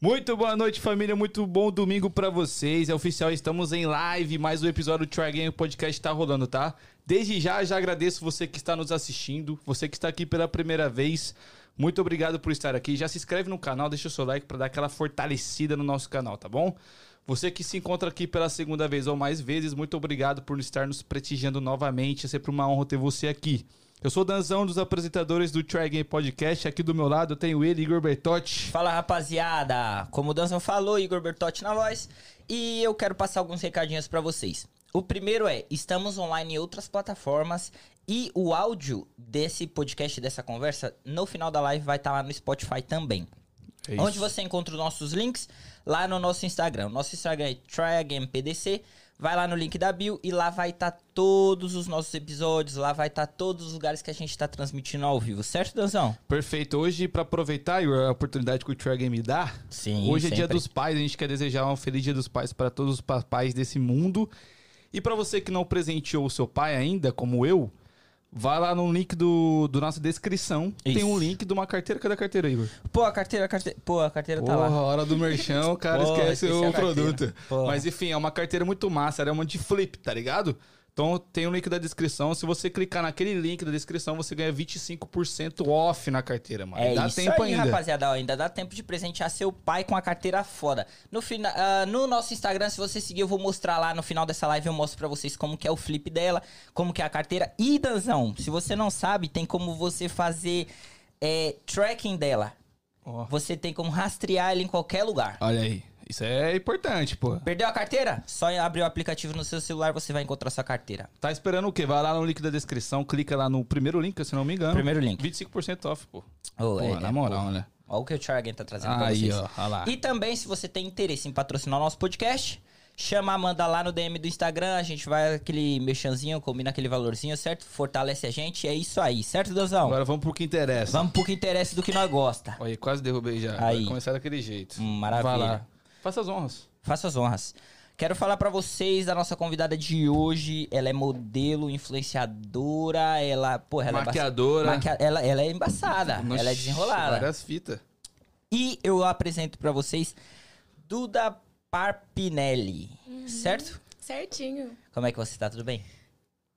Muito boa noite, família. Muito bom domingo pra vocês. É oficial, estamos em live. Mais um episódio do Try Game Podcast tá rolando, tá? Desde já, já agradeço você que está nos assistindo, você que está aqui pela primeira vez. Muito obrigado por estar aqui. Já se inscreve no canal, deixa o seu like pra dar aquela fortalecida no nosso canal, tá bom? Você que se encontra aqui pela segunda vez ou mais vezes, muito obrigado por estar nos prestigiando novamente. É sempre uma honra ter você aqui. Eu sou o Danzão, um dos apresentadores do Try Game Podcast. Aqui do meu lado eu tenho ele, Igor Bertotti. Fala rapaziada, como o Danson falou, Igor Bertotti na voz, e eu quero passar alguns recadinhos pra vocês. O primeiro é, estamos online em outras plataformas e o áudio desse podcast, dessa conversa, no final da live vai estar lá no Spotify também. É isso. Onde você encontra os nossos links? Lá no nosso Instagram. Nosso Instagram é tryagainpdc. Vai lá no link da bio e lá vai estar todos os nossos episódios, lá vai estar todos os lugares que a gente está transmitindo ao vivo, certo, Danzão? Perfeito. Hoje, pra aproveitar Igor, a oportunidade que o Try Game dá, Sim, hoje é Dia dos Pais. A gente quer desejar um feliz Dia dos Pais para todos os papais desse mundo. E pra você que não presenteou o seu pai ainda, como eu, vá lá no link do, do nossa descrição. Tem Isso. um link de uma carteira. Cadê a carteira, Igor? Pô, a carteira, a carteira. Pô, a carteira tá Porra, lá. hora do merchão, o cara Pô, esquece esqueci a o carteira. produto. Pô. Mas enfim, é uma carteira muito massa, ela é uma de flip, tá ligado? Então tem o link da descrição. Se você clicar naquele link da descrição, você ganha 25% off na carteira, mano. É Dá isso tempo aí, ainda. rapaziada. Ó, ainda dá tempo de presentear seu pai com a carteira foda. No, fina, ah, no nosso Instagram, se você seguir, eu vou mostrar lá no final dessa live. Eu mostro pra vocês como que é o flip dela, como que é a carteira. E, Danzão, se você não sabe, tem como você fazer é, tracking dela. Ó, Você tem como rastrear ela em qualquer lugar. olha aí. Isso é importante, pô. Perdeu a carteira? Só abrir o aplicativo no seu celular, você vai encontrar sua carteira. Tá esperando o quê? Vai lá no link da descrição, clica lá no primeiro link, se não me engano. Primeiro link. 25% off, pô. Ô, Pô, é, na é, moral, né? Olha o que o Chargen tá trazendo pra Aí, vocês. ó, olha lá. E também, se você tem interesse em patrocinar o nosso podcast, chama a Amanda lá no DM do Instagram, a gente vai aquele mexanzinho, combina aquele valorzinho, certo? Fortalece a gente, é isso aí, certo, Danzão? Agora vamos pro que interessa. Vamos pro que interessa do que nós gosta. Olha, quase derrubei já. Aí. Vai começar daquele jeito. Hum, maravilha. Vai lá. Faça as honras. Faça as honras. Quero falar pra vocês da nossa convidada de hoje. Ela é modelo, influenciadora, ela, porra, ela Maquiadora. é embaçada. Ela, ela é embaçada, ela é Nossa, desenrolada. Várias fitas. E eu apresento pra vocês Duda Parpinelli, certo? Certinho. Como é que você tá? Tudo bem?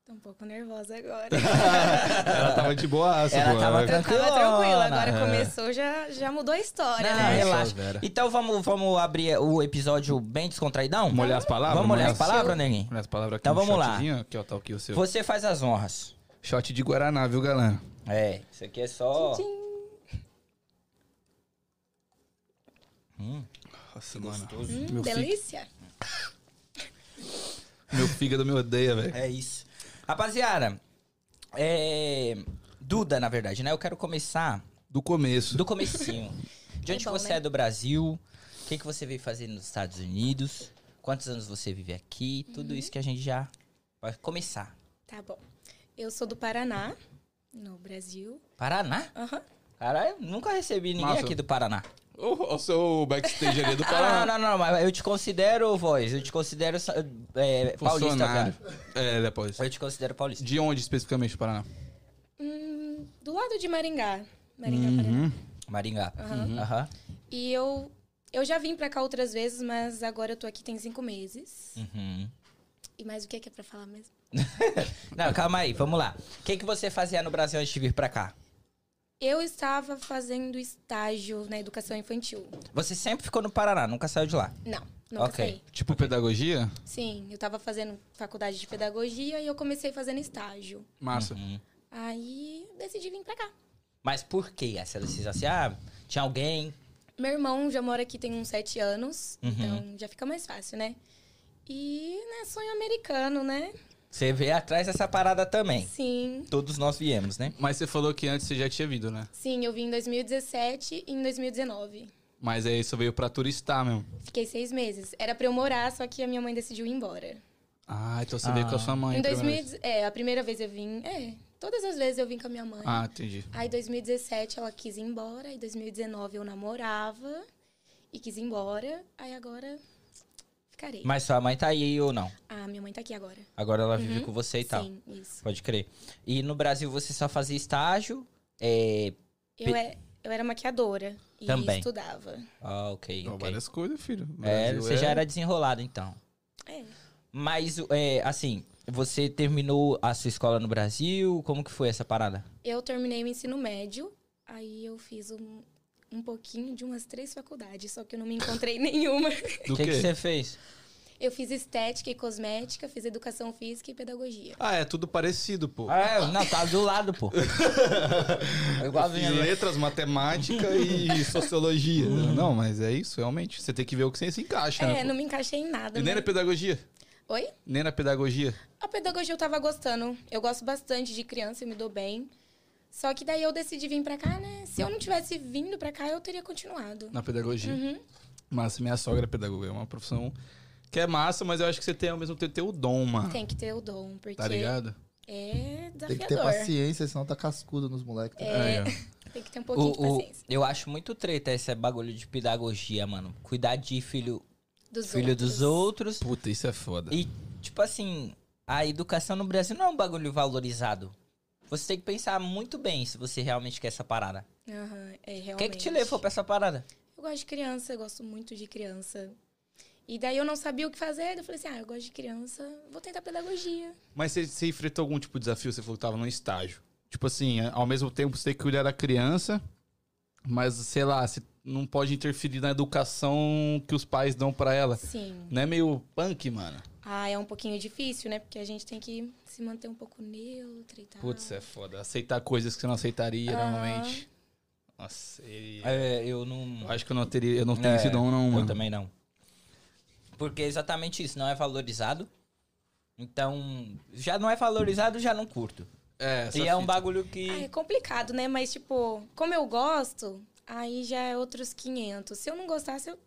Tô um pouco nervosa agora. Ela tava de boa, Ela tava Tava tranquila. tranquila, agora É. começou, já, já mudou a história, Não, Nossa, né? relaxa. Vera. Então vamos, vamos abrir o episódio bem descontraidão? Vamos olhar as palavras? Vamos olhar as Vamos olhar- palavras, neguinho? Olha as palavras aqui. Então no vamos lá. shotzinho. Aqui, ó, tá aqui o seu. Você faz as honras. Shot de Guaraná, viu, galera? É, isso aqui é só... Nossa, mano. Hum, Meu, fi... delícia. meu fígado me odeia, velho. É isso. Rapaziada, é... Duda, na verdade, né? Eu quero começar Do começo. do comecinho. De onde É bom, você né? é do Brasil? O que, que você veio fazer nos Estados Unidos? Quantos anos você vive aqui? Tudo Uhum. isso que a gente já vai começar. Tá bom. Eu sou do Paraná, no Brasil. Paraná? Aham. Caralho, nunca recebi ninguém Massa. Tá. aqui do Paraná. O, o seu backstage ali é do Ah, não, não, não, mas eu te considero, voz, eu te considero é, paulista, Funcionário. cara. É, depois. Eu te considero paulista. De onde especificamente do Paraná? Hum, do lado de Maringá. Maringá, Uhum. Paraná. Maringá. Uhum. Aham. Aham. E eu, eu já vim pra cá outras vezes, mas agora eu tô aqui tem cinco meses. Uhum. E mais o que é que é pra falar mesmo? Não, calma aí, vamos lá. O que, que você fazia no Brasil antes de vir pra cá? Eu estava fazendo estágio na educação infantil. Você sempre ficou no Paraná, nunca saiu de lá. Não, nunca Ok. saí. Tipo pedagogia? Sim, eu estava fazendo faculdade de pedagogia e eu comecei fazendo estágio. Massa. Uhum. Aí decidi vir pra cá. Mas por que essa decisão? Assim, ah, tinha alguém. Meu irmão já mora aqui tem uns sete anos, Uhum. então já fica mais fácil, né? E, né, sonho americano, né? Você veio atrás dessa parada também. Sim. Todos nós viemos, né? Mas você falou que antes você já tinha vindo, né? Sim, eu vim em 2017 e em 2019. Mas aí você veio pra turistar mesmo. Fiquei seis meses. Era pra eu morar, só que a minha mãe decidiu ir embora. Ah, então você veio com a sua mãe. em primeira 2000, vez. é, a primeira vez eu vim. É, todas as vezes eu vim com a minha mãe. Ah, entendi. Aí, em 2017, ela quis ir embora. Em 2019, eu namorava e quis ir embora. Aí, agora, ficarei. Mas sua mãe tá aí ou não? Ah, minha mãe tá aqui agora. Agora ela vive com você e tal. Uhum, Sim, isso. Pode crer. E no Brasil você só fazia estágio? É. Eu, é, eu era maquiadora e Também. estudava. Ah, ok. Ó, ok. Várias coisas, filho. É, Brasil você já era desenrolado então. É. Mas, é, assim, você terminou a sua escola no Brasil? Como que foi essa parada? Eu terminei o ensino médio, aí eu fiz um, um pouquinho de umas três faculdades, só que eu não me encontrei em nenhuma. Do o que, quê? que você fez? Eu fiz estética e cosmética, fiz educação física e pedagogia. Ah, é tudo parecido, pô. Ah, é, não, tá do lado, pô. É igualzinho, né? letras, matemática e sociologia. Uhum. Não, mas é isso, realmente. Você tem que ver o que você se encaixa, né? É, pô? não me encaixei em nada. E nem né? na pedagogia. Oi? Nem na pedagogia. A pedagogia eu tava gostando. Eu gosto bastante de criança, eu me dou bem. Só que daí eu decidi vir pra cá, né? Se eu não tivesse vindo pra cá, eu teria continuado. Na pedagogia. Uhum. Massa, minha sogra é pedagoga. É uma profissão que é massa, mas eu acho que você tem ao mesmo tempo ter o dom, Ah. mano. Tem que ter o dom, porque Tá ligado? é Tem desafiador. que ter paciência, senão tá cascudo nos moleques. É. Tem que ter um pouquinho de O, o- paciência. eu acho muito treta esse bagulho de pedagogia, mano. Cuidar de filho, Dos filho dos outros. Puta, isso é foda. E, tipo assim, a educação no Brasil não é um bagulho valorizado. Você tem que pensar muito bem se você realmente quer essa parada. Aham, é realmente. O que é que te levou pra essa parada? Eu gosto de criança, eu gosto muito de criança. E daí eu não sabia o que fazer, daí eu falei assim, ah, eu gosto de criança, vou tentar pedagogia. Mas você, você enfrentou algum tipo de desafio? Você falou que tava num estágio. Tipo assim, ao mesmo tempo você tem que cuidar da criança, mas sei lá, você não pode interferir na educação que os pais dão pra ela. Sim. Não é meio punk, mano? Ah, é um pouquinho difícil, né? Porque a gente tem que se manter um pouco neutra e tal. Putz, é foda. Aceitar coisas que você não aceitaria Aham. normalmente. Nossa, e... É, eu não. eu acho que eu não teria, eu não tenho esse É, dom, não, Eu mano. também não. Porque é exatamente isso, não é valorizado. Então, já não é valorizado, já não curto. É, essa e é um fita. bagulho Ah, é que. complicado, né? Mas, tipo, como eu gosto, aí já é outros 500. Se eu não gostasse, eu...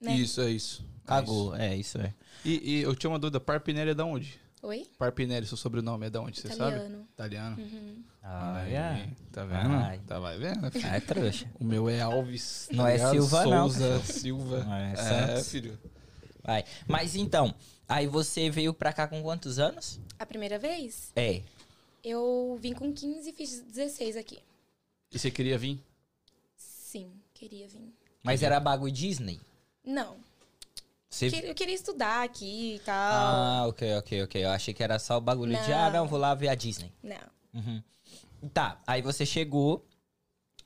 Né? Isso, é isso. É isso. Cagou, é isso é. E, e eu tinha uma dúvida, Parpinelli é da onde? Oi? Parpinelli, seu sobrenome é da onde, você sabe? Italiano. Italiano. Uhum. Aí, é. Tá vendo? Ai. Tá vai vendo? filho? é trouxa. O meu é Alves. tá Não é ligado? Silva, não, Souza, Silva. Não é É, Santos. filho. Vai. Mas então, aí você veio pra cá com quantos anos? A primeira vez, É. eu vim com 15 e fiz 16 aqui. E você queria vir? Sim, queria vir. Mas era bagulho Disney? Não, Você... que- eu queria estudar aqui e tal. Ah, ok, ok, ok. Eu achei que era só o bagulho de, ah, Não. não, vou lá ver a Disney. Não. Uhum. Tá, aí você chegou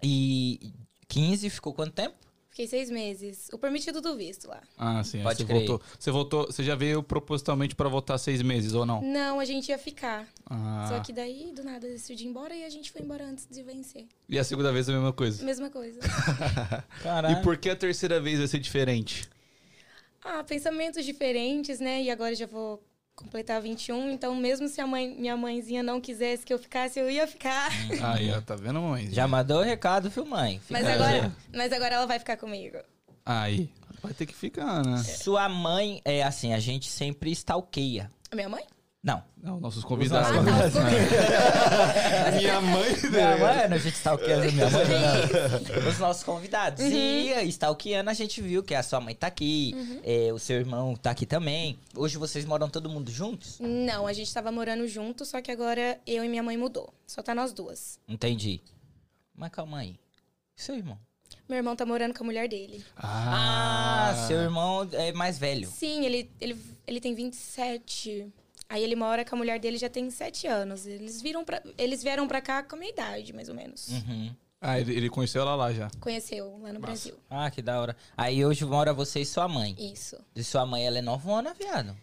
e 15 ficou quanto tempo? Fiquei seis meses. O permitido do visto lá. Ah, sim. aí Pode você crer. voltou. Você voltou. Você já veio propositalmente pra voltar seis meses, ou não? Não, a gente ia ficar. Ah. Só que daí, do nada, decidi ir embora e a gente foi embora antes de vencer. E a segunda vez é a mesma coisa. Mesma coisa. Caralho. E por que a terceira vez vai ser diferente? ah, pensamentos diferentes, né? E agora eu já vou completar 21. Então, mesmo se a mãe, minha mãezinha não quisesse que eu ficasse, eu ia ficar. Aí, ó, tá vendo, mãe? Já mandou o recado, viu, mãe? Fica Mas aí. agora, mas agora ela vai ficar comigo. Aí. Vai ter que ficar, né? Sua mãe é assim, a gente sempre stalkeia. A minha mãe? Não. Não, nossos Ah, convidados. tá, comigo. Minha mãe Minha mãe, não, a gente stalkeia minha mãe, não. Os nossos convidados. Uhum. E stalkeando, a gente viu que a sua mãe tá aqui, Uhum. é, o seu irmão tá aqui também. Hoje vocês moram todo mundo juntos? Não, a gente tava morando junto, só que agora eu e minha mãe mudou. Só tá nós duas. Entendi. Mas calma aí. Seu irmão. Meu irmão tá morando com a mulher dele. Ah, seu irmão é mais velho. Sim, ele, ele, ele tem 27. Aí ele mora com a mulher dele já tem 7 anos. Eles, viram pra, eles vieram pra cá com a minha idade, mais ou menos. Uhum. Ah, ele, ele conheceu ela lá já. Conheceu lá no Brasil. Ah, que da hora. Aí hoje mora você e sua mãe. Isso. E sua mãe, ela é novona, viado.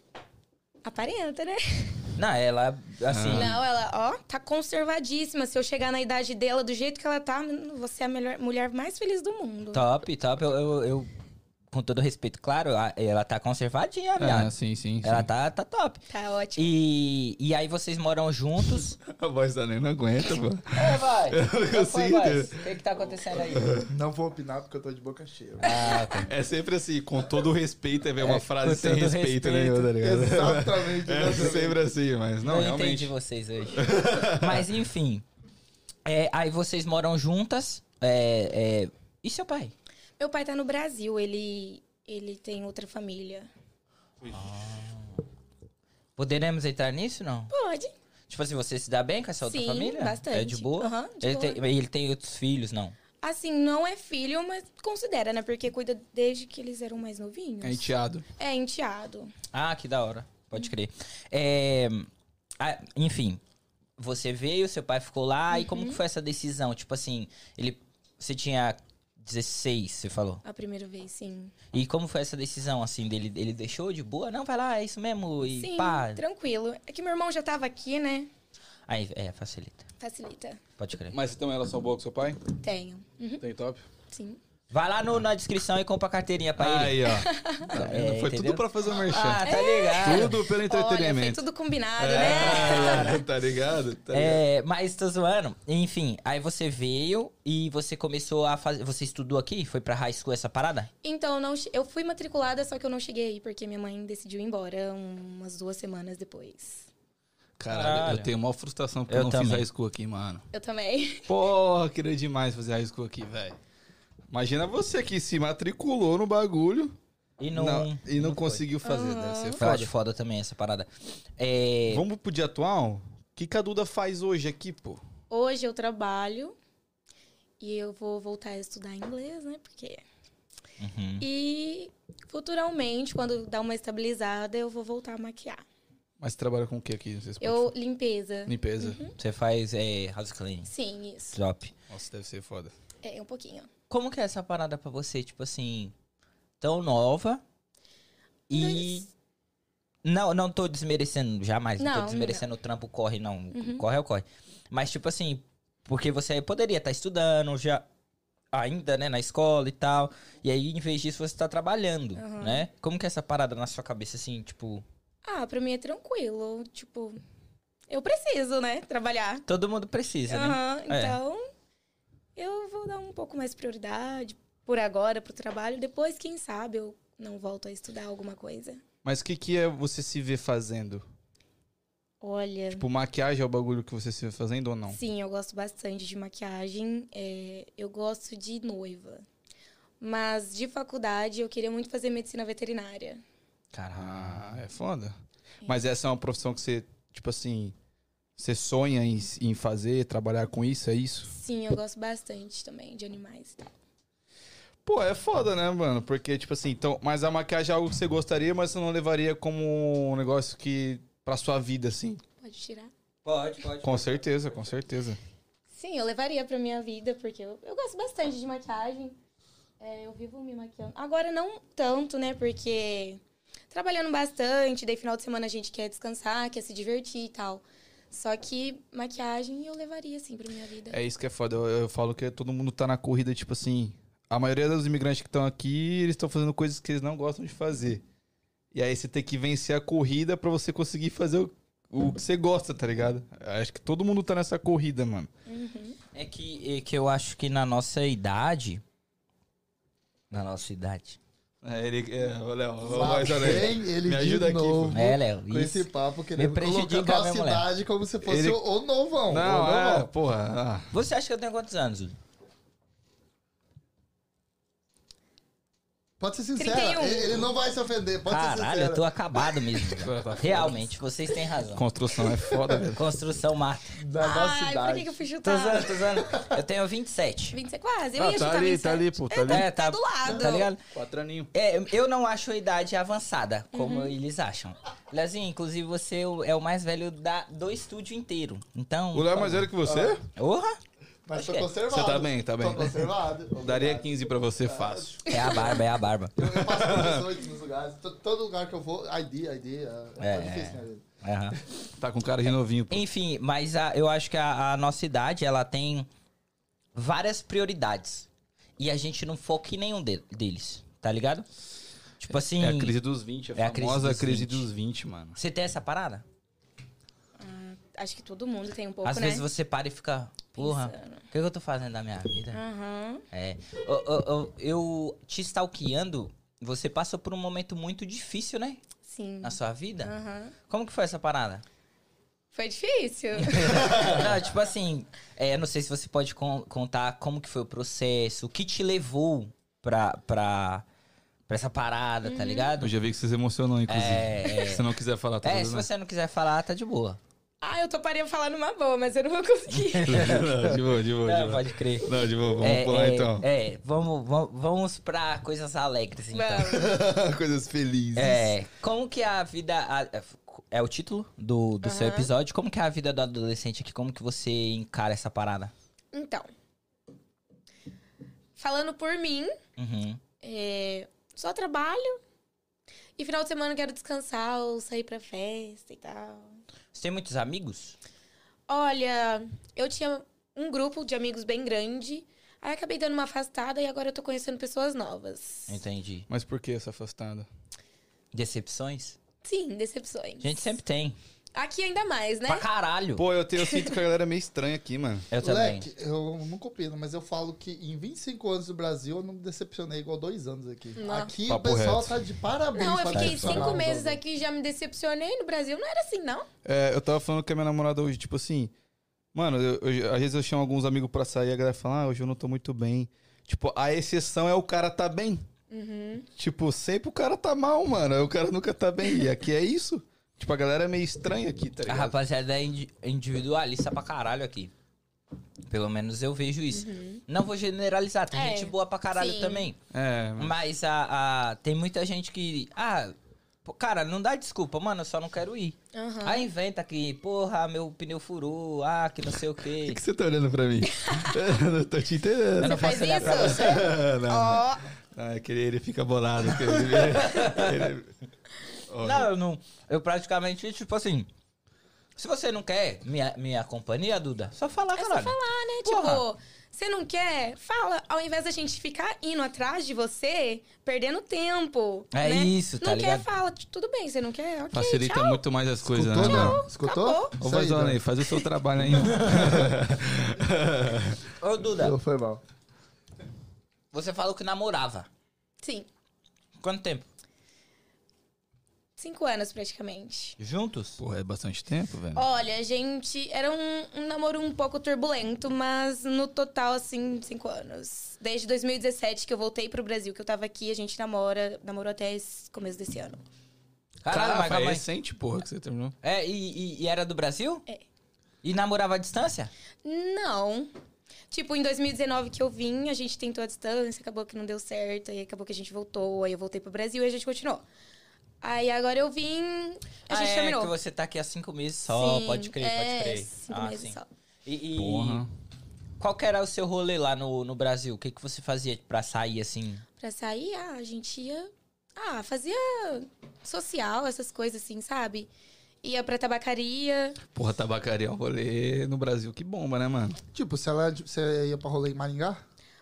Aparenta, né? Não, ela, assim... Ah. Não, ela, ó, tá conservadíssima. Se eu chegar na idade dela, do jeito que ela tá, menino, você é a melhor, mulher mais feliz do mundo. Top, top. Eu, eu, eu com todo respeito, claro, a- ela tá conservadinha, viado. Ah, sim, sim. Ela tá, tá top. Tá ótimo. E, e aí vocês moram juntos. A voz da Nena aguenta, mano. É, vai. Eu sei, vai. né? O que que tá acontecendo aí? Não vou opinar porque eu tô de boca cheia. Ah, tá. É sempre assim, com todo respeito, é uma com frase sem todo respeito, respeito. nenhum, tá ligado? Exatamente. É exatamente. sempre assim, mas não, Não, realmente. entendi vocês hoje. Mas enfim. É, aí vocês moram juntas. É, é, E seu pai? Meu pai tá no Brasil, ele, ele tem outra família. Poderemos entrar nisso, não? Pode. Tipo assim, você se dá bem com essa outra Sim, família? bastante. É de boa? Aham, de ele, boa. Tem, ele tem outros filhos, não? Assim, não é filho, mas considera, né? Porque cuida desde que eles eram mais novinhos. É enteado. É enteado. Ah, que da hora. Uhum. Pode crer. É, ah, enfim, você veio, seu pai ficou lá. E Uhum. como que foi essa decisão? Tipo assim, ele, você tinha 16, você falou. A primeira vez, sim. E como foi essa decisão, assim, dele? Ele deixou de boa? Não, vai lá, é isso mesmo. E sim, pá. tranquilo. É que meu irmão já tava aqui, né? Aí, é, facilita. Facilita. Pode crer. Mas então ela só boa com seu pai? Tenho. Uhum, Tem top? sim. Vai lá no- na descrição e compra a carteirinha pra Aí, ele. ó. Tá vendo? É, Foi entendeu? tudo pra fazer o merchan. Ah, tá ligado. Tudo pelo Olha, foi entretenimento. tudo combinado, né? É, tá ligado? Tá ligado? É, mas tô zoando. Enfim, aí você veio e você começou a fazer. Você estudou aqui? Foi pra high school essa parada? Então, eu não, che- eu fui matriculada, só que eu não cheguei aí, porque minha mãe decidiu ir embora umas duas semanas depois. Caralho, eu tenho maior frustração porque eu, Eu não fiz também. high school aqui, mano. Eu também. Porra, queria demais fazer high school aqui, velho. Imagina você que se matriculou no bagulho E não. não- e não, foi. conseguiu fazer, Aham. deve ser Eu foda. acho foda também essa parada. É. Vamos pro dia atual? O que, que a Duda faz hoje aqui, pô? Hoje eu trabalho e eu vou voltar a estudar inglês, né? Porque. Uhum. E futuramente, quando dar uma estabilizada, eu vou voltar a Tá maquiar. Mas você trabalha com o que aqui? Não sei se Eu, pode limpeza. falar. Limpeza. Você faz é, house cleaning. Sim, isso. Drop. Nossa, deve ser foda. É, um pouquinho. Como que é essa parada pra você, tipo assim, tão nova e. Não, não tô desmerecendo, jamais, não, Não, tô não. Uhum. desmerecendo o trampo corre, não. Corre é o corre. Mas, tipo assim, porque você poderia estar estudando já ainda, né, na escola e tal. E aí, em vez disso, você tá trabalhando, Aham. né? Como que é essa parada na sua cabeça, assim, tipo. Ah, pra mim é tranquilo. Tipo, eu preciso, né? Trabalhar. Todo mundo precisa, né? Aham, É. Então, eu vou dar um pouco mais prioridade por agora pro trabalho. Depois, quem sabe, eu não volto a estudar alguma coisa. Mas o que, que é você se vê fazendo? Olha. Tipo, maquiagem é o bagulho que você se vê fazendo ou não? Sim, eu gosto bastante de maquiagem. É, eu gosto de noiva. Mas de faculdade eu queria muito fazer medicina veterinária. Caralho. Ah, é foda. Mas essa é uma profissão que você, tipo assim, você sonha em, em fazer, trabalhar com isso, é isso? Sim, eu gosto bastante também de animais. e tal. Pô, é foda, né, mano? Porque, tipo assim, então, mas a maquiagem é algo que você gostaria, mas você não levaria como um negócio que. pra sua vida, assim. Pode tirar? Pode, pode. Com certeza, com certeza. Sim, eu levaria pra minha vida, porque eu, eu gosto bastante de maquiagem. É, eu vivo me maquiando. Agora não tanto, né? Porque trabalhando bastante, daí final de semana a gente quer descansar, quer se divertir e tal. Só que maquiagem eu levaria, assim, pra minha vida. É isso que é foda. Eu, eu falo que todo mundo tá na corrida, tipo assim. A maioria dos imigrantes que estão aqui, eles estão fazendo coisas que eles não gostam de fazer. E aí você tem que vencer a corrida pra você conseguir fazer o, o que você gosta, tá ligado? Acho que todo mundo tá nessa corrida, mano. Uhum. É que, é que eu acho que na nossa idade. Na nossa idade. É, ele. É, olha, Lá vem ele Me ajuda de aqui, novo. É, Léo. Com isso. esse papo é querendo prejudica colocar nossa mesmo, Léo. cidade como se fosse Ele- o novão. o Não, é, novão. porra. ah. Você acha que eu tenho quantos anos? Dudu? Pode ser sincero, 31. ele, ele não vai se ofender, pode ser Caralho, sincero. eu tô acabado mesmo. Tá foda. Realmente, vocês têm razão. Construção é foda, velho. Construção mata. Da nossa Ai, por cidade. que, que eu fui Tô chutar? zoando, tô zoando. Eu tenho 27. 27 quase, eu Ah, ia tá chutar ali, 27. tá ali, pô, tá ali. É, tá do lado. Tá ligado? Quatro aninhos. É, eu não acho a idade avançada, Uhum. como eles acham. Leozinho, inclusive você é o- é o mais velho da, do estúdio inteiro. Então. O Léo é mais velho que você? Porra! Mas tô que é. conservado. Você tá bem, tá bem. Tô conservado. Daria Obrigado. 15 pra você fácil. É a barba, é a barba. Eu, eu passo por 18 nos lugares. to- Todo lugar que eu vou, ID, ID. É, É. é. difícil, né? velho? Aham. Tá com cara de novinho, pô. Enfim, mas a- eu acho que a, a nossa idade, ela tem várias prioridades. E a gente não foca em nenhum de- deles, tá ligado? Tipo assim, É a crise dos 20, a É a crise famosa dos crise 20. dos 20, mano. você tem essa parada? Acho que todo mundo tem um pouco, Às né? vezes você para e fica, porra, Pensando. o que, que eu tô fazendo da minha vida? Aham. É. Eu, eu, te stalkeando, você passou por um momento muito difícil, né? Sim. Na sua vida. Aham. Como que foi essa parada? Foi difícil. não, tipo assim, é, eu não sei se você pode con- contar como que foi o processo, o que te levou pra, pra, pra essa parada, tá ligado? Eu já vi que vocês emocionou, inclusive. É, é. Se não quiser falar, tá É, tudo se bem. você não quiser falar, tá de boa. ah, eu toparia falar numa boa, mas eu não vou conseguir. Não, de boa, de boa, de É, boa. pode crer. Não, de boa, né? vamos é, pular é, então. É, vamos, vamos, vamos pra coisas alegres, então. Vamos. Coisas felizes. É, como que a vida. a- é o título do, do seu Aham. episódio. Como que é a vida do adolescente aqui? Como que você encara essa parada? Então. Falando por mim, Uhum. é, só trabalho. E final de semana eu quero descansar ou sair pra festa e tal. Você tem muitos amigos? Olha, eu tinha um grupo de amigos bem grande. Aí acabei dando uma afastada e agora eu tô conhecendo pessoas novas. Entendi. Mas por que essa afastada? Decepções? Sim, decepções. A gente sempre tem. Aqui ainda mais, né? Pra caralho. Pô, eu, tenho, eu sinto que a galera é meio estranha aqui, mano. Eu também. Leque, eu não opino, mas eu falo que em 25 anos do Brasil eu não me decepcionei igual dois anos aqui. Não. Aqui Papo o pessoal reto. tá de parabéns. Não, eu pra fiquei decepcionar cinco os meses outros. aqui e já me decepcionei no Brasil. Não era assim, não? É, eu tava falando com a minha namorada hoje, tipo assim. Mano, eu- eu- às vezes eu chamo alguns amigos pra sair e a galera fala, ah, hoje eu não tô muito bem. Tipo, a exceção é o cara tá bem. Tipo, sempre o cara tá mal, mano. O cara nunca tá bem. E aqui é isso. Tipo, a galera é meio estranha aqui, tá A ligado? rapaziada é indi- individualista pra caralho aqui. Pelo menos eu vejo isso. Não vou generalizar, tem Uhum. É, gente boa pra caralho sim. também. É, mano. Mas a, a- tem muita gente que. Ah, pô, cara, não dá desculpa, mano, eu só não quero ir. Aham. Aí inventa que, porra, meu pneu furou, ah, que não sei o Por quê. que, que você tá olhando pra mim? eu não tô te entendendo. Eu não Você faz posso olhar pra isso? você. não, não. Ó, Ah, é que ele, ele fica bolado. que ele- ele- Não, eu não. Eu praticamente, tipo assim. Se você não quer minha, minha companhia, Duda, só falar, é só caralho. falar, né? Porra. Tipo, você não quer? Fala. Ao invés da gente ficar indo atrás de você, perdendo tempo. É né? isso, tá Não ligado? quer? Fala. Tudo bem, você não quer? Ok, Facilita tchau. muito mais as coisas, Escutou, né? mano? não? Escutou? Ô, Isso aí, Vazona Dan. aí, faz o seu trabalho aí. ó. Ô, Duda, Não, Foi mal. você falou que namorava. Sim. Quanto tempo? Cinco anos, praticamente. Juntos? Pô, é bastante tempo, velho. Olha, gente, era um, um namoro um pouco turbulento, mas no total, assim, cinco anos. Desde 2017 que eu voltei pro Brasil, que eu tava aqui, a gente namora, namorou até esse começo desse ano. Caralho, mas é calma aí. recente, porra, que você terminou. É, e, e- e era do Brasil? É. E namorava à distância? Não. Tipo, em 2019 que eu vim, a gente tentou a distância, acabou que não deu certo, aí acabou que a gente voltou, aí eu voltei pro Brasil e a gente continuou. Aí agora eu vim, a gente ah, é, terminou. que você tá aqui há cinco meses só, Sim, pode crer, é, pode crer. Cinco Ah, meses sim. só. E, e- Porra. qual que era o seu rolê lá no, no Brasil? O que, que você fazia pra sair assim? Pra sair, ah, a gente ia. Ah, fazia social, essas coisas assim, sabe? Ia pra tabacaria. Porra, tabacaria é um rolê no Brasil. Que bomba, né, mano? Tipo, se ela, você ia pra rolê em Maringá?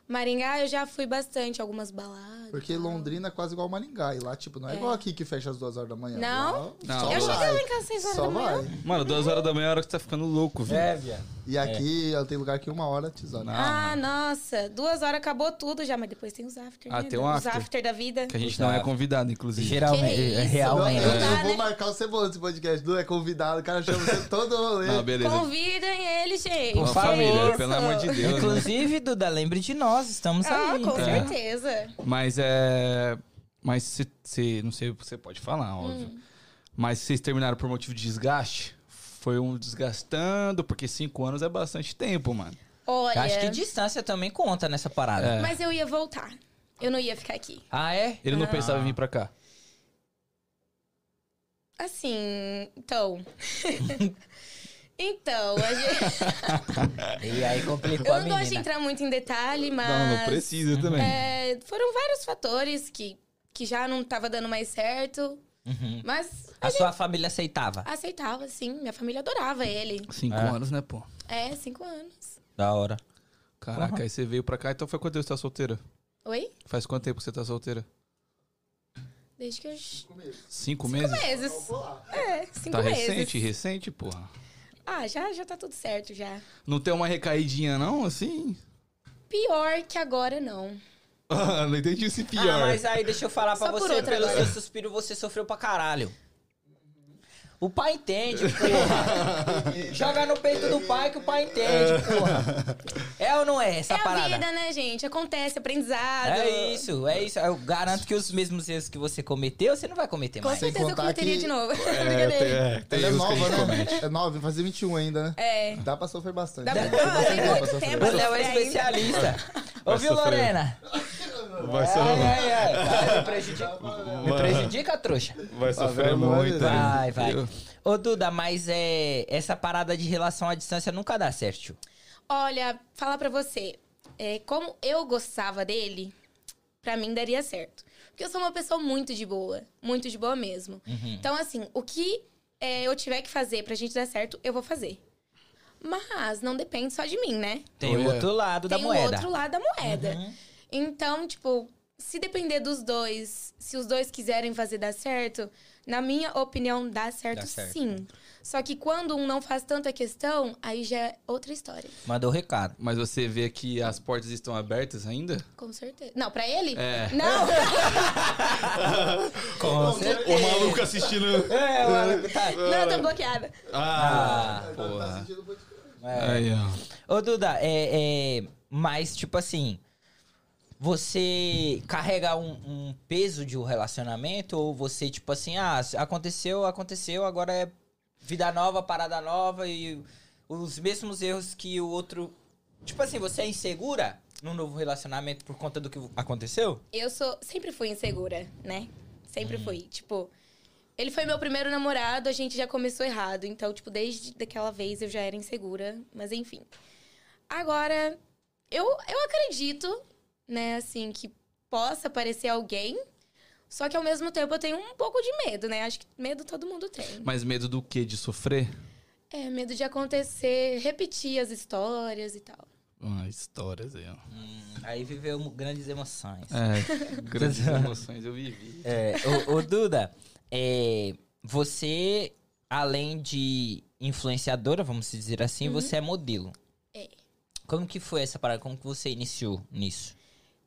Maringá eu já fui bastante, algumas baladas. Porque Londrina é quase igual Maringá. E lá, tipo, não é, igual aqui que fecha às duas horas da manhã. Não? Lá, Não. só Eu vai. cheguei lá em casa às 6 horas Só da manhã. vai. Mano, duas horas da manhã é a hora que você tá ficando louco, velho. viado. E aqui ó, tem lugar que uma hora tesoura. Ah, nossa, duas horas acabou tudo já, mas depois tem os after. Ah, né? tem um Os after. after da vida. Que a gente não é convidado, inclusive. Geralmente, Que isso? é Não, realmente. eu, Não dá, eu vou né? marcar o Cebola nesse podcast. Du é convidado, o cara chama você todo rolê. Não, beleza. é Convidem ele, gente. Não, Por Que família, isso? pelo amor de Deus. né? Inclusive, Duda, lembre de nós, estamos Ah, aí. com tá? certeza. Mas é. Mas se, se- Não sei, você pode falar, óbvio. Hum. Mas vocês terminaram por motivo de desgaste? Foi um desgastando, porque cinco anos é bastante tempo, mano. Olha, Acho que distância também conta nessa parada. É. mas eu ia voltar. Eu não ia ficar aqui. Ah, é? Ele não Ah. pensava em vir pra cá. Assim, então. então, a gente... E aí complicou eu a não gosto de menina. entrar muito em detalhe, mas. precisa também. é, foram vários fatores que, que já não tava dando mais certo. Uhum. Mas A sua família aceitava? aceitava, sim. Minha família adorava ele. Cinco É. anos, né, pô? É, cinco anos. Da hora. Caraca, aí você veio pra cá, então foi quando você tá solteira? Oi? Faz quanto tempo que você tá solteira? Desde que eu. Começo. Cinco meses? Meses. Vou lá. É, cinco Tá meses. recente, recente, porra. Ah, já, já tá tudo certo já. Não tem uma recaidinha, não, assim? Pior que agora não. Ah, não entendi esse pior. Ah, mas aí deixa eu falar pra Só por você, outra pelo agora. seu suspiro você sofreu pra caralho. O pai entende, porra. Joga no peito do pai que o pai entende, porra. É ou não é essa é parada? a vida, né, gente? Acontece, aprendizado. É isso, é isso. Eu garanto que os mesmos erros que você cometeu, você não vai cometer Com mais. Sem certeza eu contar cometeria que- de novo. É, tem, Brincadeira. é, tem Ela é erros que a nova, gente né? comete. É nova, vai fazer 21 ainda, né? É. Dá pra sofrer bastante. Dá né? pra- Ah, tem dá pra muito sofrer tempo. bastante. Você é um especialista. Ouviu, sofrer. Lorena? Vai, so- Ai, ai, ai. Vai, me prejudica, É. me prejudica, trouxa. vai sofrer Favela, muito. vai, né? Vai, vai. Eu- Ô, Duda, mas é, essa parada de relação à distância nunca dá certo, tio. Olha, falar pra você, é, como eu gostava dele, pra mim daria certo. Porque eu sou uma pessoa muito de boa, muito de boa mesmo. Então, assim, o que é, eu tiver que fazer pra gente dar certo, eu vou fazer. Mas não depende só de mim, né? Tem o Olha. outro lado da Tem o moeda. outro lado da moeda. Uhum. Então, tipo, se depender dos dois, se os dois quiserem fazer dar certo, na minha opinião, dá certo, Dá certo. sim. Só que quando um não faz tanta questão, aí já é outra história. Mandou o recado. Mas você vê que as portas estão abertas ainda? Com certeza. Não, pra ele? É. Não! Com O maluco assistindo. É, o maluco tá... Não, eu tô bloqueada. Ah, Ah, tá porra. É. Aí, ó. Ô, Duda, é, é, mas, tipo assim, você carrega um, um peso de um relacionamento ou você, tipo assim, ah, aconteceu, aconteceu, agora é vida nova, parada nova e os mesmos erros que o outro... Tipo assim, você é insegura num novo relacionamento por conta do que aconteceu? Eu sou. Sempre fui insegura, né? Sempre fui. Tipo, ele foi meu primeiro namorado, a gente já começou errado. Então, tipo, desde daquela vez eu já era insegura. Mas enfim. Agora, eu, eu acredito, né, assim, que possa aparecer alguém. Só que ao mesmo tempo eu tenho um pouco de medo, né? Acho que medo todo mundo tem. Mas medo do quê? De sofrer? É, medo de acontecer, repetir as histórias e tal. Ah, histórias aí, ó. Aí viveu grandes emoções. É, grandes emoções eu vivi. É, ô, ô, Duda, é, você, além de influenciadora, vamos dizer assim, você é modelo. Uhum. É. Como que foi essa parada? Como que você iniciou nisso?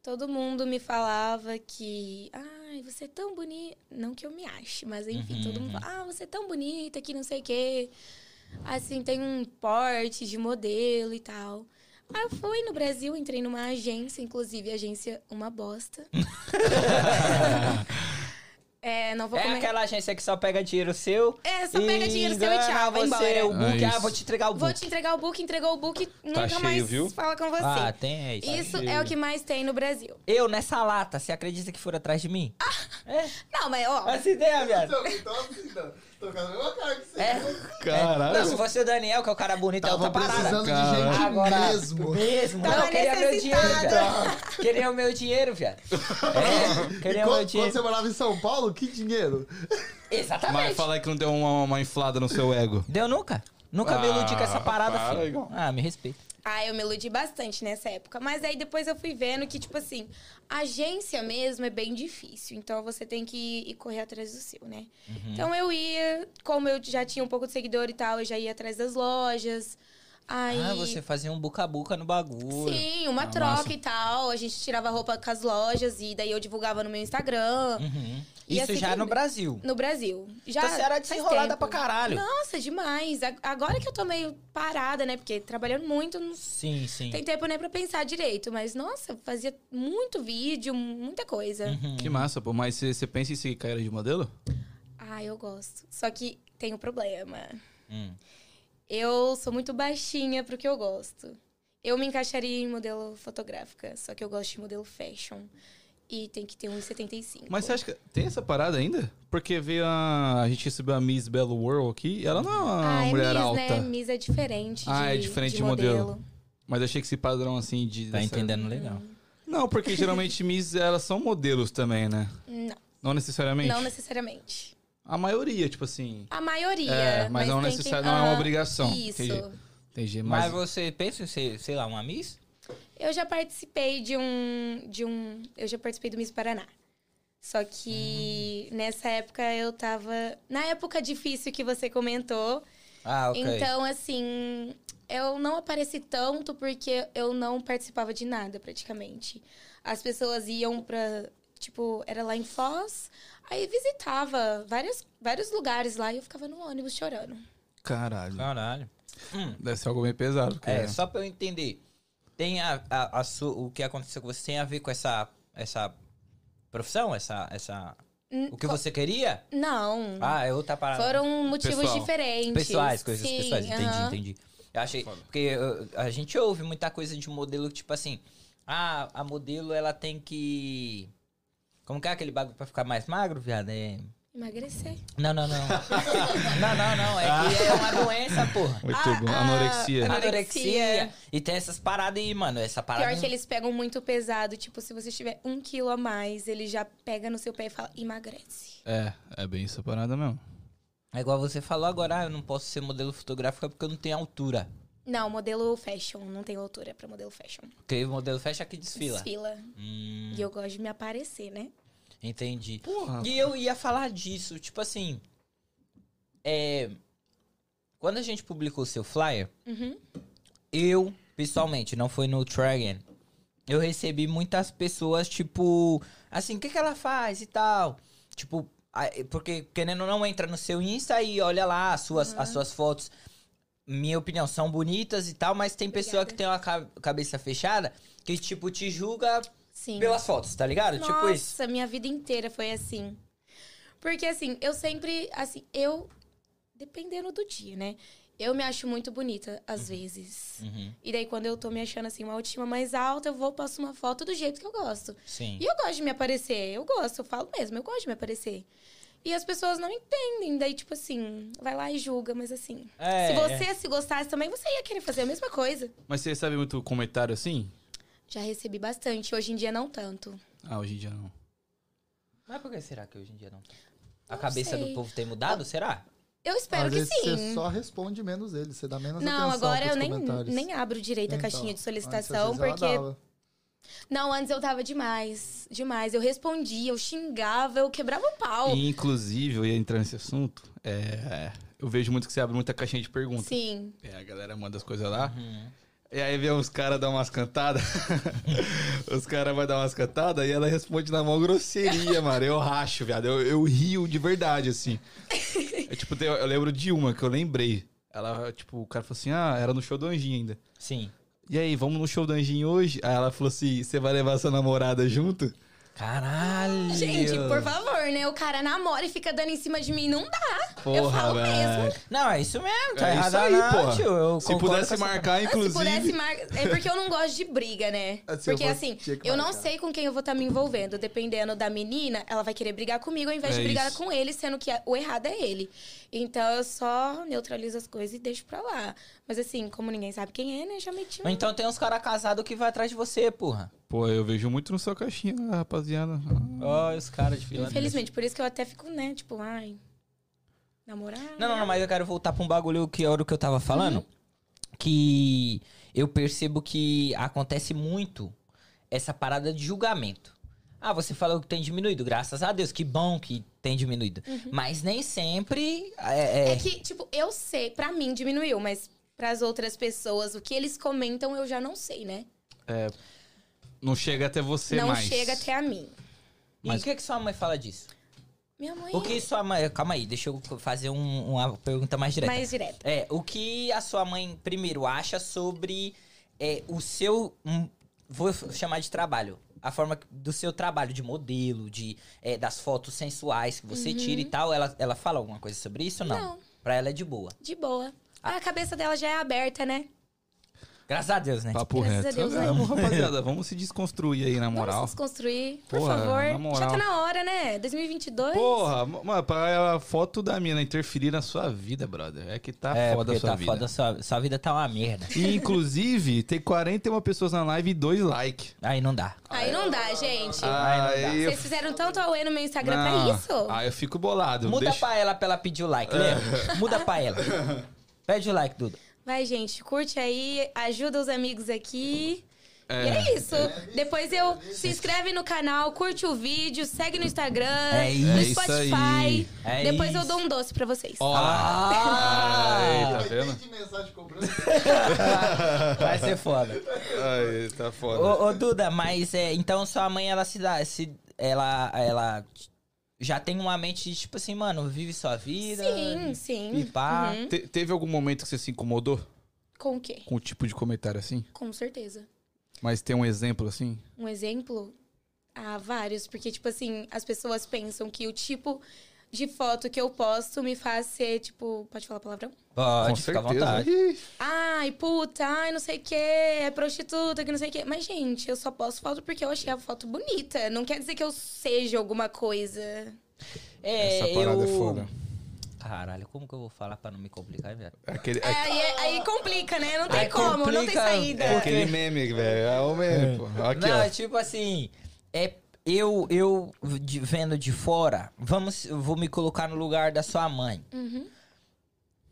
Todo mundo me falava que, ai, você é tão bonita. Não que eu me ache, mas enfim, Uhum, todo mundo fala, ah, você é tão bonita que não sei o quê. Assim, tem um porte de modelo e tal. Aí eu fui no Brasil, entrei numa agência, inclusive, agência uma bosta. é, não vou é comer. aquela agência que só pega dinheiro seu. É, só pega dinheiro seu e engana tchau, vai você, embora. O É book, ah, isso. vou te entregar o book. Vou te entregar o book, entregou o book, nunca cheio, mais viu? fala com você. Tá Ah, tem é isso. Isso é o que mais tem no Brasil. Eu nessa lata, você acredita que foram atrás de mim? É, Não, mas ó, essa ideia, viado. Então, então, assim, não. Tô com a mesma cara que você. É. Caralho. Não, se fosse o Daniel, que é o cara bonito, então, é tá outra Tava parada. precisando de gente Cara. Agora mesmo. Então, Mesmo. Tava não, queria meu dinheiro, é necessitada. viado. Queria o meu dinheiro, viado. É, queria o E meu quando, quando dinheiro. você morava em São Paulo, que dinheiro? Mas Exatamente. fala aí que não deu uma, uma inflada no seu ego. Deu nunca. Nunca me Ah, iludi com essa parada, para, filho. Igão. Ah, me respeita. Ah, eu me iludi bastante nessa época. Mas aí depois eu fui vendo que, tipo assim, agência mesmo é bem difícil. Então você tem que ir correr atrás do seu, né? Uhum. Então eu ia, como eu já tinha um pouco de seguidor e tal, eu já ia atrás das lojas. Aí. Ah, você fazia um buca-buca no bagulho. Sim, uma Ah, troca massa. e tal. A gente tirava roupa com as lojas e daí eu divulgava no meu Instagram. Uhum. E Isso assim já que- no Brasil. No Brasil. Já então você era faz desenrolada tempo. pra caralho. Nossa, demais. A- Agora que eu tô meio parada, né? Porque trabalhando muito, não Sim, sim. Tem tempo nem pra pensar direito, mas nossa, fazia muito vídeo, muita coisa. Que massa, pô. Mas você você pensa em seguir carreira de modelo? Ah, eu gosto. Só que tem um problema. Hum. Eu sou muito baixinha pro que eu gosto. Eu me encaixaria em modelo fotográfica, só que eu gosto de modelo fashion. E tem que ter 1,75. Mas você acha que tem essa parada ainda? Porque veio a. A gente recebeu a Miss Belo World aqui. e Ela não é uma ah, é mulher Miss, alta. né? Miss é diferente. Ah, de, é diferente de de modelo. Mas eu achei que esse padrão assim de. Tá dessa- entendendo legal. Uhum. Não, porque geralmente Miss, elas são modelos também, né? Não, Não necessariamente. não necessariamente. A maioria, tipo assim. A maioria. É, mas, não, tem que- necessário, não é uma Ah, obrigação. Isso. Entendi. Entendi. Mas, Mas você pensa em ser, sei lá, uma Miss? Eu já participei de um. De um eu já participei do Miss Paraná. Só que Uhum. nessa época eu tava. Na época difícil que você comentou. Ah, ok. Então, assim, eu não apareci tanto porque eu não participava de nada praticamente. As pessoas iam pra. Tipo, era lá em Foz, aí visitava várias, vários lugares lá e eu ficava no ônibus chorando. Caralho. Caralho. Deve ser algo meio pesado. É, só pra eu entender. Tem a, a- a su- o que aconteceu com você tem a ver com essa, essa profissão? Essa, essa, Hum, o que você queria? Não. Ah, é outra parada. Foram motivos Pessoal. diferentes. Pessoais, coisas Sim, pessoais. Entendi, aham. entendi. Eu achei. Porque uh, a gente ouve muita coisa de modelo, tipo assim. Ah, a modelo ela tem que. Como que é aquele bagulho pra ficar mais magro, viado? É... Emagrecer. Não, não, não. não, não, não. É que é uma doença, porra. Muito Ah, bom. ah, Anorexia. ah, Anorexia. Anorexia. E tem essas paradas aí, mano. Essa parada. Pior que eles pegam muito pesado. Tipo, se você tiver um quilo a mais, ele já pega no seu pé e fala, emagrece. É, é bem essa parada mesmo. É igual você falou agora, ah, eu não posso ser modelo fotográfico é porque eu não tenho altura. Não, modelo fashion. Não tem altura pra modelo fashion. Porque o modelo fecha aqui desfila. Desfila. Hum, E eu gosto de me aparecer, né? entendi. Porra. E eu ia falar disso, tipo assim. É. Quando a gente publicou o seu flyer, Uhum. eu, pessoalmente, não foi no Dragon. Eu recebi muitas pessoas, tipo, assim, o que, que ela faz e tal. Tipo, a- porque querendo ou não entra no seu Insta e olha lá as suas, as suas fotos. Minha opinião, são bonitas e tal, mas tem pessoa Obrigada. que tem uma ca- cabeça fechada que, tipo, te julga Sim. pelas fotos, tá ligado? Nossa, Tipo isso. minha vida inteira foi assim. Porque assim, eu sempre, assim, eu dependendo do dia, né? Eu me acho muito bonita às vezes. Uhum, E daí quando eu tô me achando assim uma autoestima mais alta, eu vou passo uma foto do jeito que eu gosto. sim. E eu gosto de me aparecer, eu gosto, eu falo mesmo, eu gosto de me aparecer. E as pessoas não entendem, daí tipo assim, vai lá e julga, mas assim, É, se você se gostasse também, você ia querer fazer a mesma coisa. Mas você recebe muito comentário assim? Já recebi bastante, hoje em dia não tanto. Ah, hoje em dia não. Mas por que será que hoje em dia não? A Não cabeça do sei. povo tem mudado, será? Eu espero Às que vezes sim. você só responde menos ele, você dá menos Não, atenção agora pros eu nem, comentários. nem abro direito a Então, caixinha de antes, às vezes, solicitação, ela porque. dava. Não, antes eu tava demais. Demais. Eu respondia, eu xingava, eu quebrava o pau. E, inclusive, eu ia entrar nesse assunto. É. Eu vejo muito que você abre muita caixinha de perguntas. Sim. É, a galera manda as coisas lá. Uhum. E aí vem os caras dar umas cantadas. os caras vão dar umas cantadas e ela responde na mão grosseria, mano. Eu racho, viado. Eu, eu rio de verdade, assim. É, tipo, tem- eu lembro de uma que eu lembrei. Ela, tipo, o cara falou assim: ah, era no show do Anjinho ainda. Sim. E aí, vamos no show do Anjinho hoje? Aí ela falou assim: você vai levar sua namorada junto? Caralho! Gente, por favor, né? O cara namora e fica dando em cima de mim. Não dá. Porra, eu falo velho. mesmo. Não, é isso mesmo, tá É errado isso aí, não, porra. tio. Eu Se concordo com pudesse essa- marcar, inclusive. Se pudesse, mar... é porque eu não gosto de briga, né? Assim, eu porque vou- assim, tinha que eu não marcar. sei com quem eu vou estar me envolvendo. Dependendo da menina, ela vai querer brigar comigo ao invés É de brigar isso. com ele, sendo que a- o errado é ele. Então eu só neutralizo as coisas e deixo pra lá. Mas assim, como ninguém sabe quem é, né? Já meti um. Então tem uns caras casados que vai atrás de você, porra. Pô, eu vejo muito no sua caixinha, rapaziada. Ó, os caras de fila. Infelizmente, por isso que eu até fico, né? Tipo, ai. Namorar. Não, não, não, mas eu quero voltar pra um bagulho que era o que eu tava falando. Uhum. Que eu percebo que acontece muito essa parada de julgamento. Ah, você falou que tem diminuído, graças a Deus, que bom que tem diminuído. Mas nem sempre é, Uhum. É é- que, tipo, eu sei, pra mim diminuiu, mas pras outras pessoas, o que eles comentam eu já não sei, né? Não chega até você não mais. chega até a mim. mas- E o que, que sua mãe fala disso? Minha mãe é O que sua mãe. Calma aí, deixa eu fazer um- uma pergunta mais é direta. mais direta. É, o que a sua mãe primeiro acha sobre é, o seu. hum, vou chamar de trabalho. A forma que- do seu trabalho de modelo, de é, das fotos sensuais que você tira e tal. Ela, ela fala alguma coisa sobre isso ou não? Não. Pra ela é de boa. De boa. A cabeça dela já é aberta, né? Graças a Deus, né? Papo Graças a reto. Deus, né? Vamos, rapaziada, vamos se desconstruir aí, na moral. Vamos desconstruir, por Porra, na favor. Já moral. tá na hora, né? 2022. Porra, ma- mano, pra a foto da mina interferir na sua vida, brother. É que tá é, foda a porque sua tá vida. foda, sua, sua vida tá uma merda. E, inclusive, tem 41 pessoas na live e dois likes. Aí não dá. Aí não dá, gente. Ai, não dá. Ah, eu... Vocês fizeram tanto away no meu Instagram Não. pra isso? Ah, eu fico bolado. Muda Deixa... pra ela pra ela pedir o like, lembra? Muda pra ela. Pede o like, Duda. Vai, gente, curte aí, ajuda os amigos aqui. E é isso. Depois eu se inscreve no canal, curte o vídeo, segue no Instagram, É no isso aí. Spotify. É Depois eu isso. dou um doce pra vocês. Ó lá. Ah! Ai, tá vendo? Tá de mensagem cobrando. Vai ser foda. Ai, tá foda. Ô, ô, Duda, mas é, então sua mãe, ela se dá. Se, ela, ela já tem uma mente, tipo assim, mano, vive sua vida. Sim, sim. E pá. Uhum. Te- teve algum momento que você se incomodou Com o quê? com o tipo de comentário assim? Com certeza. Mas tem um exemplo assim? Um exemplo? Há vários, porque, tipo assim, as pessoas pensam que o tipo de foto que eu posto me faz ser, tipo, pode falar palavrão? Pode, com fica à certeza. vontade. Ih, Ai, puta, ai, não sei o quê, é prostituta, que não sei o quê. Mas, gente, eu só posto foto porque eu achei a foto bonita. Não quer dizer que eu seja alguma coisa. É, essa parada eu... é foda. Caralho, como que eu vou falar pra não me complicar, velho? Aquele, É, aí, aí complica, né? Não tem Aí como, não tem complica. saída. é aquele meme, velho. É o meme, pô. Aqui, não, ó. é tipo assim, é eu eu de- vendo de fora, vamos, eu vou me colocar no lugar da sua mãe. Uhum.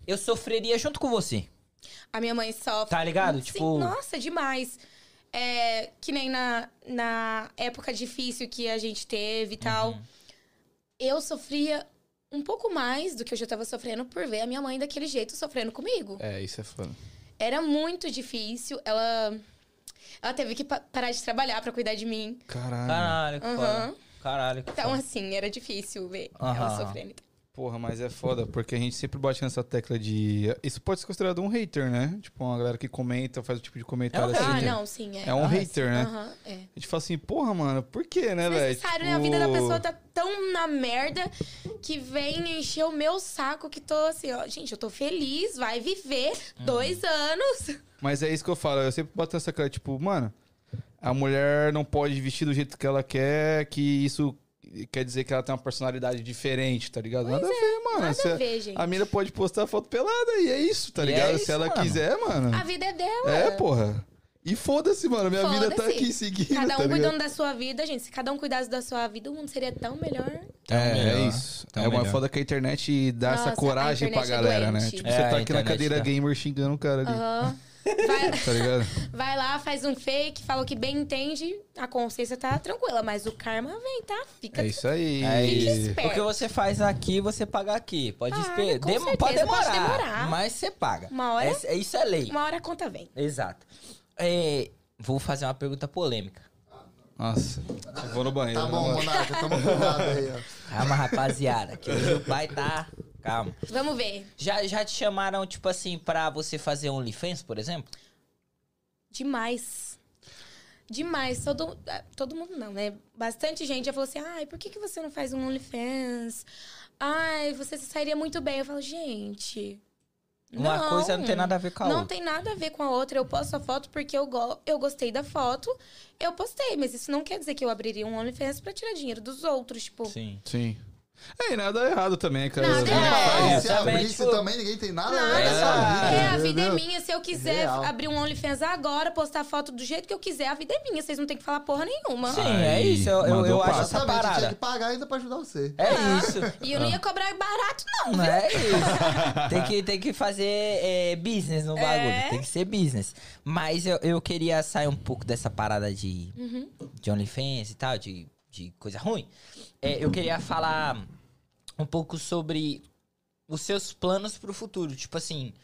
Eu sofreria junto com você. A minha mãe sofre. Tá ligado? Sim, Tipo- Nossa, demais. É, que nem na, na época difícil que a gente teve e tal. Uhum. Eu sofria um pouco mais do que eu já tava sofrendo por ver a minha mãe daquele jeito sofrendo comigo. É, isso é foda. Era muito difícil. Ela, ela teve que pa- parar de trabalhar pra cuidar de mim. Caralho. Caralho, que Uhum. foda. Caralho, que Então, foda. assim, era difícil ver Aham. ela sofrendo. Porra, mas é foda, porque a gente sempre bate nessa tecla de. Isso pode ser considerado um hater, né? Tipo, uma galera que comenta, faz o tipo de comentário É um assim. Ah, hater. né? não, sim. É, É um Ah, hater, sim. né? Aham, é. A gente fala assim, porra, mano, por quê, né, velho? Necessário, né? A vida da Tipo pessoa tá tão na merda que vem encher o meu saco que tô assim, ó. Gente, eu tô feliz, vai viver Hum. dois anos. Mas é isso que eu falo, eu sempre boto essa cara, tipo, mano, a mulher não pode vestir do jeito que ela quer, que isso quer dizer que ela tem uma personalidade diferente, tá ligado? Nada a ver, mano. é é, Nada Se a a, ver, gente. a mina pode postar foto pelada e é isso, tá E é ligado? isso, Se ela mano. quiser, mano. A vida é dela. É, porra. E foda-se, mano, minha vida tá Foda-se. aqui seguindo, Cada um tá ligado? cuidando da sua vida, gente. Se cada um cuidasse da sua vida, o mundo seria tão melhor. É, melhor. é isso. Então é uma melhor. foda que a internet dá Nossa, essa coragem a pra internet é galera, né? doente. Ah. Tipo, É, você a tá aqui na internet cadeira tá. gamer xingando o cara ali, Aham. Vai, tá ligado? vai lá, faz um fake, fala o que bem entende, a consciência tá tranquila, mas o karma vem, tá? Fica É isso aí. É Fique isso. esperto. O que você faz aqui, você paga aqui. Pode Ah, esperar. com Dem- certeza, pode, pode demorar, demorar. Mas você paga. Uma hora- É- é- isso é lei. Uma hora a conta vem. Exato. É, vou fazer uma pergunta polêmica. Nossa, vou no banheiro. Tá né, bom, mano? Monarca, toma cuidado aí, ó. Calma, rapaziada. Que hoje o pai tá. Calma. Vamos ver. Já, já te chamaram, tipo assim, pra você fazer OnlyFans, por exemplo? Demais. Demais. Todo, ah, todo mundo não, né? Bastante gente já falou assim: ai, por que, que você não faz um OnlyFans? Ai, você se sairia muito bem. Eu falo, gente. Uma coisa não tem nada a ver com a Não outra. tem nada a ver com a outra. Eu posto a foto porque eu, go eu gostei da foto. Eu postei, mas isso não quer dizer que eu abriria um OnlyFans pra tirar dinheiro dos outros. Tipo, Sim. Sim. É, e nada errado também, cara. Nada Às vezes errado. faz É, isso. se também, abrisse tipo, também, ninguém tem nada a Nada. ver com essa É, a vida, né? vida é entendeu? minha. Se eu quiser Real. abrir um OnlyFans agora, postar foto do jeito que eu quiser, a vida é minha. Vocês não têm que falar porra nenhuma. Sim, Aí, é isso. Eu, eu, mandou eu acho papo. essa Exatamente, tinha que parada. pagar ainda pra ajudar você. É isso. E eu não Ah. ia cobrar barato, não, Não viu? é isso. Tem que, tem que fazer é, business no bagulho. É. Tem que ser business. Mas eu, eu queria sair um pouco dessa parada de, Uhum. de OnlyFans e tal, de, de coisa ruim. É, eu queria falar um pouco sobre os seus planos pro futuro. Tipo assim,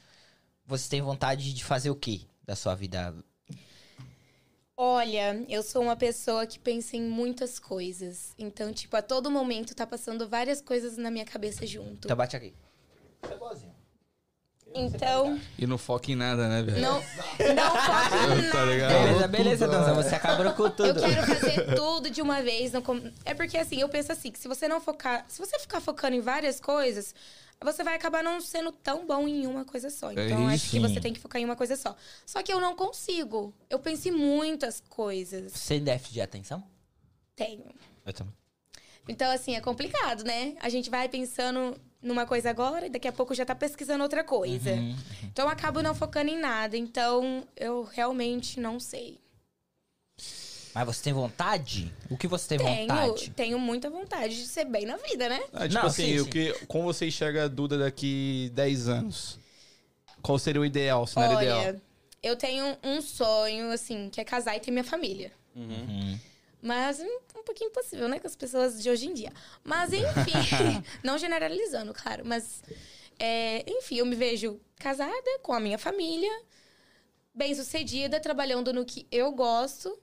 você tem vontade de fazer o quê da sua vida? Olha, eu sou uma pessoa que pensa em muitas coisas. Então, tipo, a todo momento tá passando várias coisas na minha cabeça junto. Então bate aqui. Tá Então, E não foca em nada, né, É. velho? não, não foque em Tá nada. ligado? Beleza, beleza, tudo, Danza. né? Você acabou com tudo. Eu quero fazer tudo de uma vez. não com- É porque assim, eu penso assim, que se você não focar. Se você ficar focando em várias coisas, você vai acabar não sendo tão bom em uma coisa só. Então, eu acho que É isso. você tem que focar em uma coisa só. Só que eu não consigo. Eu penso em muitas coisas. Você tem déficit de atenção? Tenho. Eu também. Então, assim, é complicado, né? A gente vai pensando numa coisa agora e daqui a pouco já tá pesquisando outra coisa. Uhum. Hum. Então, eu acabo não focando em nada. Então, eu realmente não sei. Mas você tem vontade? O que você tem Tenho, vontade? tenho muita vontade de ser bem na vida, né? Ah, tipo Não, assim, sim, o sim. que, como você enxerga a Duda daqui 10 anos? Qual seria o ideal, o cenário Olha, ideal? Eu tenho um sonho, assim, que é casar e ter minha família. Uhum. Hum. Mas hum, um pouquinho impossível, né? Com as pessoas de hoje em dia. Mas enfim, não generalizando, claro. Mas, é, enfim, eu me vejo casada com a minha família, bem-sucedida, trabalhando no que eu gosto.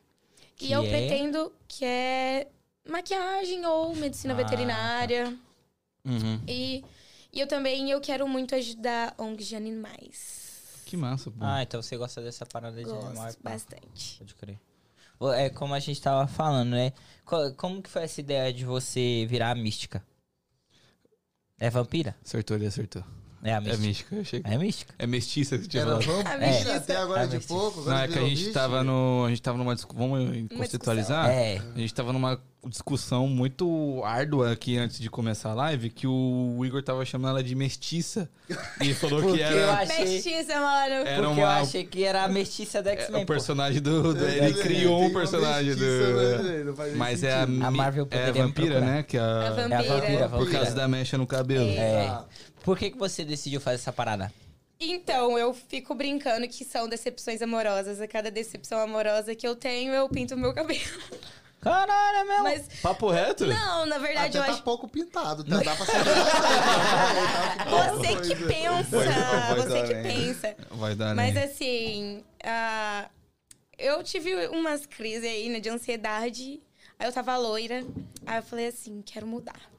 Que e eu é? pretendo que é maquiagem ou medicina Ah, tá. veterinária. Uhum. E, e eu também eu quero muito ajudar ONGs de animais. Que massa, pô. Ah, então você gosta dessa parada de animal. Gosto pá. bastante. Pode crer. Ô, É como a gente tava falando, né? Co- Como que foi essa ideia de você virar a mística? É vampira? Acertou, ele acertou. É a É mística. mística, eu achei. que- É mística. É mestiça que tinha Era falado. vampira É. até agora Ah, de mas- pouco. agora Não, é que a virou gente bicho. tava no. A gente tava numa discussão. Vamos conceptualizar? É. A gente tava numa discussão muito árdua aqui antes de começar a live, que o Igor tava chamando ela de mestiça. E falou que Porque eu era, achei. É, Mestiça, mano. era Porque eu uma- achei que era a mestiça da era X-Men. o pô. personagem do. do- É, ele tem criou um uma personagem mestiça, do. né? Não faz nem Mas é a, sentido. A Marvel é poderia me vampira, procurar. né? Que a, É É a vampira. vampira, Por vampira. causa da mecha no cabelo. É. Ah. Por que, que você decidiu fazer essa parada? Então, eu fico brincando que são decepções amorosas. A cada decepção amorosa que eu tenho, eu pinto o meu cabelo. Caralho, é mesmo. É Mas, Papo reto? não, na verdade, Até eu tá acho. pouco pintado, tá? dá pra saber. Tá pouco Você que coisa. pensa, Pois é, você que também. pensa. Vai dar, Mas né? assim, ah, eu tive umas crises aí, né, de ansiedade. Aí eu tava loira. Aí eu falei assim, quero mudar.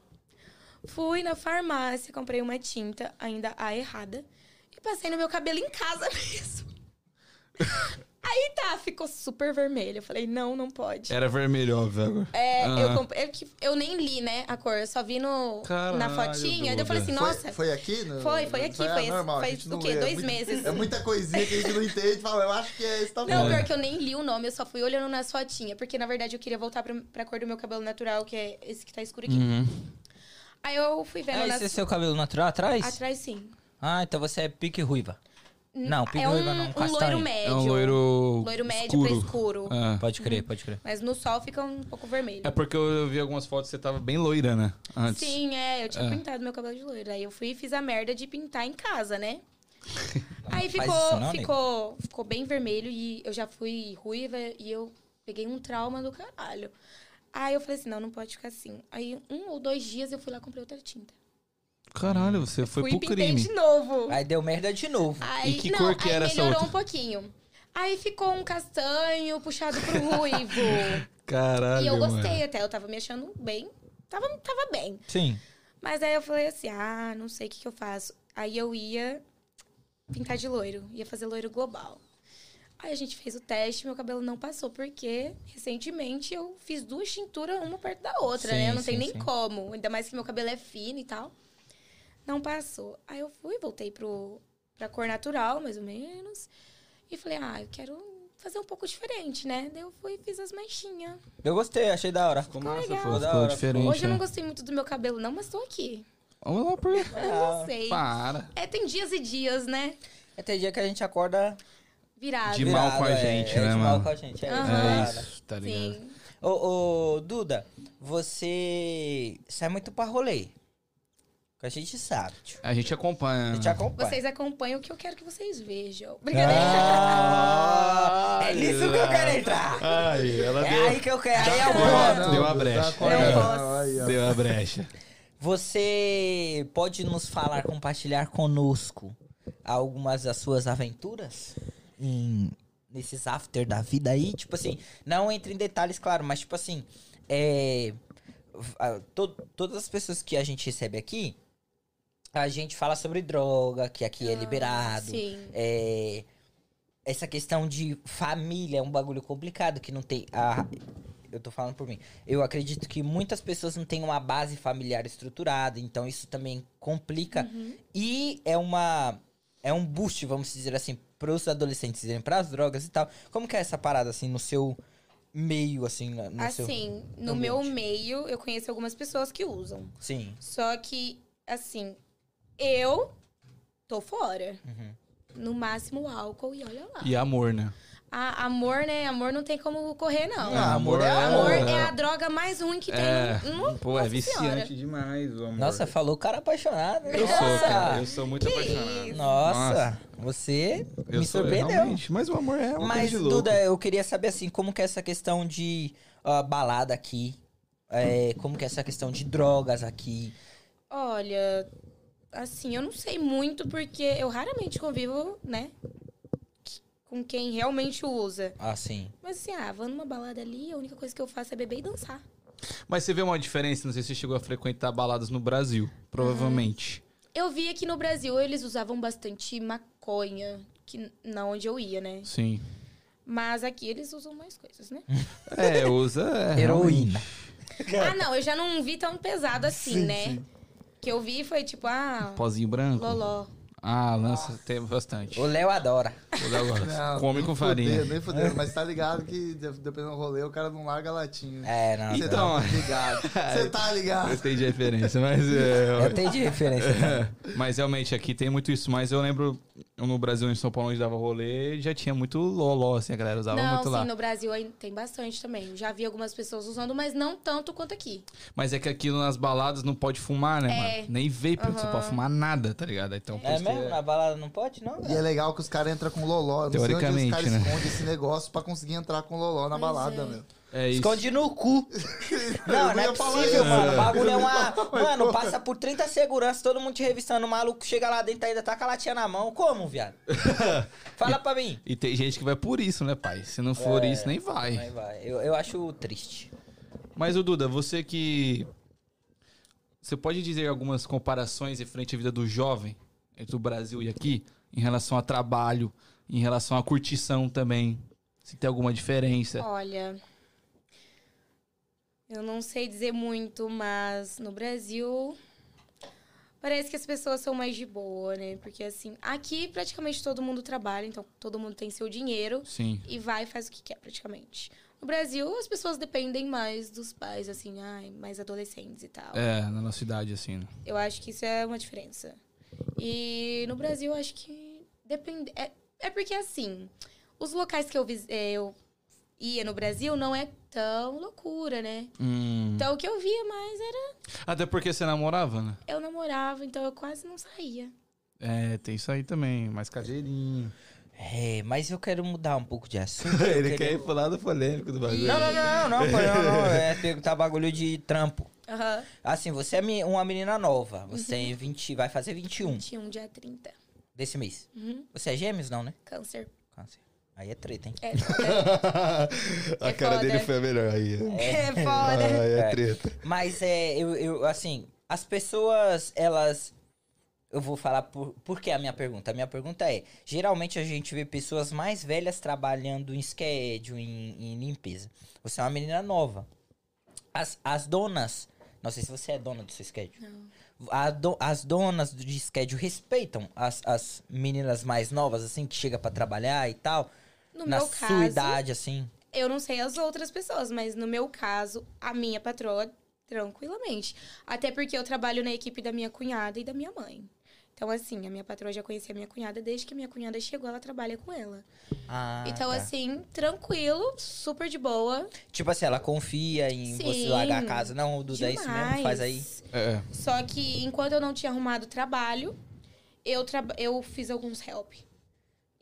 Fui na farmácia, comprei uma tinta, ainda a errada, e passei no meu cabelo em casa mesmo. aí tá, ficou super vermelho. Eu falei, não, não pode. Era vermelho, óbvio. agora. É, eu, Aham. comp- é que eu nem li, né, a cor. Eu só vi no, na Caralho, fotinha. Daí eu falei assim, Duda. nossa, Foi, foi aqui? né? No, Foi, foi aqui, foi esse- normal, a faz gente não o quê? lê, é Dois muito- meses. É muita coisinha que a gente não entende. Fala, eu acho que é isso. Tá Não, bom. pior que eu nem li o nome, eu só fui olhando nas fotinhas. Porque, na verdade, eu queria voltar pra, pra cor do meu cabelo natural, que é esse que tá escuro Hum. aqui. Aí eu fui vendo É nas... esse é seu cabelo natural atrás? Atrás, sim. Ah, então você é pique ruiva. Não, pique é um, ruiva não, um loiro castanho. médio. É um loiro. Loiro médio pra escuro. escuro. É. Pode crer, pode crer. Mas no sol fica um pouco vermelho. É porque eu vi algumas fotos que você tava bem loira, né? Antes. Sim, é. Eu tinha É. pintado meu cabelo de loiro. Aí eu fui e fiz a merda de pintar em casa, né? faz Aí ficou, é um isso não, amigo. ficou, ficou bem vermelho e eu já fui ruiva e eu peguei um trauma do caralho. Aí eu falei assim, não, não pode ficar assim. Aí um ou dois dias eu fui lá e comprei outra tinta. Caralho, você foi fui pro e pintei crime. de novo. Aí deu merda de novo. Aí, que não, cor que aí era essa melhorou outra? um pouquinho. Aí ficou um castanho puxado pro ruivo. Caralho. e eu gostei mano. até, eu tava me achando bem. Tava, tava bem. Sim. Mas aí eu falei assim, ah, não sei o que, que eu faço. Aí eu ia pintar de loiro, ia fazer loiro global. Aí a gente fez o teste, meu cabelo não passou, porque recentemente eu fiz duas tinturas, uma perto da outra, Sim, né? Eu não sim, tem nem sim. como, ainda mais que meu cabelo é fino e tal. Não passou. Aí eu fui, voltei pro, pra cor natural, mais ou menos. E falei, ah, eu quero fazer um pouco diferente, né? Daí eu fui e fiz as manchinhas. Eu gostei, achei da hora. Ficou Ficou massa, legal. pô. Da Ficou hora, diferente. Hoje eu não né? gostei muito do meu cabelo, não, mas tô aqui. Vamos lá, por. Eu não sei. Para. É, tem dias e dias, né? É, tem dia que a gente acorda Virado. De mal com a virado, é, gente, é, né, de mal mano? com a gente, é isso, Aham. É cara. isso, tá ligado? Sim. Ô, ô, Duda, você sai muito pra rolê. Que a gente sabe, tio. A gente acompanha. A gente acompanha. Vocês acompanham o que eu quero que vocês vejam. Brincadeira. Ah, é nisso que eu quero entrar. Ai, ela É aí deu. que eu quero. Aí é o Deu uma- Ah. ponto. deu uma brecha. Tá Eu acordado. posso. Aí, ó. Deu a brecha. Você pode nos falar, compartilhar conosco algumas das suas aventuras em- nesses after da vida aí? Tipo assim, não entre em detalhes, claro, mas tipo assim, é, v- a- to- todas as pessoas que a gente recebe aqui, a gente fala sobre droga, que aqui é liberado. Sim. é, essa questão de família é um bagulho complicado que não tem. A, eu tô falando por mim. Eu acredito que muitas pessoas não têm uma base familiar estruturada, então isso também complica. E é uma. É um boost, vamos dizer assim, pros adolescentes irem pras drogas e tal. Como que é essa parada, assim, no seu meio, assim, na- no seu. Assim, no ambiente. meu meio, eu conheço algumas pessoas que usam. Sim. Só que, assim, eu tô fora. Uhum. No máximo álcool e olha lá. É. E amor, né? Ah, amor, né? Amor não tem como correr, não. Ah, amor é Amor é a droga mais ruim que tem. É. Hum, Pô, é nossa senhora. viciante. demais, o amor. Nossa, falou o cara apaixonado. hein? Eu sou, cara. Eu Nossa. sou muito apaixonado. Nossa, você Eu me sou- surpreendeu. realmente, Mas o amor é uma coisa Mas, de louco. Duda, eu queria saber assim, como que é essa questão de ah, balada aqui? É, como que é essa questão de drogas aqui? Olha, assim, eu não sei muito porque eu raramente convivo, né? Com quem realmente usa. Assim. Mas assim, ah, vou numa balada ali, a única coisa que eu faço é beber e dançar. Mas você vê uma diferença, não sei se você chegou a frequentar baladas no Brasil, provavelmente. Eu via que no Brasil eles usavam bastante maconha, que na onde eu ia, né? Sim. Mas aqui eles usam mais coisas, né? É, usa. é, Heroína. Ah, não, eu já não vi tão pesado assim, né? Que eu vi foi tipo, ah, Pozinho branco. loló. Ah, lança, tem bastante. O Léo adora. Vou dar agora. Não, Come nem com Fuder, farinha. né? nem fuder, mas tá ligado que de- dependendo do rolê, o cara não larga a latinha. É, não. Você Então. tá ligado. Você tá Eu ligado. entendi a referência, mas. é, Eu entendi a referência. Mas realmente aqui tem muito isso. Mas eu lembro eu no Brasil, em São Paulo, onde dava rolê, já tinha muito loló, assim, a galera usava Não, muito sim, lá. no Brasil ainda tem bastante também. Já vi algumas pessoas usando, mas não tanto quanto aqui. Mas é que aqui nas baladas não pode fumar, né, É. mano? Nem vape, não pode fumar nada, tá ligado? Então, por É isso que mesmo? Na balada não pode, não? E é legal que os caras entram com loló. Eu Não sei onde os Teoricamente, caras né? escondem esse negócio pra conseguir entrar com loló na Pois balada, é. meu. É isso. Esconde no cu. Não, Eu não é ia falar possível, isso. mano. O bagulho é uma. Eu ia Mano, falar. passa por 30 seguranças, todo mundo te revistando, o maluco chega lá dentro ainda, tá com a latinha na mão. Como, viado? Fala pra mim. E tem gente que vai por isso, né, pai? Se não for isso, nem vai. Vai, vai. Eu, eu acho triste. Mas, o Duda, você que. Você pode dizer algumas comparações em frente à vida do jovem entre o Brasil e aqui, em relação a trabalho, em relação à curtição também? Se tem alguma diferença? Olha, eu não sei dizer muito, mas no Brasil parece que as pessoas são mais de boa, né? Porque assim, aqui praticamente todo mundo trabalha, então todo mundo tem seu dinheiro Sim. e vai e faz o que quer praticamente. No Brasil, as pessoas dependem mais dos pais, assim, ai, mais adolescentes e tal. É, na nossa cidade, assim. né? Eu acho que isso é uma diferença. E no Brasil, eu acho que depende. É, é porque assim, os locais que eu, vis- eh, eu ia no Brasil não é tão loucura, né? Hum. Então o que eu via mais era. Até porque você namorava, né? Eu namorava, então eu quase não saía. É, tem isso aí também, mais caseirinho. É, mas eu quero mudar um pouco de assunto. eu Ele queria- quer ir pro lado polêmico do bagulho. Não, não, não, não, não, pô, não, não. É perguntar bagulho de trampo. Aham. Assim, você é me- uma menina nova. Você é 20, vai fazer 21 Tinha um dia 30. desse mês. Uhum. Você é gêmeos, não, né? Câncer. Câncer. Aí é treta, hein? É, é, a É cara foda. dele foi a melhor aí. é Ah, foda. é É. treta. Mas é, eu, eu, assim, as pessoas, elas. Eu vou falar por, por que a minha pergunta. A minha pergunta é: geralmente a gente vê pessoas mais velhas trabalhando em schedule, em, em limpeza. Você é uma menina nova. As, as donas. Não sei se você é dona do seu schedule. A do- as donas do- de schedule respeitam as, as meninas mais novas, assim, que chega pra trabalhar e tal. No na meu sua caso, idade, assim. eu não sei as outras pessoas, mas no meu caso, a minha patroa, tranquilamente. Até porque eu trabalho na equipe da minha cunhada e da minha mãe. Então, assim, a minha patroa já conhecia a minha cunhada desde que a minha cunhada chegou, ela trabalha com ela. Ah, então, tá. assim, tranquilo, super de boa. Tipo assim, ela confia em você Sim. largar a casa. Não, Duda, é isso mesmo, faz aí. demais. É. Só que enquanto eu não tinha arrumado trabalho, eu, traba- eu fiz alguns help.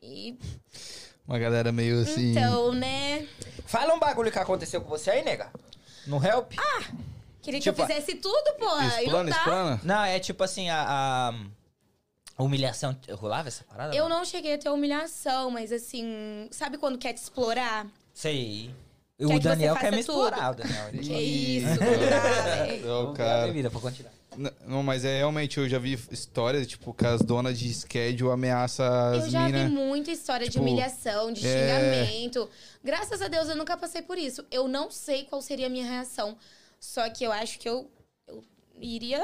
E, Uma galera meio assim. então, né? Fala um bagulho que aconteceu com você aí, nega. No help? Ah. Queria que Tipo, eu fizesse tudo, pô. aí Ah, não Explana, dá. explana. Não, é tipo assim, a, a- a humilhação. Rolava essa parada? Eu não cheguei a ter humilhação, mas assim, sabe quando quer te explorar? Sei. que o você Daniel quer faça me tudo? explorar, o Daniel. Ele- Que é isso, não dá, né? velho. Não, Vamos virar a cara. bebida, vou continuar. N- Não, mas é realmente, eu já vi histórias, tipo, que as donas de schedule ameaçam Eu as já vi minas. muita história de tipo, humilhação, de é. xingamento. Graças a Deus eu nunca passei por isso. Eu não sei qual seria a minha reação. Só que eu acho que eu, eu iria.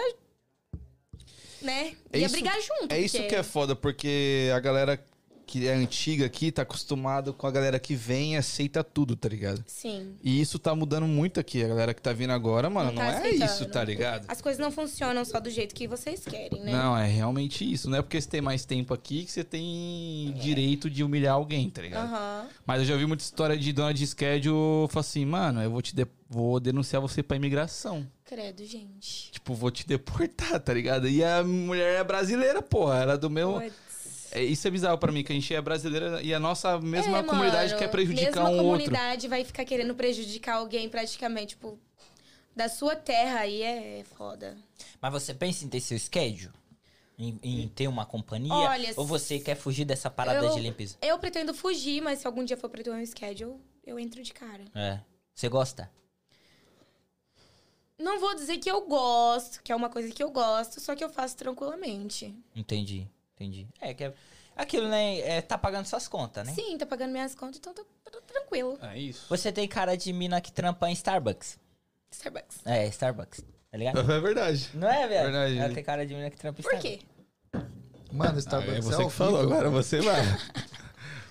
Né? É Ia isso- brigar junto. É isso porque- que é foda, porque a galera que é antiga aqui, tá acostumado com a galera que vem e aceita tudo, tá ligado? Sim. E isso tá mudando muito aqui. A galera que tá vindo agora, mano, Não não, tá é aceitando. isso, tá ligado? As coisas não funcionam só do jeito que vocês querem, né? Não, é realmente isso. Não é porque você tem mais tempo aqui que você tem direito de humilhar alguém, tá ligado? Aham. Mas eu já vi muita história de dona de schedule falar assim, mano, eu vou te de- vou denunciar você pra imigração. Credo, gente. Tipo, vou te deportar, tá ligado? E a mulher é brasileira, porra. Era do meu. Puts. É, isso é bizarro pra mim, que a gente é brasileira e a nossa mesma É, comunidade mano, quer prejudicar mesma um outro. comunidade vai ficar querendo prejudicar alguém praticamente, tipo, da sua terra aí é foda. Mas você pensa em ter seu schedule? Em, em ter uma companhia? Olha, Ou você quer fugir dessa parada eu- de limpeza? Eu pretendo fugir, mas se algum dia for pra ter um schedule, eu entro de cara. É. Você gosta? Não vou dizer que eu gosto, que é uma coisa que eu gosto, só que eu faço tranquilamente. Entendi, entendi. É que é... Aquilo, né? É, tá pagando suas contas, né? Sim, tá pagando minhas contas, então tá tá tranquilo. É isso. Você tem cara de mina que trampa em Starbucks. Starbucks. É, Starbucks. Tá ligado? É verdade. Não é, velho? Verdade. Ela tem cara de mina que trampa em Por Starbucks. quê? Mano, Ah, Starbucks é ao você que vivo. falou, agora você vai.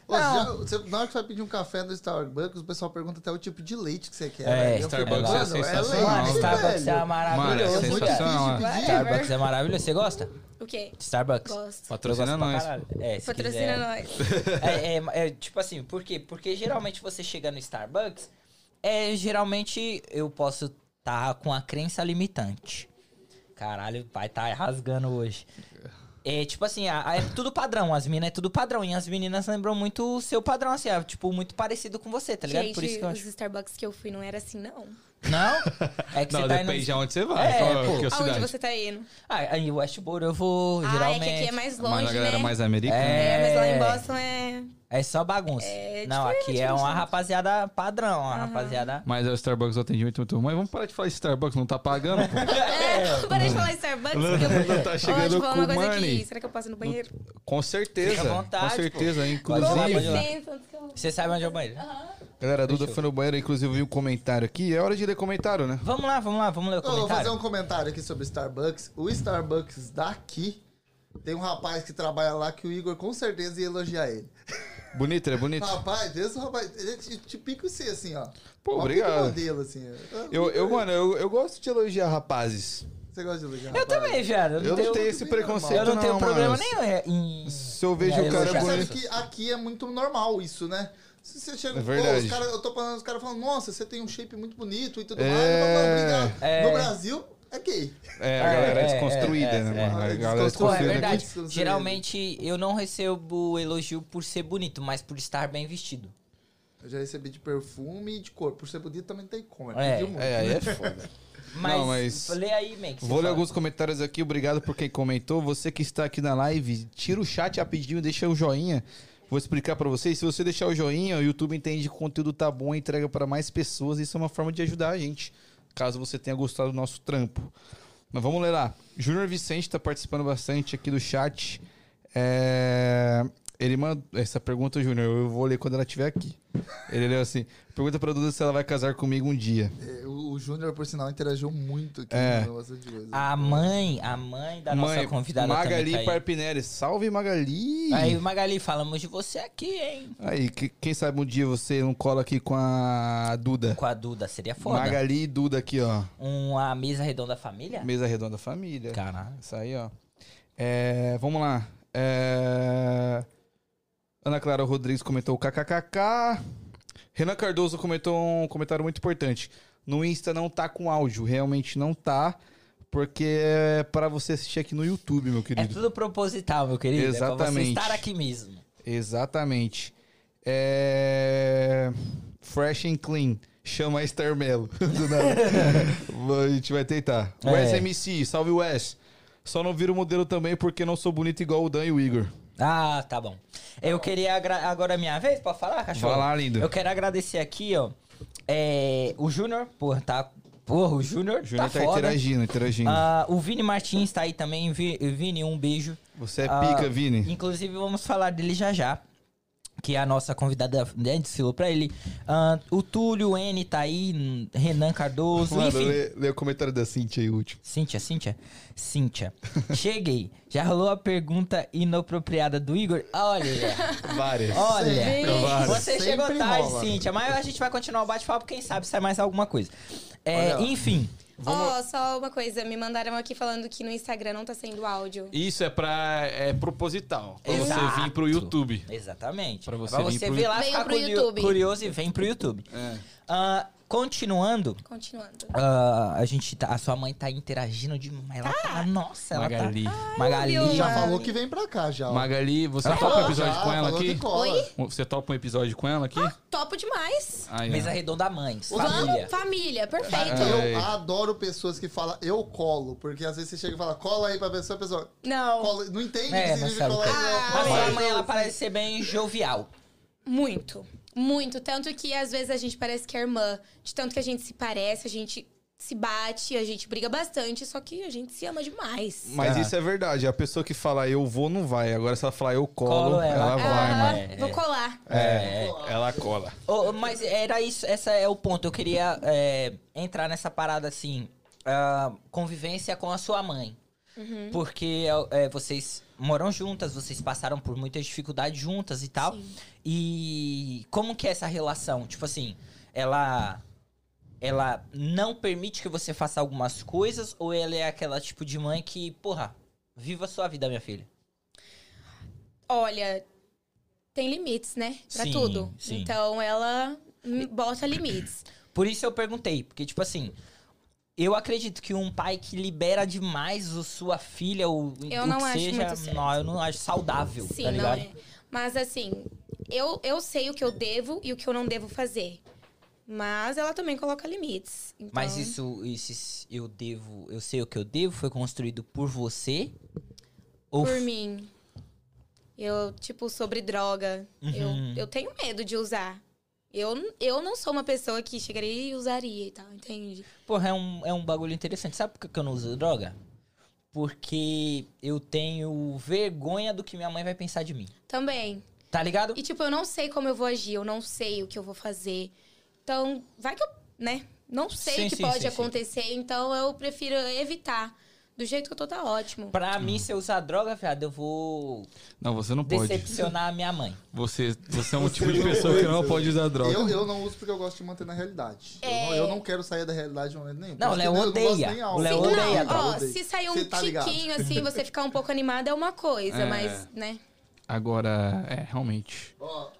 Ô, você já- você- na hora que você vai pedir um café no Starbucks, o pessoal pergunta até o tipo de leite que você quer. É, velho. Eu fico, Starbucks é mano, sensacional. leite, Mano, Starbucks velho. é maravilhoso, Mano, é muito velho. sensacional. difícil de pedir. Starbucks é maravilhoso. Você gosta? O quê? De Starbucks? Gosto. Patrocina Eu gosto pra nós. caralho. É, se Patrocina quiser. nós. É, é, é, tipo assim, por quê? Porque geralmente você chega no Starbucks, é, geralmente eu posso estar com a crença limitante. Caralho, o pai tá rasgando hoje. É tipo assim, a- a- é tudo padrão, as minas é tudo padrão. E as meninas lembram muito o seu padrão, assim, é, tipo, muito parecido com você, tá ligado? Gente, por isso que eu os acho. Starbucks que eu fui não era assim, não. Não? É que Não, você tá depende de indo. onde você vai. É, pô. qual- que é a Aonde cidade. você tá indo? Ah, aí Westboro eu vou, geralmente. Ah, é que aqui é mais Mas longe, a galera né? mais americana. É, mas lá em É. Boston é... É só bagunça. É Não, diferente, aqui é uma diferente. rapaziada padrão, uma Aham. rapaziada. Mas é o Starbucks o atendimento muito ruim. Vamos parar de falar de Starbucks, não tá pagando, pô. É, para de falar Starbucks, porque eu... tá Ó, chegando deixa eu falar uma com coisa aqui. money. Será que eu posso ir no banheiro? Com Fica certeza. à vontade, com certeza, Pode ir lá, inclusive. pode ir lá. Licença, Você sabe onde é o banheiro? Galera, a Duda Fechou. foi no banheiro, inclusive vi um comentário aqui. É hora de ler comentário, né? Vamos lá, vamos lá, vamos ler o Eu vou fazer comentário. um comentário aqui sobre Starbucks. O Starbucks daqui tem um rapaz que trabalha lá que o Igor com certeza ia elogiar ele. Bonito, é bonito. Rapaz, esse rapaz, ele te, te pica o C assim, ó. Pô, Ó, obrigado. pica o modelo, assim. ó. Eu, eu mano, eu, eu gosto de elogiar rapazes. Você gosta de elogiar? Eu rapaz? também, viado. Eu, Eu não tenho esse preconceito, eu não tenho problema mano. nenhum é, em. Se eu vejo em o cara elogiar. Você sabe bonito. que aqui é muito normal isso, né? Se você chega, É pô, verdade. os cara, eu tô falando, os caras falam, nossa, você tem um shape muito bonito e tudo É. mais. Eu falo, "Não, obrigado. É. No Brasil, é gay. É, a galera É, é, é, desconstruída, é, né, é, mano? é. A galera Pô, Desconstruída. é é desconstruída. verdade. aqui, você- Geralmente eu não recebo elogio por ser bonito, mas por estar bem vestido. Eu já recebi de perfume e de cor. Por ser bonito também tem cor. né? É. viu, mano? É, aí é foda. Mas, Não, mas- lê aí, man. que você Vou ler fala. alguns comentários aqui, obrigado por quem comentou. Você que está aqui na live, tira o chat rapidinho, deixa o joinha. Vou explicar pra vocês. Se você deixar o joinha, o YouTube entende que o conteúdo tá bom e entrega pra mais pessoas. Isso é uma forma de ajudar a gente, caso você tenha gostado do nosso trampo. Mas vamos ler lá. Júnior Vicente tá participando bastante aqui do chat. É, Ele manda essa pergunta, Júnior, eu vou ler quando ela estiver aqui. Ele leu assim: pergunta pra Duda se ela vai casar comigo um dia. É, O, o Júnior, por sinal, interagiu muito aqui. É. né, bastante coisa. A mãe, a mãe da nossa convidada Magali também tá aí. Parpinelli. Salve, Aí, Magali! Aí, Magali, falamos de você aqui, hein? que- quem sabe um dia você não cola aqui com a Duda. Com a Duda, seria foda. Magali e Duda aqui, ó. Uma mesa redonda família? Mesa Redonda Família. Caralho. Isso aí, ó. É, vamos lá. É, Ana Clara Rodrigues comentou kkkk. Renan Cardoso comentou um comentário muito importante. No Insta não tá com áudio, realmente não tá, porque é para você assistir aqui no YouTube, meu É querido. tudo proposital, meu querido. É pra você Exatamente. estar aqui mesmo. Exatamente. É... Fresh and clean. Chama Esther Melo. Do nada. A gente vai tentar. É. Wes MC, salve Wes. Só não viro modelo também porque não sou bonito igual o Dan e o Igor. Ah, tá bom. Eu queria agra- agora é minha vez pra falar, cachorro. Vai lá, lindo. Eu quero agradecer aqui, ó. é, o Júnior, porra, tá. Porra, o Júnior tá, Júnior tá, foda. interagindo, interagindo. Ah, o Vini Martins tá aí também. Vi- Vini, um beijo. Você é ah, pica, Vini. Inclusive, vamos falar dele já já. que é a nossa convidada né, desfilou pra ele. Ah, o Túlio, o N tá aí, hum, Renan Cardoso, Mano, enfim. lê, lê o comentário da Cintia aí, o último. Cíntia, Cíntia? Cíntia. Cheguei. Já rolou a pergunta inopropriada do Igor? Olha, Várias. olha. Gente, Ah, Claro. Você Sempre chegou tarde, rola. Cíntia, mas a gente vai continuar o bate-papo, quem sabe sai mais alguma coisa. É, Olha lá. enfim, Ó, só uma coisa, me mandaram aqui falando que no Instagram não tá sendo áudio. Isso é pra. É proposital. Pra Exato. você vir pro YouTube. exatamente. Pra você pra vir você pro É. ver lá, Venham ficar pro curio- YouTube. curioso e vem pro YouTube. Ah, continuando, Continuando. ah, a gente tá, a sua mãe tá interagindo demais. Ela tá, nossa, ela Magali. tá... Magali. meu E já Mano. Ah, falou que vem pra cá já. ó. Magali, você Ela topa um falou episódio já, com ela falou que aqui? cola. Oi? Você topa um episódio com ela aqui? Ah, é. Topo demais. Aí, ó. Mesa Redonda Mães, família. Vamos, família, perfeito. É, Eu adoro pessoas que falam eu colo, porque às vezes você chega e fala cola aí pra pessoa, a pessoa Não, cola, não entende É, se Marcelo, cola aí. né? não. A Cola sua aí, mãe, ela não. parece ser bem jovial. muito. Muito. Tanto que às vezes a gente parece que é irmã. De tanto que a gente se parece, a gente se bate, a gente briga bastante, só que a gente se ama demais. Mas É. isso é verdade. A pessoa que fala eu vou, não vai. Agora, se ela falar eu colo, Colo ela. ela, vai, Ah, mano. Vou colar. É, ela cola. Ô, ô, mas era isso, esse é o ponto. Eu queria é, entrar nessa parada assim: ah, convivência com a sua mãe. Porque é, vocês moram juntas, vocês passaram por muitas dificuldades juntas e tal. E como que é essa relação? Tipo assim, ela. Ela não permite que você faça algumas coisas ou ela é aquela tipo de mãe que, porra, viva a sua vida, minha filha? Olha, tem limites, né? Pra Sim, tudo. sim. Então ela hum, bota limites. Por isso eu perguntei, porque, tipo assim, eu acredito que um pai que libera demais o sua filha, ou Eu o não que acho seja, muito certo. não, eu não acho saudável, Sim, tá não ligado? é. Mas assim, eu, eu sei o que eu devo e o que eu não devo fazer. Mas ela também coloca limites. Então, Mas isso, isso eu devo, eu sei o que eu devo, foi construído por você? Ou Por mim. Eu, tipo, sobre droga. Uhum. Eu, eu tenho medo de usar. Eu, eu não sou uma pessoa que chegaria e usaria e tal, entende? Porra, é um, é um bagulho interessante. Sabe por que que eu não uso droga? Porque eu tenho vergonha do que minha mãe vai pensar de mim. Também. Tá ligado? E, tipo, eu não sei como eu vou agir, eu não sei o que eu vou fazer. Então, vai que eu, né? Não sei Sim, o que sim, pode sim, sim. acontecer, então eu prefiro evitar. Do jeito que eu tô, tá ótimo. Pra mim, se eu usar droga, viado, eu vou Não, você não pode. decepcionar a minha mãe. Você, você é um Você tipo de não pessoa pode. que não pode usar droga. Eu, eu não uso porque eu gosto de manter na realidade. Eu não- Eu, não, quero sair da realidade de momento nenhum. É. Não, Por isso Léo que eu gosto odeia. nem álcool. O Léo Sim, odeia, não, droga. ó, se sair um Cê tá ligado. tiquinho, assim, você ficar um pouco animada é uma coisa, É. mas, né? Agora, é, realmente. Ó,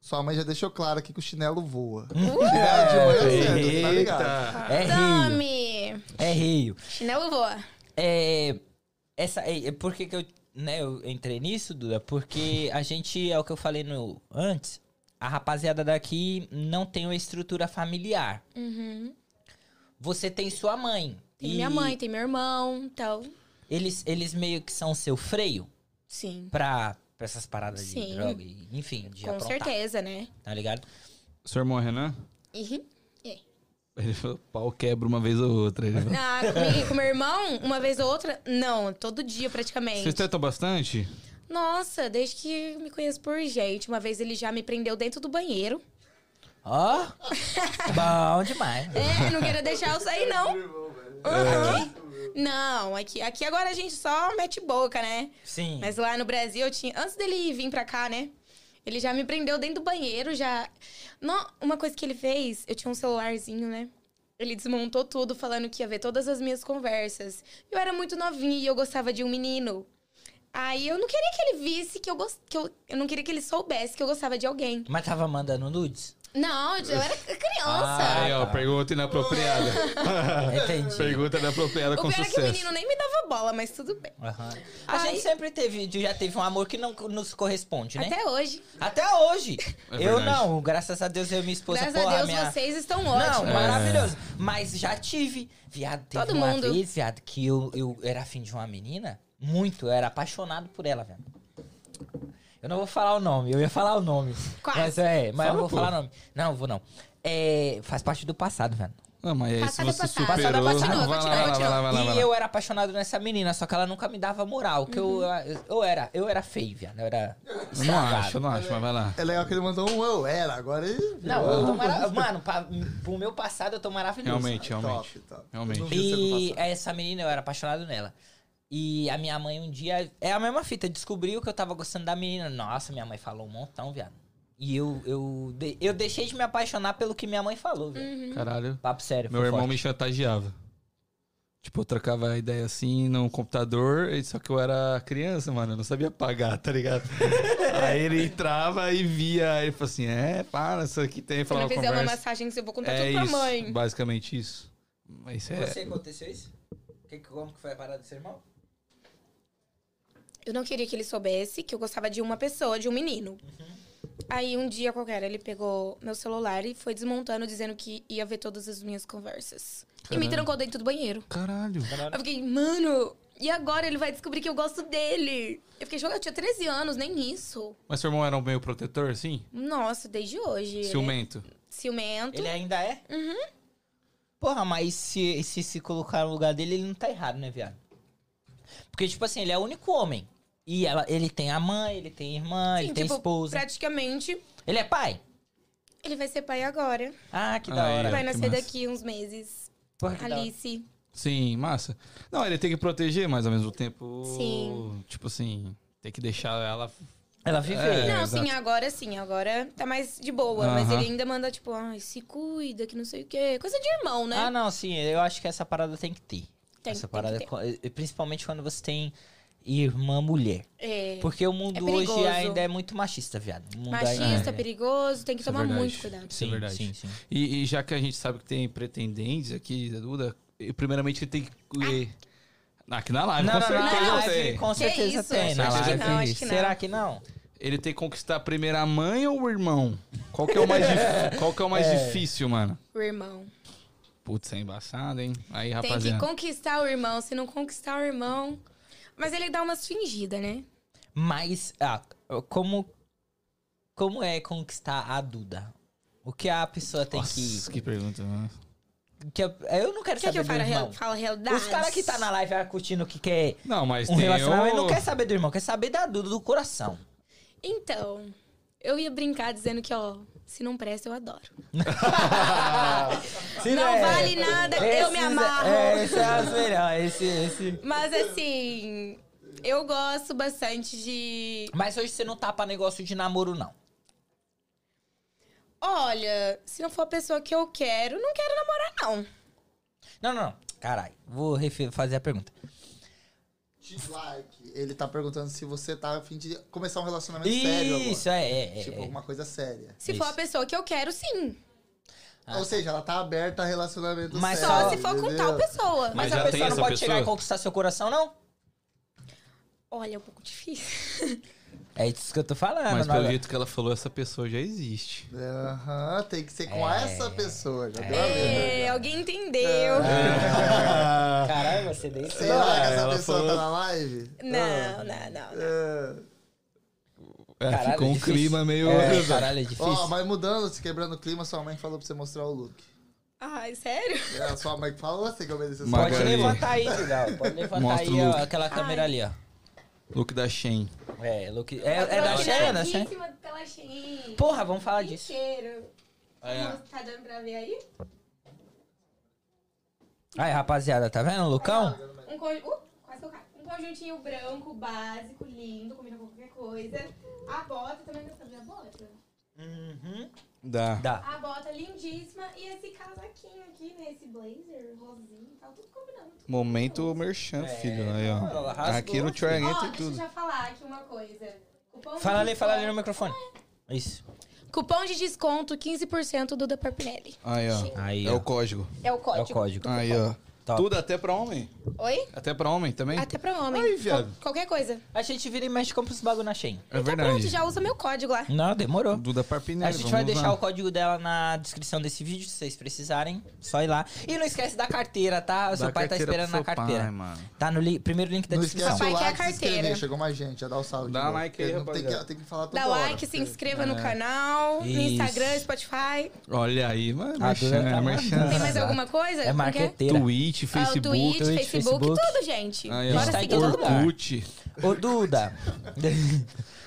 Sua mãe já deixou claro aqui que o chinelo voa. Chinelo de manhã cedo, você tá ligado? Ah. É rio, Tome! é rio. Chinelo voa. É, essa, é, é por que que eu, né, eu entrei nisso, Duda? Porque a gente, é o que eu falei no, antes, a rapaziada daqui não tem uma estrutura familiar. Uhum. Você tem sua mãe. Tem e minha mãe, tem meu irmão, então. Eles, eles meio que são seu freio Sim. pra, pra essas paradas de Sim. droga, e, enfim, de Com aprontar, certeza, né? tá ligado? Seu irmão Renan? Uhum. É. né? Ele falou, pau quebra uma vez ou outra. Ele falou. Ah, comigo e com meu irmão, uma vez ou outra, não, todo dia praticamente. Vocês tentam bastante? Nossa, desde que eu me conheço por gente. Uma vez ele já me prendeu dentro do banheiro. Ó, bom demais. É, não queria deixar eu sair, não. Uhum. Não, aqui, aqui agora a gente só mete boca, né? Sim. Mas lá no Brasil, eu tinha, antes dele vir pra cá, né? Ele já me prendeu dentro do banheiro, já. Não, uma coisa que ele fez, eu tinha um celularzinho, né? Ele desmontou tudo, falando que ia ver todas as minhas conversas. Eu era muito novinha e eu gostava de um menino. Aí eu não queria que ele visse que eu gost... que eu... eu não queria que ele soubesse que eu gostava de alguém. Mas tava mandando nudes? Não, eu era criança. Ah, Aí, ó, pergunta inapropriada. Entendi. pergunta inapropriada o com pior é que o sucesso. menino nem me dava bola, mas tudo bem. Aham. A Ai. gente sempre teve, já teve um amor que não nos corresponde, né? Até hoje. Até, hoje. É eu verdade. não, graças a Deus eu e minha esposa, Graças porra, a Deus, minha... vocês estão ótimos. É. Não, maravilhoso. Mas já tive. Viado, teve Todo uma mundo. vez, viado, que eu, eu era afim de uma menina. Muito, eu era apaixonado por ela, viado. Eu não vou falar o nome, eu ia falar o nome. Quase. Mas é, mas Fala, eu não vou pô. falar o nome. Não, vou não. É, faz parte do passado, velho. Ah, Não, mas aí se Passada, você passada. Passada, superou... batidão, Ah, vai lá, batidão, vai lá, batidão. vai lá, vai lá. E eu era apaixonado nessa menina, só que ela nunca me dava moral. Que eu, eu era, eu era feio, viado. Eu era. Eu Não acho, eu não acho, mas vai lá. É legal que ele mandou um eu era, agora ele... Não, eu tô mara... Mano, pra, pro meu passado eu tô maravilhoso. Realmente, realmente. Top, top. Realmente. Eu não vi você no E é- passado. essa menina, eu era apaixonado nela. E a minha mãe um dia. É a mesma fita, descobriu que eu tava gostando da menina. Nossa, minha mãe falou um montão, viado. E eu, eu, de- eu deixei de me apaixonar pelo que minha mãe falou, velho. Uhum. Caralho. Papo sério. Meu foi irmão forte. me chantageava. Tipo, eu trocava a ideia assim no computador, e só que eu era criança, mano, eu não sabia pagar, tá ligado? aí ele entrava e via, aí ele falou assim, é, para, isso aqui tem, Se não falava fizer uma conversa. massagem, eu vou contar É tudo pra isso, mãe. basicamente isso. Mas isso Você é... aconteceu isso? Que- como que foi a parada do seu irmão? Eu não queria que ele soubesse que eu gostava de uma pessoa, de um menino. Uhum. Aí um dia qualquer, ele pegou meu celular e foi desmontando, dizendo que ia ver todas as minhas conversas. E Caralho. me trancou dentro do banheiro. Caralho. Eu fiquei, mano, e agora ele vai descobrir que eu gosto dele? Eu fiquei chocada, eu tinha 13 anos, nem isso. Mas seu irmão era um meio protetor, assim? Nossa, desde hoje. ele é Ciumento. ciumento. Ele ainda é? Uhum. Porra, mas se, se se colocar no lugar dele, ele não tá errado, né, viado? Porque, tipo assim, ele é o único homem. E ela, ele tem a mãe, ele tem irmã, ele Sim, tem tipo, esposa. praticamente, Ele é pai? ele vai ser pai agora. Ah, que da Aí, hora. ó. vai que nascer massa. daqui uns meses. Porra, que da hora. Alice. Sim, massa. Não, ele tem que proteger, mas ao mesmo tempo... Sim. Tipo assim, tem que deixar ela... Ela viveu. É. Não, exato. sim, agora sim, agora tá mais de boa. Mas Aham. ele ainda manda, tipo, ai, se cuida, que não sei o quê. Coisa de irmão, né? Ah, não, sim, eu acho que essa parada tem que ter. Tem, essa tem parada, que ter. co- eh, principalmente quando você tem irmã mulher. É. Porque o mundo É hoje perigoso. ainda é muito machista, viado. O mundo ainda Machista, é. perigoso, tem que Isso é tomar verdade. muito cuidado. Isso é Sim, verdade. sim, sim. E, e já que a gente sabe que tem pretendentes aqui, da Duda, e primeiramente ele tem que. Ah, aqui na live, Não, com não, certeza. não, não, tem. com Que certeza isso? tem. Acho na que live. não, é acho que não. Será que não? Ele tem que conquistar primeiro a mãe ou o irmão? Qual que é o mais, dif- qual que é o mais difícil, mano? O irmão. Putz, é embaçado, hein? Aí, Tem que rapaziada. conquistar o irmão. Se não conquistar o irmão. Mas ele dá umas fingidas, né? Mas, ah, como, como é conquistar a Duda? O que a pessoa tem Nossa, que. que pergunta, mano. que a- eu não quero saber Quer que eu do fale a irmão. real- falo a realidade? Os caras que tá na live ah, curtindo que quer Não, mas um tem relacionamento o... não quer saber do irmão, quer saber da Duda, do coração. Então, eu ia brincar dizendo que, ó, se não presta, eu adoro. Se Não é- vale nada, eu me Esses- amarro. É, esse é as melhores, esse, esse. Mas assim, eu gosto bastante de. Mas hoje você não tá pra negócio de namoro, não. Olha, se não for a pessoa que eu quero, não quero namorar, não. Não, não, não. Caralho, vou refe- fazer a pergunta. Dislike. Ele tá perguntando se você tá a fim de começar um relacionamento sério agora. Isso, é, é, é. Tipo, alguma coisa séria. Se Isso. for a pessoa que eu quero, sim. Ah. Ou seja, ela tá aberta a relacionamento Mas sério. Só se for com entendeu? tal pessoa. Mas Mas, já a tem pessoa não essa pode chegar e pessoa? conquistar seu coração, não? Olha, é um pouco difícil. É isso que eu tô falando. Mas não pelo é? jeito que ela falou, essa pessoa já existe. É, Aham, tem que ser com É. essa pessoa. Já deu a ver. né? É, alguém entendeu. Caralho, você deu isso. Será que essa é, ela pessoa falou- tá na live? é. Não, não, não. não. É. É, Caralho, ficou um difícil. clima meio. É, caralho, é difícil. Ó, mas mudando, se quebrando o clima, sua mãe falou pra você mostrar o look. Ai, sério? É, a sua mãe que falou, você que obedeceu sua Mas- Pode Magali. levantar aí, Vidal. Pode levantar Mostra aí o ó, look. aquela câmera ali, ó. Look da Shen. É, look. É, é da Xena, da Xena? Belíssima pela Shein. Porra, vamos falar disso. Cheiro. Aí, ó. Tá dando pra ver aí? Aí, rapaziada, tá vendo o Lucão? Um conj... uh, quase que eu caio. Um conjuntinho branco, básico, lindo, combina com qualquer coisa. A bota, também dá pra ver a bota? Uhum. Dá. Dá. A bota lindíssima e esse casaquinho aqui, né? Esse blazer, rosinho, tá tudo combinando. tudo Momento maravilhoso. merchan, É, filho. Aí, ó. ela rasgou, Aqui filho. no Triangle Ó, tem deixa eu tudo. já falar aqui uma coisa. Cupom Fala de ali, fala ali no desconto- microfone. Isso. Cupom de desconto 15% do da Parpinelli. Aí, ó. Aí, É ó. o código. É o É código. o código. Aí, ó. Top. Tudo até pra homem? Oi? Até pra homem também? Até pra homem. Ai, viado. Qual- Qualquer coisa. A gente vira e mexe e compra os bagulho na Shein. É Então pronto, já usa meu código lá. Não, demorou. Duda Parpinelli. Né, A gente vai deixar o código dela na descrição desse vídeo, se vocês precisarem. Só ir lá. E não esquece da carteira, tá? O seu pai tá esperando na carteira. mano. Tá no li- primeiro link da Não descrição. esquece Papai o quer a like, se inscrever. carteira. Chegou mais gente, já dá o salve. de Dá novo. like aí, Porque não tem rapaziada. que, tem que falar toda Dá hora, like, se porque- inscreva no canal, no Isso. Instagram, Spotify. Olha aí, mano. A Duda tá mandando. Tem mais Exato. alguma coisa? É Como que marqueteira. Twitch, Ah, o Twitch, Facebook. Facebook, Facebook. tudo, gente. Aí, ó. Bora Tá em seguir todo todo mundo. lugar. Orkut. Ô, Duda.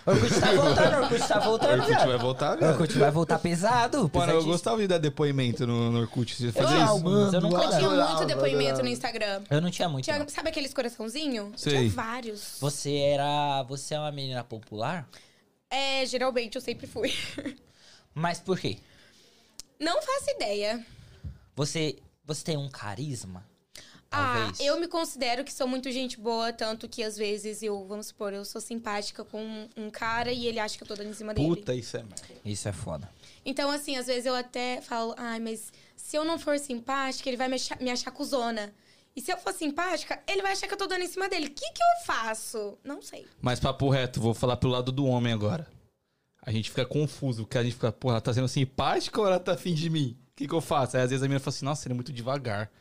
Orkut tá voltando, Orkut tá voltando. Orkut vai viado. voltar, velho. Orkut vai voltar pesado. Mano, eu pesadíssimo. gostava de dar depoimento no, no Orkut. Você Eu fazia tinha isso? alguns, eu, Mano, nunca Eu tinha Adorava, muito depoimento adorava. no Instagram. eu não tinha muito. Tinha- não. sabe aqueles coraçãozinho? Sei. Tinha vários. Você era. Você é uma menina popular? É, geralmente eu sempre fui. Mas por quê? Não faço ideia. Você. Você tem um carisma? Ah, Talvez. eu me considero que sou muito gente boa, tanto que às vezes eu, vamos supor, eu sou simpática com um- um cara e ele acha que eu tô dando em cima dele. Puta, isso é merda. Isso é foda. Então, assim, às vezes eu até falo, ai, mas se eu não for simpática, ele vai me achar, me achar cuzona. E se eu for simpática, ele vai achar que eu tô dando em cima dele. O que, que eu faço? Não sei. Mas papo reto, vou falar pro lado do homem agora. A gente fica confuso, porque a gente fica, porra, ela tá sendo simpática ou ela tá afim de mim? O que que eu faço? Aí às vezes a menina fala assim, nossa, ele é muito devagar.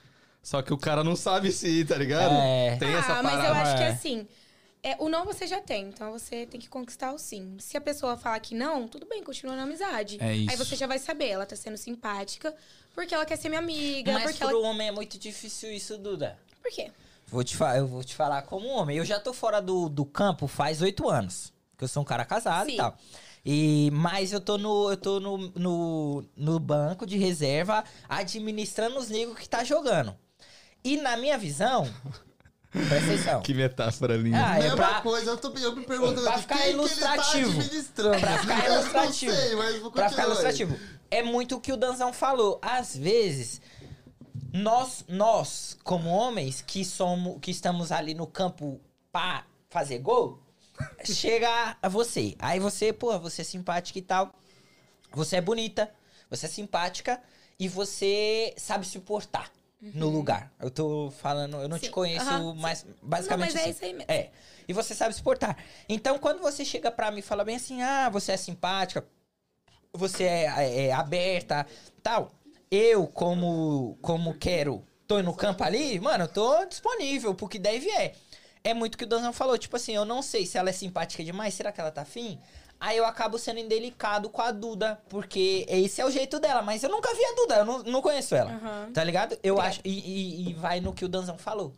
Só que o cara não sabe se, tá ligado? É. Tem ah, essa mas parada. eu acho que é. assim. é, o não você já tem, então você tem que conquistar o sim. Se a pessoa falar que não, tudo bem, continua na amizade. É isso. Aí você já vai saber, ela tá sendo simpática porque ela quer ser minha amiga, Mas porque pro ela. homem é muito difícil isso, Duda. Por quê? Vou te fa- eu vou te falar como homem. Eu já tô fora do, do campo faz oito anos. Porque eu sou um cara casado e Sim. tal. E, mas eu tô, no, eu tô no, no, no banco de reserva administrando os negros que tá jogando. E na minha visão. presta atenção. Que metáfora linda. Ah, é Mesma pra, coisa, eu, tô, eu me perguntando Pra aqui, ficar quem que ele tá ilustrativo. administrando? Pra ficar Eu não ilustrativo. sei, mas vou Pra continuar ficar aí. ilustrativo. É muito o que o Danzão falou. Às vezes, nós, nós como homens, que somos, que estamos ali no campo pra fazer gol, chega a você. Aí você, pô, você é simpática e tal. Você é bonita, você é simpática e você sabe se portar no lugar. Eu tô falando, eu não te Uhum. Sim, conheço, aham, mas basicamente não, mas assim. é isso aí mesmo. É. E você sabe se portar. Então, quando você chega pra mim e fala bem assim, ah, você é simpática, você é, é aberta, tal. Eu, como, como quero, tô no campo ali, mano, eu tô disponível pro que der e vier. É muito o que o Danzão falou, tipo assim, eu não sei se ela é simpática demais, será que ela tá afim? Aí eu acabo sendo indelicado com a Duda, porque esse é o jeito dela, mas eu nunca vi a Duda, eu não, não conheço ela. Aham. Tá ligado? Eu acho. E, e- e vai no que o Danzão falou.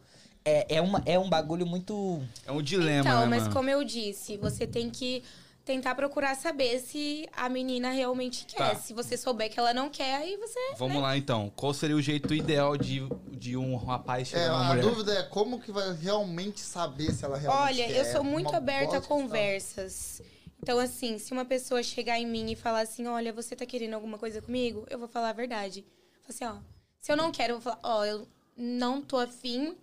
É, é, uma, é um bagulho muito. É um dilema, então, né, mas mano? como eu disse, você tem que tentar procurar saber se a menina realmente quer. Tá. Se você souber que ela não quer, aí você. Vamos lá, então. Qual seria o jeito ideal de, de um rapaz chegar É, numa a mulher? dúvida é como que vai realmente saber se ela realmente Olha, quer. eu sou muito Uma aberta a bosta de questão. conversas. Então, assim, se uma pessoa chegar em mim e falar assim, olha, você tá querendo alguma coisa comigo? Eu vou falar a verdade. Falo assim, ó, se eu não quero, eu vou falar, ó, eu não tô afim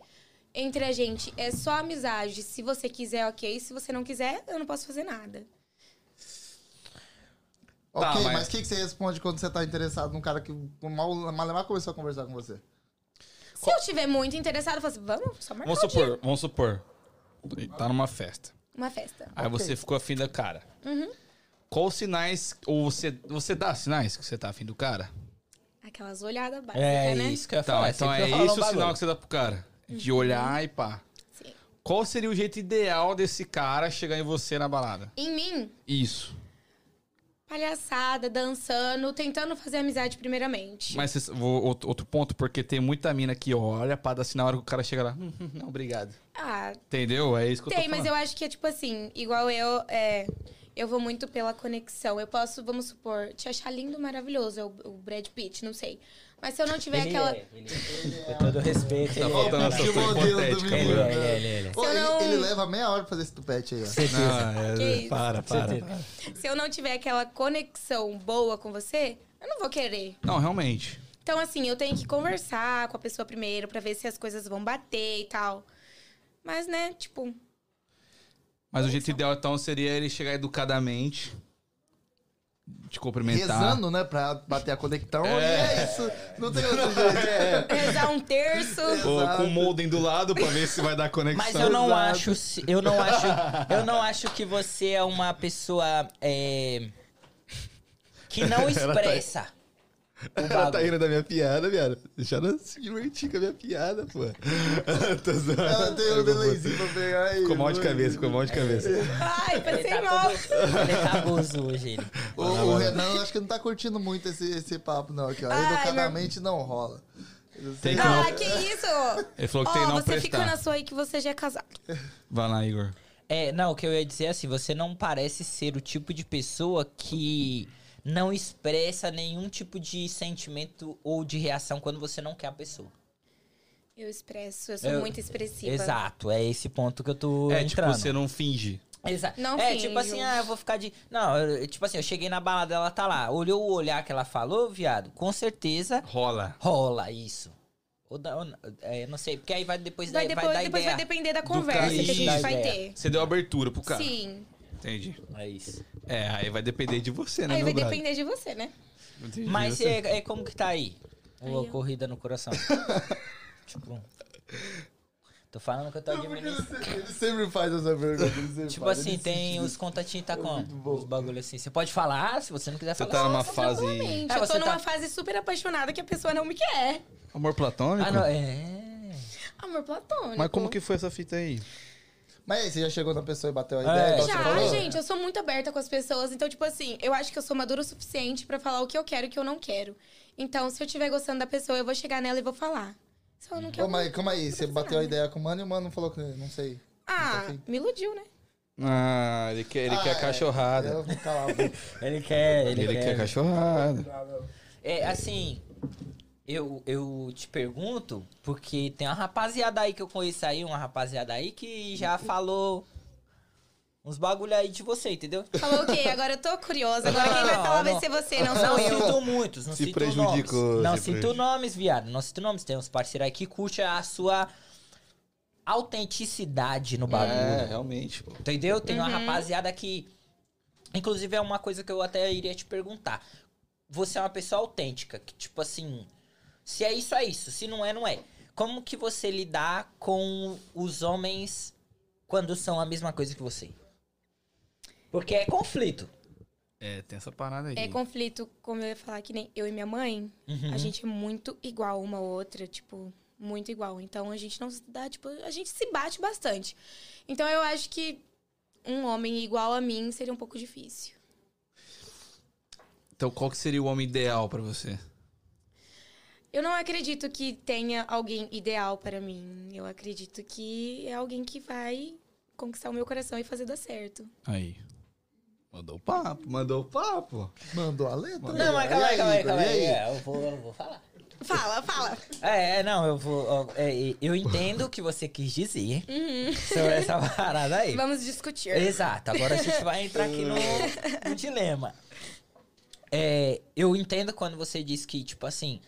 entre a gente. É só amizade. Se você quiser, ok. Se você não quiser, eu não posso fazer nada. Ok, Tá, mas- mas o que, que você responde quando você tá interessado num cara que mal, Malemar começou a conversar com você? Se eu estiver muito interessada, eu falo assim, vamos, só marcar Vamos um dia. supor, vamos supor. Tá numa festa. Uma festa. Aí você ficou afim da cara. Uhum. Qual os sinais, ou você, você dá sinais que você tá afim do cara? Aquelas olhadas básicas, É né? isso que eu ia Tá, falar. então sempre é eu falo um isso o bagulho. sinal que você dá pro cara. De olhar e pá. Uhum. Sim. Qual seria o jeito ideal desse cara chegar em você na balada? Em mim, Isso. palhaçada, dançando, tentando fazer amizade primeiramente. Mas cês- vou- outro outro ponto, porque tem muita mina que olha pra dar sinal na hora que o cara chega lá. "Hum, hum, não, obrigado. Ah, Entendeu? É isso que eu tô Tem, falando. mas eu acho que é tipo assim, igual eu, é, eu vou muito pela conexão. Eu posso, vamos supor, te achar lindo, maravilhoso, é o, o Brad Pitt, não sei. Mas se eu não tiver Ele aquela. é, ele é. Com todo respeito, Tá ele faltando é. essa Que sua modelo Tipo, do hipotética. Ele menino. mano. é, ele é, ele é, ele é. Ô, eu ele, não- ele leva meia hora pra fazer esse tupete aí, ó. Certeza. Não, é- Que isso. para, para. Certeza. para. Se eu não tiver aquela conexão boa com você, eu não vou querer. é. Não, realmente. Então, assim, eu tenho que conversar com a pessoa primeiro pra ver se as coisas vão bater e tal. Mas, né, tipo, Mas o jeito ideal, então, seria ele chegar educadamente. te cumprimentar. Rezando, né? Pra bater a conectão. E é isso. Não tem outro jeito. É. Rezar um terço. Ou Exato. com o molden do lado pra ver se vai dar conexão. Mas eu não Exato. acho, se- eu não acho, eu não acho que você é uma pessoa é, que não tá expressa. o Ela tá bagulho. rindo da minha piada, viado. Deixa ela se divertir com a minha piada, pô. Tô zoando. Ela tem um delayzinho pra pegar aí. Ficou mal de cabeça, ficou mal de cabeça. Ai, Ele pensei tá mal. todo- ele tá gozo hoje. Ele. O, o Renan, acho que não tá curtindo muito esse, esse papo, não. Aqui, ó. Ai, Educadamente não rola. Tem que Ah, não. que isso? Ele falou que Ó, tem não você fica na prestar. sua aí que você já é casado. Vai lá, Igor. É, não, o que eu ia dizer é assim, você não parece ser o tipo de pessoa que não expressa nenhum tipo de sentimento ou de reação quando você não quer a pessoa. Eu expresso, eu sou Eu- muito expressiva. Exato, é esse ponto que eu tô É, tipo, entrando. você não finge. Exato. Não é, finjo. tipo assim, ah, eu vou ficar de. Não, eu- tipo assim, eu cheguei na balada, ela tá lá. Olhou o olhar que ela falou, viado, com certeza Rola. rola isso. Ou da- ou- é, não sei, porque aí vai depois, Vai da- depois, vai dar depois vai ideia. depender da conversa que a cara. gente vai ter. Você deu abertura pro cara. Sim. Entendi. É isso. É, aí vai depender de É, você, né, Aí meu vai brother? depender de você, né? Depender de Mas você. é, é como que tá aí? Uma Aí, ó. corrida no coração. tipo. Tô falando que eu tô administrando. Ele sempre faz essa pergunta. ele sempre Tipo faz, assim, ele tem insiste. os contatinhos, tá como? muito bom. Os bagulho assim. Você pode falar, se você não quiser Você falar. tá numa Nossa, fase. totalmente. É, eu você tô numa tá- fase super apaixonada que a pessoa não me quer. Amor platônico? Ah, não, é. Amor platônico. Mas como que foi essa fita aí? Mas aí, você já chegou na pessoa e bateu a É, ideia? igual você Já, falou? gente, eu sou muito aberta com as pessoas. Então, tipo assim, eu acho que eu sou madura o suficiente pra falar o que eu quero e o que eu não quero. Então, se eu estiver gostando da pessoa, eu vou chegar nela e vou falar. Se eu não Ô, quero. mas calma aí, você bateu a ideia com o mano e o mano falou que não sei. tá Ah, me iludiu, né? Ah, ele quer, ele Ah, quer é. cachorrada. Eu vou calar a boca. Ele quer, ele, Ele quer. quer cachorrada. É, assim, eu, eu te pergunto, porque tem uma rapaziada aí que eu conheço aí, uma rapaziada aí que já falou uns bagulho aí de você, entendeu? Falou o quê? Agora eu tô curiosa. Agora quem vai Não, falar vai não. ser você, não Não sou eu. cito muitos, não Se cito prejudicou, nomes. se Não cito prejudicou. nomes, viado, não cito nomes. Tem uns parceiros aí que curte a sua autenticidade no bagulho. É, realmente. pô. Entendeu? Tem uma rapaziada que. Inclusive, é uma coisa que eu até iria te perguntar. Você é uma pessoa autêntica, que tipo assim. Se é isso, é isso. Se não é, não é. Como que você lidar com os homens quando são a mesma coisa que você? Porque é conflito. É, tem essa parada aí. É conflito, como eu ia falar, que nem eu e minha mãe, Uhum. a gente é muito igual uma à outra, tipo, muito igual. Então a gente não se dá, tipo, a gente se bate bastante. Então eu acho que um homem igual a mim seria um pouco difícil. Então, qual que seria o homem ideal pra você? Eu não acredito que tenha alguém ideal para mim. Eu acredito que é alguém que vai conquistar o meu coração e fazer dar certo. Aí. Mandou o papo, mandou o papo. Mandou a letra? Não, mas calma aí, E calma aí, Igor, calma e aí. É, eu vou, eu vou falar. Fala, fala. É, é, não, eu vou. ó, é, eu entendo o que você quis dizer sobre essa parada aí. Vamos discutir. Exato, agora a gente vai entrar aqui no, no dilema. É, eu entendo quando você diz que, tipo assim.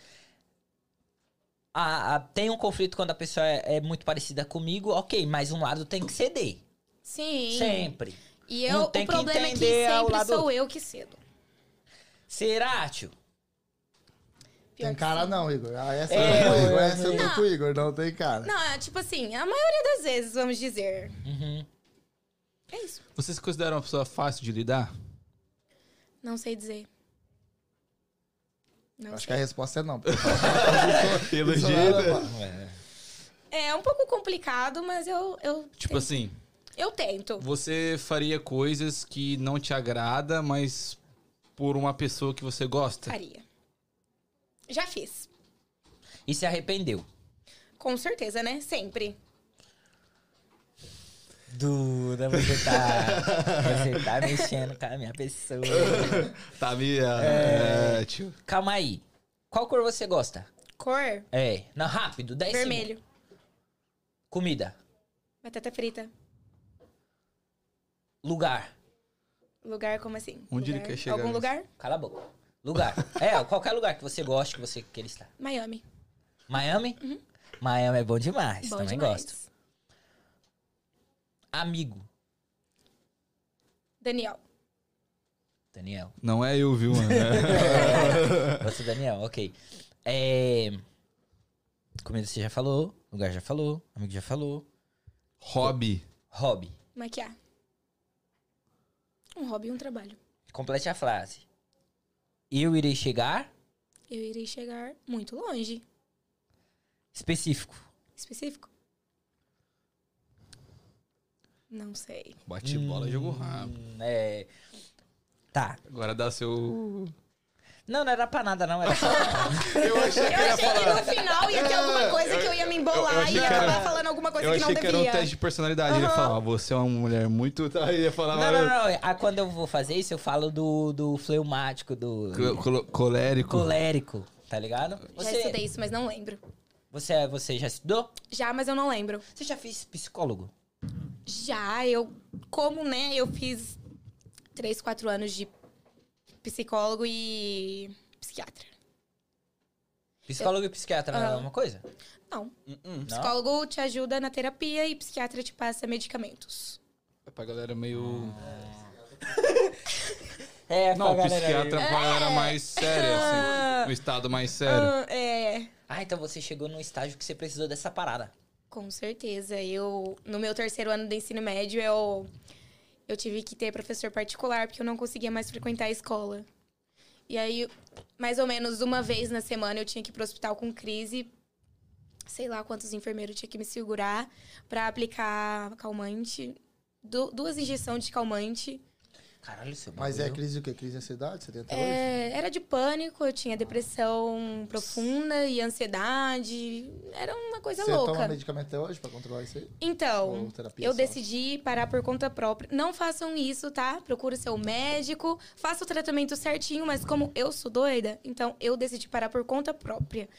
a- a- tem um conflito quando a pessoa é, é muito parecida comigo, ok, mas um lado tem que ceder. Sim. Sempre. E Não eu, o tem que problema é que entender ao sempre lado- sou eu que cedo. Será, tio? Pior Tem que cara não, Igor. Ah, essa É, eu tô com o eu- Igor. Essa eu tô com o Igor, não tem cara. Não, é, tipo assim, a maioria das vezes, vamos dizer. Uhum. É isso. Você se considera uma pessoa fácil de lidar? Não sei dizer. Não Acho que sei. a resposta é não. "Ah, É um pouco complicado, mas eu, eu, Tipo assim, eu tento. você faria coisas que não te agrada, mas por uma pessoa que você gosta? Faria. Já fiz. E se arrependeu. Com certeza, né? Sempre. Duda, você tá. você tá mexendo com a minha pessoa. Tá, minha. É, tio. Calma aí. Qual cor você gosta? Cor, É. Não, rápido, 10 segundos. vermelho. Comida. Batata frita. Lugar. Lugar, como assim? Onde ele Lugar- quer chegar Algum nisso? lugar? Cala a boca. Lugar. É, qualquer lugar que você goste, que você queira estar. Miami. Miami? Miami é bom demais. Uhum. Bom também demais. gosto. Amigo. Daniel. Daniel. Não é eu, viu, mano? É. Você, Daniel, ok. É... Comida você já falou, lugar já falou, amigo já falou. Hobby. Hobby. Maquiar. Um hobby e um trabalho. Complete a frase. Eu irei chegar Eu irei chegar muito longe. específico. Específico? Não sei. Bate bola, jogo Ah. rápido. Hum, É... Tá. Agora dá seu. Não, não era pra nada, não. Era só... Eu achei Eu achei que no final ia ter alguma coisa que eu ia me embolar É, eu achei e ia que era- acabar falando alguma coisa Eu que não achei que era um devia. teste de personalidade. Ele ia falar, "Ah, você é uma mulher muito. Tá, Ele ia falar, Não, não, não. Ah, quando eu vou fazer isso, eu falo do, do fleumático, do Col- colo- colérico. colérico, tá ligado? Já Você, estudei isso, mas não lembro. você, você já estudou? Já, mas eu não lembro. Você já fez psicólogo? Já, eu... Como, né, eu fiz três, quatro anos de psicólogo e psiquiatra. Psicólogo e psiquiatra não é a Aham. mesma coisa? Não, Hum, Não? psicólogo te ajuda na terapia e psiquiatra te passa medicamentos. É Pra galera meio. É, Não, pra galera aí. psiquiatra é pra galera mais séria, assim. Um estado mais sério. Ah, é, Ah, então você chegou num estágio que você precisou dessa parada. com certeza. Eu, no meu terceiro ano do ensino médio, eu, eu tive que ter professor particular, porque eu não conseguia mais frequentar a escola. E aí, mais ou menos uma vez na semana, eu tinha que ir pro hospital com crise. Sei lá quantos enfermeiros tinha que me segurar pra aplicar calmante. Du- duas injeções de calmante. Caralho, seu Mas é bagulho. crise o quê? Crise de ansiedade? 78? É, era de pânico, eu tinha depressão profunda e ansiedade. Era uma coisa Você louca. toma medicamento até hoje pra controlar isso aí? Então, Ou terapia eu só? decidi parar por conta própria. Não façam isso, tá? Procure seu médico, faça o tratamento certinho, mas como eu sou doida, então eu decidi parar por conta própria.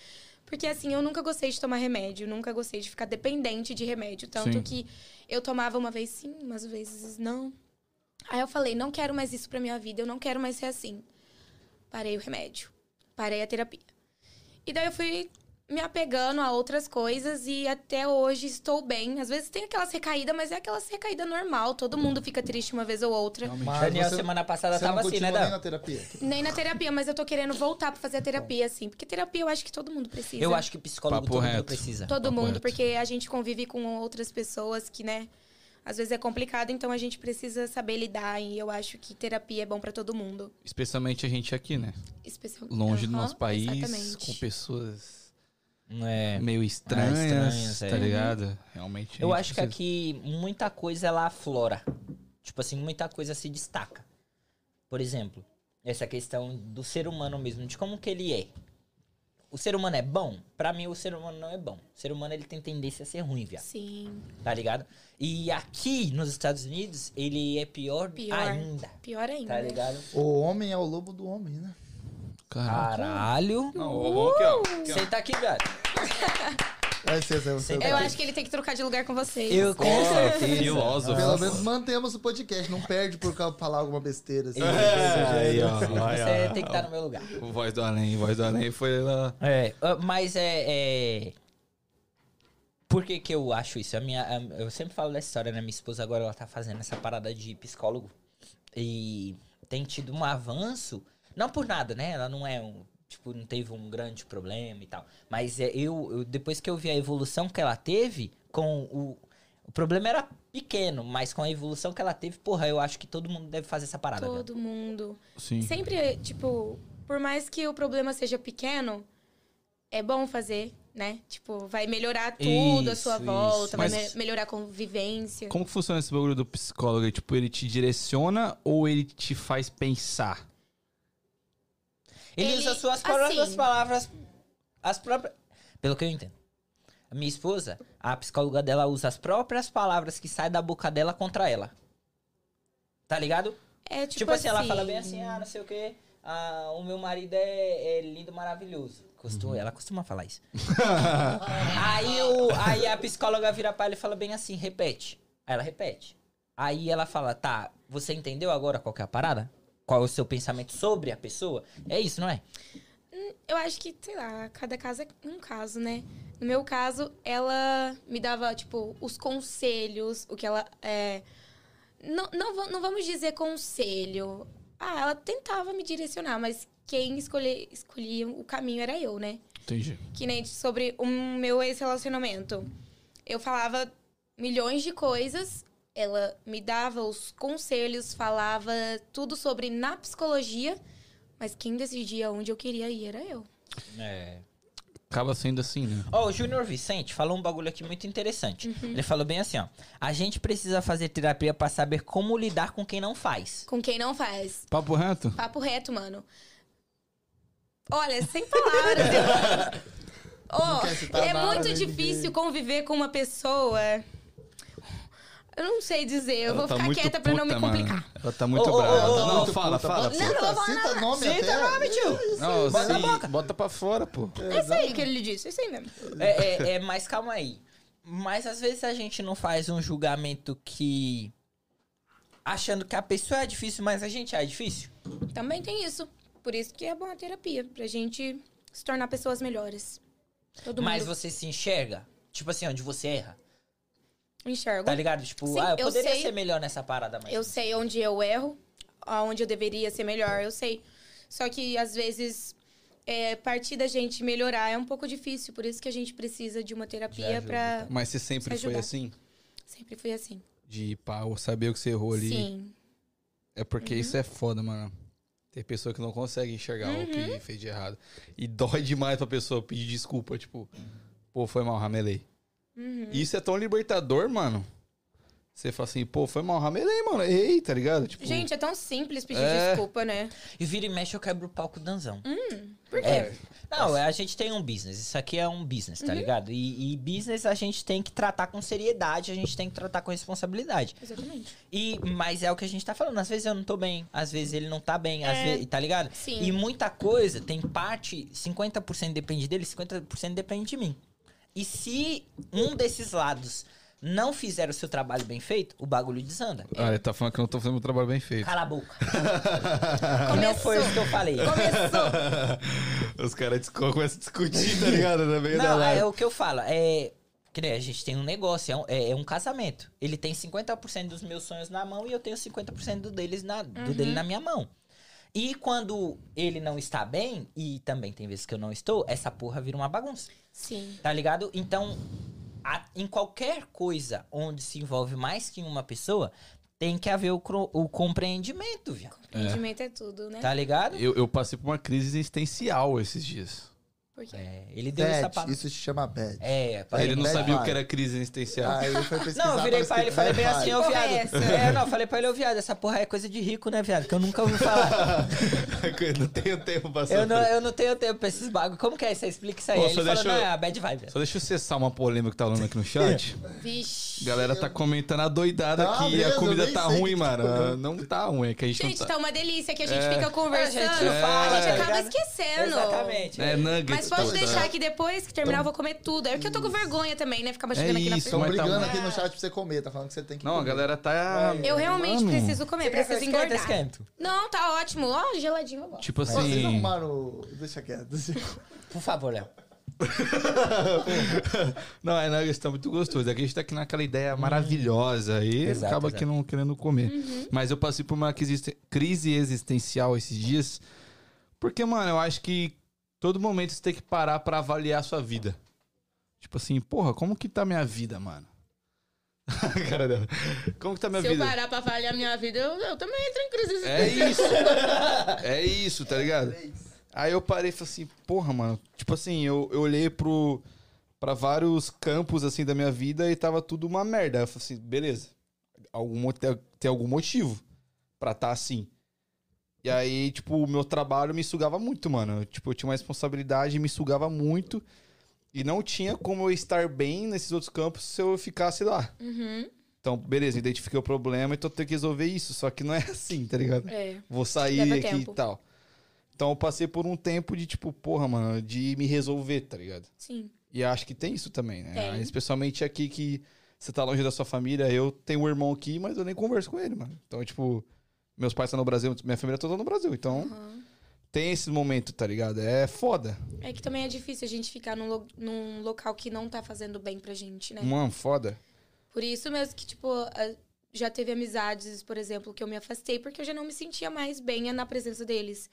Porque assim, eu nunca gostei de tomar remédio, nunca gostei de ficar dependente de remédio. Tanto Sim. que eu tomava uma vez sim, umas vezes não. Aí eu falei, não quero mais isso pra minha vida, eu não quero mais ser assim. Parei o remédio, parei a terapia. E daí eu fui me apegando a outras coisas e até hoje estou bem. Às vezes tem aquelas recaídas, mas é aquelas recaídas normal. Todo mundo fica triste uma vez ou outra. Mas Daniel, você- semana passada Você não tava assim, né, continua nem Dan? na terapia? Nem na terapia, mas eu tô querendo voltar pra fazer a terapia, assim. Porque terapia eu acho que todo mundo precisa. Eu acho que psicólogo Papo todo mundo reto. precisa. Todo Papo mundo, reto. porque a gente convive com outras pessoas que, né? Às vezes é complicado, então a gente precisa saber lidar. E eu acho que terapia é bom pra todo mundo. Especialmente a gente aqui, né? Especialmente. Longe do Aham, nosso país, Exatamente. com pessoas É. meio estranhas, estranhas, é. tá ligado? Realmente. a Eu gente acho que precisa- aqui muita coisa ela aflora. Tipo assim, muita coisa se destaca. Por exemplo, essa questão do ser humano mesmo, de como que ele é. O ser humano é bom? Pra mim, o ser humano não é bom. O ser humano, ele tem tendência a ser ruim, viado. Sim, Tá ligado? E aqui, nos Estados Unidos, ele é pior, Pior. ainda. pior ainda. Tá ligado? O homem é o lobo do homem, né? Caraca. Caralho. Não, ó, vamos aqui, ó. Aqui, ó. Senta aqui, velho. Vai ser, vai ser. Eu acho que ele tem que trocar de lugar com vocês. Eu com certeza. Filósofo. Pelo menos mantemos o podcast, não perde por causa de falar alguma besteira. Assim. É, É. Aí, ó. aí, Você ó. tem que estar no meu lugar. O Voz do Além, Voz do Além foi lá. É, ah, mas é. é... Por que, que eu acho isso? A minha, a- eu sempre falo dessa história, né? Minha esposa agora ela tá fazendo essa parada de psicólogo. E tem tido um avanço. Não por nada, né? Ela não é um. Tipo, não teve um grande problema e tal. Mas é, eu, eu- depois que eu vi a evolução que ela teve, com o. O problema era pequeno, mas com a evolução que ela teve, porra, eu acho que todo mundo deve fazer essa parada. velho. Todo mundo. Sim. Sempre, tipo, por mais que o problema seja pequeno, é bom fazer, né? Tipo, vai melhorar tudo à sua Isso, volta, isso. vai Mas- me- melhorar a convivência. Como que funciona esse bagulho do psicólogo? É, Tipo, ele te direciona ou ele te faz pensar? Ele, Ele- usa suas assim. próprias palavras. As próprias. Pelo que eu entendo. A minha esposa, a psicóloga dela usa as próprias palavras que saem da boca dela contra ela. Tá ligado? É Tipo, assim, ela fala bem assim, ah, não sei o quê. Ah, o meu marido é, é lindo, maravilhoso. Costuma, Ela costuma falar isso. aí, o, aí a psicóloga vira pra ela e fala bem assim, repete. Aí ela repete. Aí ela fala, tá, você entendeu agora qual que é a parada? Qual é o seu pensamento sobre a pessoa? É isso, não é? Eu acho que, sei lá, cada caso é um caso, né? No meu caso, ela me dava, tipo, os conselhos, o que ela. É... Não, não, va- não vamos dizer conselho. Ah, ela tentava me direcionar, mas quem escolhe, escolhia o caminho era eu, né? Entendi. que nem sobre o meu ex-relacionamento. Eu falava milhões de coisas, ela me dava os conselhos, falava tudo sobre na psicologia, mas quem decidia onde eu queria ir era eu. É. Acaba sendo assim, né? Ó, o Júnior Vicente falou um bagulho aqui muito interessante. Uhum. Ele falou bem assim, ó. A gente precisa fazer terapia pra saber como lidar com quem não faz. Com quem não faz. Papo reto? Papo reto, mano. Olha, sem palavras. eu- Ó, quer citar é nada, muito né, difícil ninguém. conviver com uma pessoa. Eu não sei dizer, eu Ela vou tá ficar muito quieta pra não me puta, mano. complicar. Ela tá muito Ô, ô, brava. ô, ô, não, Muito fala, puta. fala. Bota- Não, não vou tá, Cita, falar cita nada. nome Cita até. nome, tá tio. Não, Bota assim, a boca. bota pra fora, pô. É isso aí que ele disse, é isso aí mesmo. É, é, é, mas calma aí. Mas às vezes a gente não faz um julgamento que. Achando que a pessoa é difícil, mas a gente é difícil. Também tem isso. Por isso que é bom a terapia, pra gente se tornar pessoas melhores. Todo mas mundo você se enxerga. Tipo assim, onde você erra. enxerga. Tá ligado? Tipo, Sim, ah, eu, eu poderia sei. ser melhor nessa parada, mas. Eu sei onde eu erro, aonde eu deveria ser melhor, eu sei. Só que às vezes é, partir da gente melhorar é um pouco difícil, por isso que a gente precisa de uma De terapia ajuda, pra. Mas você Se sempre ajudar. foi assim? Sempre fui assim. De pá, eu saber o que você errou ali. Sim. É porque isso é foda, mano. Tem pessoa que não consegue enxergar o que fez de errado. E dói demais pra pessoa pedir desculpa, tipo, pô, foi mal, ramelei. Isso é tão libertador, mano. Você fala assim, pô, foi mal, ramelei, mano. Ei, tá ligado? Tipo, Gente, é tão simples pedir É. desculpa, né? E vira e mexe, eu quebro o palco danzão. Hum, Por quê? É. Não, é, a gente tem um business. Isso aqui é um business, Uhum. tá ligado? E, e business a gente tem que tratar com seriedade, a gente tem que tratar com responsabilidade. Exatamente. E, mas é o que a gente tá falando. Às vezes eu não tô bem, às vezes ele não tá bem, às É. vezes, tá ligado? Sim. E muita coisa tem parte, 50% depende dele, 50% depende de mim. E se um desses lados não fizer o seu trabalho bem feito, o bagulho desanda. olha, ele tá falando que eu não tô fazendo meu trabalho bem feito. Cala a boca. Começou. Não foi isso que eu falei. Começou. Os caras discu- começam a discutir, tá ligado? No meio da Não, live. é o que eu falo. É. que nem A gente tem um negócio, é um, é- é um casamento. Ele tem 50% dos meus sonhos na mão e eu tenho 50% do, deles na, do dele na minha mão. E quando ele não está bem, e também tem vezes que eu não estou, essa porra vira uma bagunça. Sim. Tá ligado? Então, a- em qualquer coisa onde se envolve mais que uma pessoa, tem que haver o, cro- o compreendimento, viu? Entendimento é tudo, né? Tá ligado? Eu, eu passei por uma crise existencial esses dias. Por quê? É, ele deu essa Bad, palavra. isso se chama bad. É, pra ele não bad sabia o vibe. que era crise existencial. Aí foi pesquisar Não, eu virei pra ele e falei bem assim, ô Porra, viado. é essa? É, não, eu falei pra ele, ô viado, essa porra é coisa de rico, né, viado? Que eu nunca ouvi falar. eu não tenho tempo pra eu, sofrer. não, eu não tenho tempo pra esses bagulho. Como que é isso? aí? Explica isso aí. Ô, Ele só falou, deixa não, eu- é a bad vibe. Só deixa eu cessar uma polêmica que tá rolando aqui no chat. Vixe. Galera tá comentando a doidada Tá que mesmo, a comida nem tá sei o ruim, que que mano. tá rolando. Não tá ruim, é que a gente, Gente, não tá uma delícia que a gente fica conversando. A A gente gente, não fala, tá acaba ligado? esquecendo. Exatamente. tá. É nuggets. Mas pode tá- deixar que depois que terminar eu vou comer tudo. É que eu tô com vergonha também, né? Ficar mastigando É aqui na isso, Estão Mas frente. tá brigando bom. aqui no chat pra você comer, tá falando que você tem que Não, a comer. galera tá. Eu realmente Mano. prefiro comer, preciso Esquenta, engordar. esquenta. Não, tá ótimo. Ó, geladinho agora. Tipo Pô, Vocês assim. arrumaram o... Deixa quieto. deixa- Por favor, Léo. Não, é nuggets tá muito gostoso. É que a gente tá aqui naquela ideia Hum. maravilhosa aí. Exato, acaba exato. que não querendo comer. Uhum. Mas eu passei por uma existe- crise existencial esses dias. Porque, mano, eu acho que todo momento você tem que parar pra avaliar a sua vida. Tipo assim, porra, como que tá minha vida, mano? Cara dela. Como que tá minha Se eu vida? parar pra falhar minha vida, eu, eu também entro em crise. É isso. é isso, tá ligado? Aí eu parei e falei assim, porra, mano. Tipo assim, eu, eu olhei pro, pra vários campos, assim, da minha vida e tava tudo uma merda. Eu falei assim, beleza. Algum, mo- tem, tem algum motivo pra tá assim. E aí, tipo, o meu trabalho me sugava muito, mano. Tipo, eu tinha uma responsabilidade, me sugava muito. E não tinha como eu estar bem nesses outros campos se eu ficasse lá. Uhum. Então, beleza, identifiquei o problema, então eu tenho que resolver isso. Só que não é assim, tá ligado? É. Vou sair Leva aqui tempo. e tal. Então eu passei por um tempo de tipo, porra, mano, de me resolver, tá ligado? Sim. E acho que tem isso também, né? Tem. Especialmente aqui que você tá longe da sua família. Eu tenho um irmão aqui, mas eu nem converso com ele, mano. Então, tipo, meus pais estão no Brasil, minha família toda no Brasil. Então, Uhum. tem esse momento, tá ligado? É foda. É que também é difícil a gente ficar num, lo- num Hum. local que não tá fazendo bem pra gente, né? Mano, foda. Por isso mesmo que, tipo, a- já teve amizades, por exemplo, que eu me afastei porque eu já não me sentia mais bem na presença deles.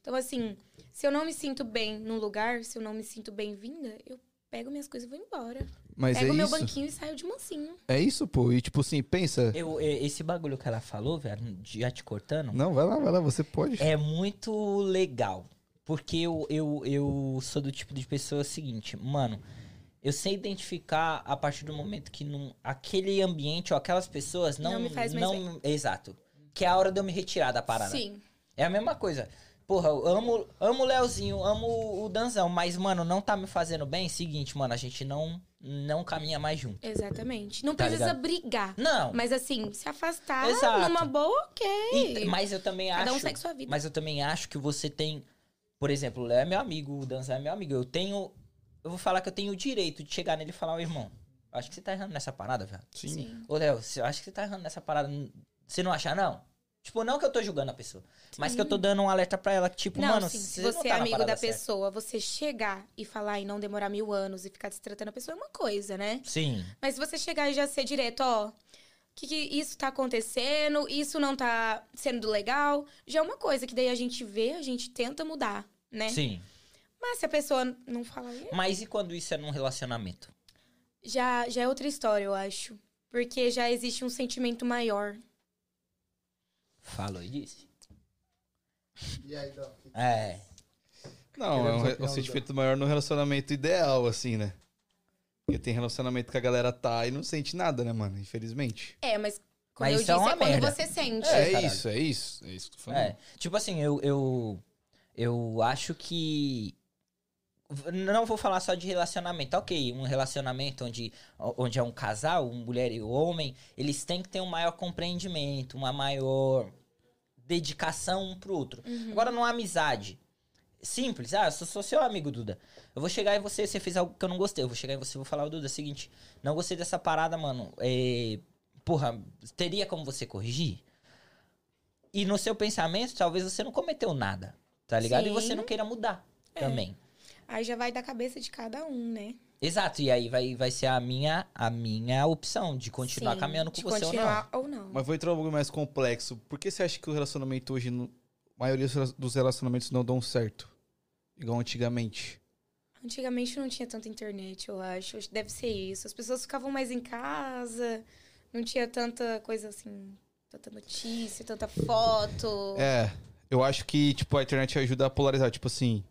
Então, assim, se eu não me sinto bem num lugar, se eu não me sinto bem-vinda, eu pego minhas coisas e vou embora. Mas pego é meu isso. banquinho e saio de mansinho. É isso, pô. E tipo assim, pensa. Eu, e- esse bagulho que ela falou, velho, de- já te cortando, Não, vai lá, vai lá, você pode. é muito legal. Porque eu, eu, eu sou do tipo de pessoa seguinte, mano. Eu sei identificar a partir do momento que não, aquele ambiente ou aquelas pessoas não. Não me faz mais não- Exato. Que é a hora de eu me retirar da parada. Sim. É a mesma coisa. Porra, eu amo, amo o Leozinho, amo o Danzão, mas, mano, não tá me fazendo bem? Seguinte, mano, a gente não, não caminha mais junto. Exatamente. Não Tá precisa ligado? brigar. Não. Mas assim, se afastar Exato. numa boa, ok. E- mas eu também Cada acho. um segue sua vida. Mas eu também acho que você tem. Por exemplo, o Léo é meu amigo, o Danzão é meu amigo. Eu tenho. Eu vou falar que eu tenho o direito de chegar nele e falar, ô irmão, acho que você tá errando nessa parada, velho. Sim. Ô, Léo, você- eu acho que você tá errando nessa parada. Você não acha, não? Tipo, não que eu tô julgando a pessoa, mas que eu tô dando um alerta pra ela que, tipo, Não, mano, sim, se não você tá é na amigo parada da certa. pessoa, você chegar e falar e não demorar mil anos e ficar destratando a pessoa é uma coisa, né? Sim. Mas se você chegar e já ser direto, ó, que, que isso tá acontecendo, isso não tá sendo legal, já é uma coisa que daí a gente vê, a gente tenta mudar, né? Sim. Mas se a pessoa não falar, Mas e quando isso é num relacionamento? já, já é outra história, eu acho. Porque já existe um sentimento maior. Falou e disse. E aí, então? Dó? que- É. Não, é um, Queremos a re- um opinião do sentimento maior no relacionamento ideal, assim, né? Porque tem relacionamento que a galera tá e não sente nada, né, mano? Infelizmente. É, mas como Mas eu isso disse, é é, uma quando merda. você sente. É, É, caralho. isso, é isso. É isso que eu tô falando. É. Tipo assim, eu, eu. Eu acho que. Não vou falar só de relacionamento. Ok, um relacionamento onde, onde é um casal, um mulher e um homem, eles têm que ter um maior compreendimento, uma maior dedicação um pro outro. Agora, numa amizade. Simples, ah, eu sou, sou seu amigo, Duda. Eu vou chegar em você, você fez algo que eu não gostei. Eu vou chegar em você e vou falar, "Ô, Duda, é o seguinte, não gostei dessa parada, mano. É, porra, teria como você corrigir? E no seu pensamento, talvez você não cometeu nada, tá ligado? E Sim. É. você não queira mudar também. Aí já vai da cabeça de cada um, né? Exato, e aí vai, vai ser a minha, a minha opção de continuar Sim, caminhando com de você continuar ou não. Mas vou entrar um pouco mais complexo. Por que você acha que o relacionamento hoje, no- a maioria dos relacionamentos não dão certo? Igual antigamente. Antigamente não tinha tanta internet, eu acho. Acho que Deve ser isso. As pessoas ficavam mais em casa, não tinha tanta coisa assim, tanta notícia, tanta foto. É, eu acho que, tipo, a internet ajuda a polarizar. Tipo assim,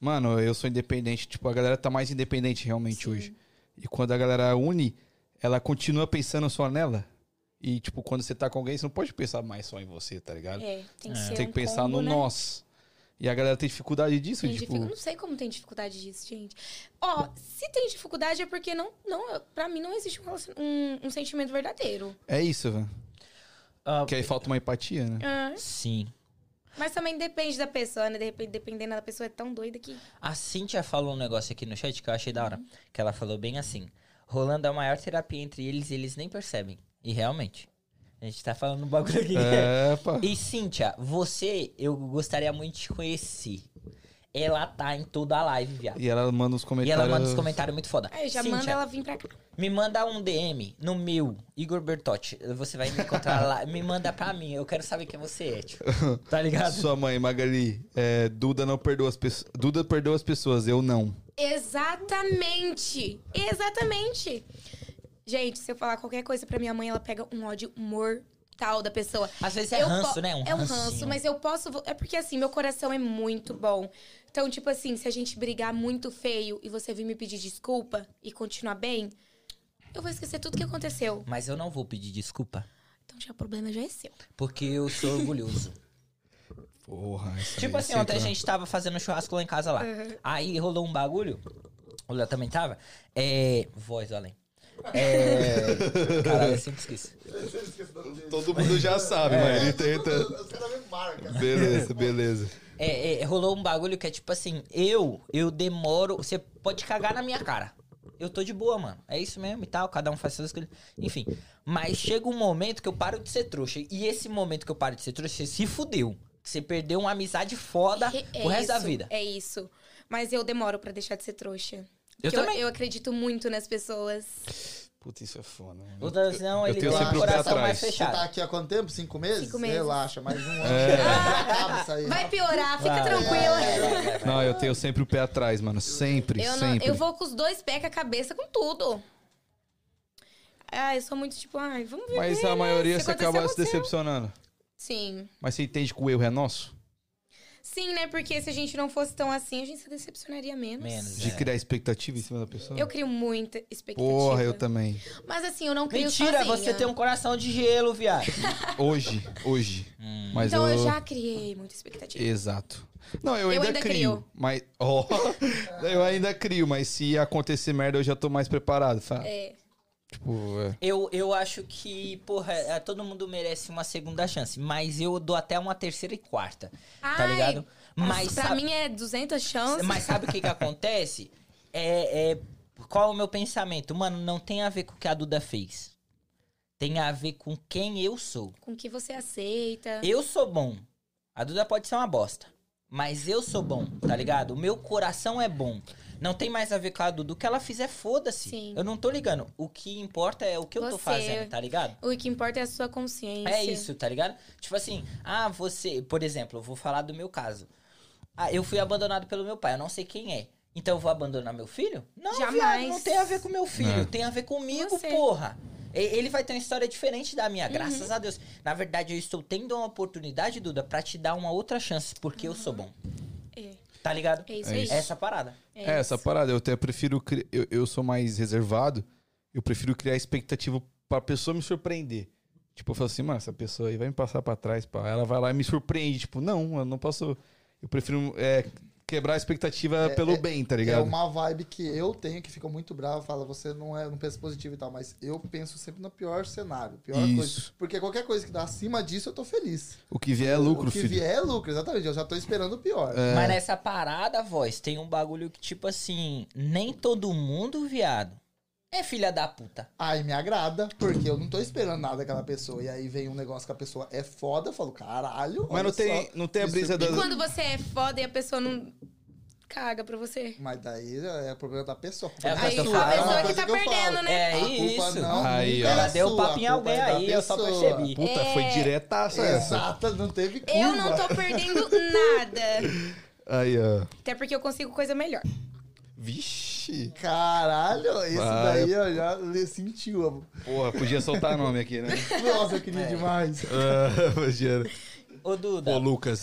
mano, eu sou independente. Tipo, a galera tá mais independente realmente Sim. hoje. E quando a galera une, ela continua pensando só nela. E, tipo, quando você tá com alguém, você não pode pensar mais só em você, tá ligado? É, tem que É. ser. Você tem um que pensar combo, no né? nós. E a galera tem dificuldade disso, Tem tipo. dificu- Eu não sei como tem dificuldade disso, gente. Ó, se tem dificuldade é porque não, não para mim não existe um, relacion- um- um sentimento verdadeiro. É isso, velho. ou não. Ah, Porque aí falta uma empatia, né? É. Sim. Mas também depende da pessoa, né? De repente, dependendo da pessoa, é tão doida que. A Cintia falou um negócio aqui no chat que eu achei da hora. Uhum. Que ela falou bem assim: rolando a maior terapia entre eles, eles nem percebem. E realmente, a gente tá falando um bagulho aqui. É, pá. E Cíntia, você, eu gostaria muito de te conhecer. Ela tá em toda a live, viado. E ela é manda uns E comentários. ela manda uns comentários muito foda. Aí já Cíntia, manda ela vir pra cá. Me manda um DM no meu, Igor Bertotti. Você vai me encontrar lá. Me manda pra mim. Eu quero saber quem você é, tio. Tá ligado? Sua mãe, Magali, é, Duda não perdoa as pessoas. Duda perdoa as pessoas, eu não. Exatamente! Exatamente! Gente, se eu falar qualquer coisa pra minha mãe, ela pega um ódio mortal da pessoa. Às vezes é Eu ranço, po- né? Um é um rancinho. ranço, mas eu posso. vo- É porque assim, meu coração é muito bom. Então, tipo assim, se a gente brigar muito feio e você vir me pedir desculpa e continuar bem, eu vou esquecer tudo que aconteceu. Mas eu não vou pedir desculpa. Então já o problema já é seu. Porque eu sou orgulhoso. Porra. essa Tipo aí assim, você ontem a tá- gente tava fazendo um churrasco lá em casa lá. Aí rolou um bagulho. O Léo também tava. É. Voz do além. É. Caralho, eu sempre esqueço. Você esqueceu do nome dele. Todo mundo já sabe, mas ele tenta. Os caras me marcam. É. Beleza, beleza. É, é, rolou um bagulho que é tipo assim, eu, eu demoro. Você pode cagar na minha cara. Eu tô de boa, mano. É isso mesmo e tal. Cada um faz suas coisas. Enfim. Mas chega um momento que eu paro de ser trouxa. E esse momento que eu paro de ser trouxa, você se fudeu. Você perdeu uma amizade foda É o resto da isso, vida. É isso. Mas eu demoro pra deixar de ser trouxa. Eu Porque também. eu acredito muito nas pessoas. Puta, isso é foda. mano. O Danzão, eu ele tem tenho um sempre o pé coração atrás. mais Você Você tá fechado. aqui há quanto tempo? Cinco meses? Cinco meses. Relaxa, mais um ano. É. Acaba isso aí. Vai piorar, fica Vai. tranquila. Não, eu tenho sempre o pé atrás, mano. Sempre, Eu, não, sempre. eu vou com os dois pés, com a cabeça, com tudo. Ah, eu sou muito tipo, ai, vamos ver. Mas a maioria Se você aconteceu, acaba se aconteceu. decepcionando. Sim. Mas você entende que o erro é nosso? Sim, né? Porque se a gente não fosse tão assim, a gente se decepcionaria menos. Menos. né? De criar expectativa em cima da pessoa? Eu crio muita expectativa. Porra, eu também. Mas assim, eu não crio Mentira, sozinha. você tem um coração de gelo, viado. Hoje, hoje. Mas Então eu... eu já criei muita expectativa. Exato. Não, eu Eu ainda, ainda crio, crio. Mas. ó, eu ainda crio, mas se acontecer merda, eu já tô mais preparado, sabe? É. Tipo, é. Eu, eu acho que, porra, é, todo mundo merece uma segunda chance, mas eu dou até uma terceira e quarta, tá Ai, ligado? Mas pra sabe, mim é 200 chances. mas sabe o que que acontece? É, é- qual é o meu pensamento? Mano, não tem a ver com o que a Duda fez. Tem a ver com quem eu sou. Com que você aceita. Eu sou bom. A Duda pode ser uma bosta. Mas eu sou bom, tá ligado? O meu coração é bom. Não tem mais a ver com a Duda. O que ela fizer, foda-se. Sim. Eu não tô ligando. O que importa é o que eu tô Você. fazendo, tá ligado? O que importa é a sua consciência. É isso, tá ligado? Tipo assim, ah, você. Por exemplo, eu vou falar do meu caso. Ah, eu fui abandonado pelo meu pai, eu não sei quem é. Então eu vou abandonar meu filho? Não, Jamais. viado, não tem a ver com meu filho, É. tem a ver comigo, Você. Uhum. porra. E- Ele vai ter uma história diferente da minha, graças a Deus. Na verdade, eu estou tendo uma oportunidade, Duda, pra te dar uma outra chance, porque eu sou bom. É. Tá ligado? É isso, É é isso. Essa parada. É É, essa isso. parada. Eu até prefiro. cri- Eu, eu sou mais reservado. Eu prefiro criar expectativa pra pessoa me surpreender. Tipo, eu falo assim, mano, essa pessoa aí vai me passar pra trás, pá. Ela vai lá e me surpreende. Tipo, não, eu não posso. Eu prefiro é, quebrar a expectativa pelo bem, tá É ligado? uma vibe que eu tenho que fica muito brava, fala, você não é, não pensa positivo e tal, mas eu penso sempre no pior cenário, pior Isso. coisa. Porque qualquer coisa que dá acima disso, eu tô feliz. O que vier é lucro, o que filho. É. vier é lucro, exatamente. Eu já tô esperando o pior. Mas nessa parada, voz, tem um bagulho que, tipo assim, nem todo mundo, viado, é filha da puta. Aí me agrada, porque eu não tô esperando nada daquela pessoa. E aí vem um negócio que a pessoa é foda, eu falo, caralho. Mas olha não tem, só, não tem a me brisa E da. quando você é foda e a pessoa não caga pra você? Mas daí é problema da pessoa. É, da mas Aí eu a tô pessoa, falando. é uma pessoa que coisa tá eu falo. perdendo, né? É A culpa isso. não, Aí, nunca ó. é Ela deu sua, a papo em culpa alguém é da aí, eu só pessoa. é percebi. Puta, foi diretaça essa. Exata, não teve curva. Eu não tô perdendo nada. Aí, ó. Até porque eu consigo coisa melhor. Vixe. Caralho, esse Vai. daí eu já le- sentiu. ó. Porra, podia soltar nome aqui, né? Nossa, eu É. queria demais. Ah, podia. Ô, Duda, Ô, Lucas.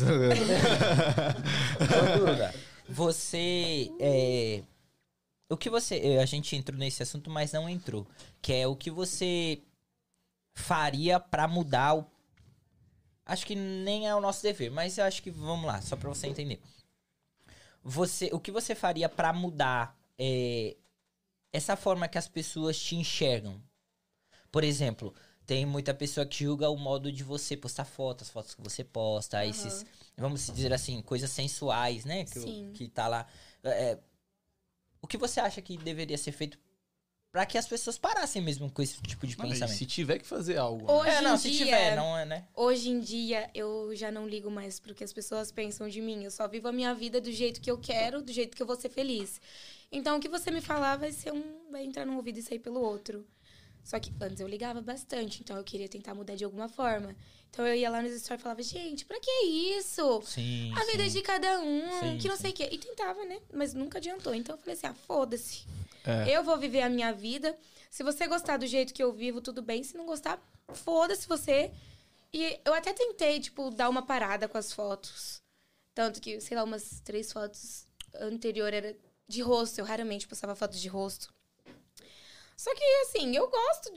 ô, Duda, você. É, o que você. eh, A gente entrou nesse assunto, mas não entrou. Que é o que você faria pra mudar o. Acho que nem é o nosso dever, mas eu acho que vamos lá, só pra você entender. Você, o que você faria pra mudar eh, essa forma que as pessoas te enxergam? Por exemplo, tem muita pessoa que julga o modo de você postar fotos, fotos que você posta, esses vamos dizer assim, coisas sensuais, né? Que, o- Sim. que tá lá. É, o que você acha que deveria ser feito pra que as pessoas parassem mesmo com esse tipo de pensamento? se tiver que fazer algo. Hoje É, não, em se dia, tiver, não é, né? Hoje em dia, eu já não ligo mais pro que as pessoas pensam de mim. Eu só vivo a minha vida do jeito que eu quero, do jeito que eu vou ser feliz. Então, o que você me falar vai ser um... Vai entrar num ouvido e sair pelo outro. Só que antes eu ligava bastante, então eu queria tentar mudar de alguma forma. Então eu ia lá nos stories e falava, gente, pra que isso? Sim. A vida é de cada um, Sim, que não sei o quê. E tentava, né? Mas nunca adiantou. Então eu falei assim: ah, foda-se. É. Eu vou viver a minha vida. Se você gostar do jeito que eu vivo, tudo bem. Se não gostar, foda-se você. E eu até tentei, tipo, dar uma parada com as fotos. Tanto que, sei lá, umas três fotos anterior era de rosto. Eu raramente postava fotos de rosto. Só que, assim, eu gosto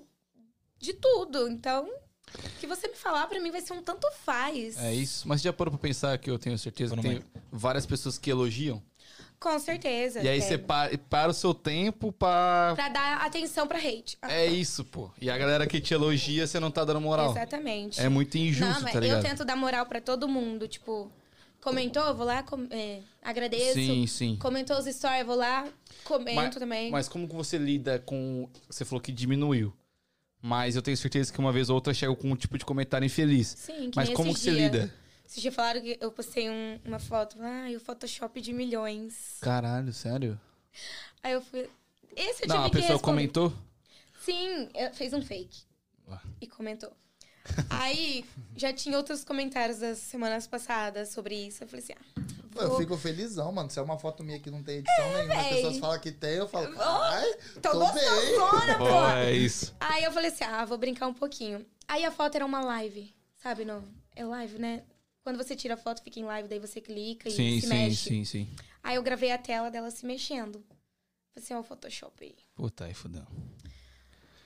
de tudo. Então, o que você me falar pra mim vai ser um tanto faz. É isso. Mas já parou pra pensar que eu tenho certeza que Por um tem várias pessoas que elogiam. Com certeza. É. E aí Kevin. você para, para o seu tempo pra. Pra dar atenção pra hate. Ah, É isso, pô. E a galera que te elogia, você não tá dando moral. Exatamente. É muito injusto, Não, mas tá ligado? eu tento dar moral pra todo mundo. Tipo, comentou, eu vou lá, com- é, agradeço. Sim, sim. Comentou os stories, eu vou lá, comento Mas- também. Mas como que você lida com. Você falou que diminuiu. Mas eu tenho certeza que uma vez ou outra chega com um tipo de comentário infeliz. Sim, que Mas nem como que esses você dia- lida? Esses dias falaram que eu postei um- uma foto. Ah, e o Photoshop de milhões. Caralho, sério? Aí eu fui... Esse eu tive Não, a que pessoa responder. comentou. Sim, eh, fez um fake. E comentou. Aí, já tinha outros comentários das semanas passadas sobre isso. Eu falei assim, ah, Pô, eu vou- fico felizão, mano. Se é uma foto minha que não tem edição É, nenhuma, as véi. pessoas falam que tem, eu falo, ai, tô tô bem. gostosona, pô! é isso. Aí eu falei assim, ah, vou brincar um pouquinho. Aí a foto era uma live, sabe? No, é live, né? Quando você tira a foto, fica em live, daí você clica e Sim, se sim, mexe. sim, sim. Aí eu gravei a tela dela se mexendo. Falei assim, ó, o Photoshop aí. Puta aí, fudão.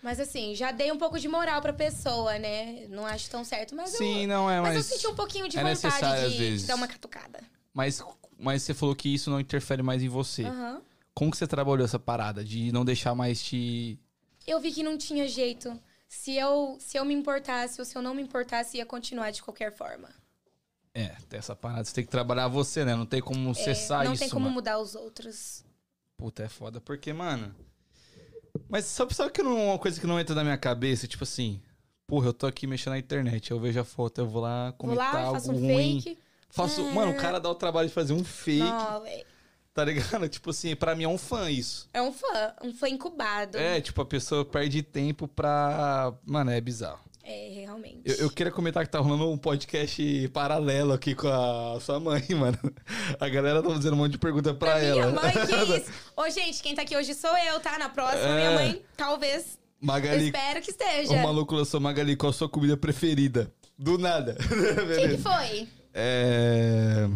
Mas assim, já dei um pouco de moral pra pessoa, né? Não acho tão certo, mas Sim, eu... não é, Mas, mas. eu senti um pouquinho de é necessário, vontade às de, vezes. de dar uma catucada. mas, mas você falou que isso não interfere mais em você. Aham. Como que você trabalhou essa parada de não deixar mais te. Eu vi que não tinha jeito. Se eu, se eu me importasse ou se eu não me importasse, ia continuar de qualquer forma. É, tem essa parada. Você tem que trabalhar você, né? Não tem como cessar É, não isso, tem como mano. mudar os outros. Puta, é foda. Porque, mano. Mas sabe, sabe que não, é uma coisa que não entra na minha cabeça? Tipo assim, porra, eu tô aqui mexendo na internet, eu vejo a foto, eu vou lá Vou comentar lá, algo faço um tá ruim. fake. Ah. Faço. Mano, o cara dá o trabalho de fazer um fake, Não, véi. tá ligado? Tipo assim, pra mim é um fã isso. é um fã, um fã incubado. É, tipo, a pessoa perde tempo pra. Mano, é bizarro. É, realmente. Eu, eu queria comentar que tá rolando um podcast paralelo aqui com a sua mãe, mano. A galera tá fazendo um monte de pergunta pra, minha ela. mãe, que isso? Ô, gente, quem tá aqui hoje sou eu, tá? Na próxima, É. minha mãe, talvez. Eu Magali, espero que o esteja. maluco lançou Magali, qual a sua comida preferida? Do nada. Quem que Beleza. foi? É.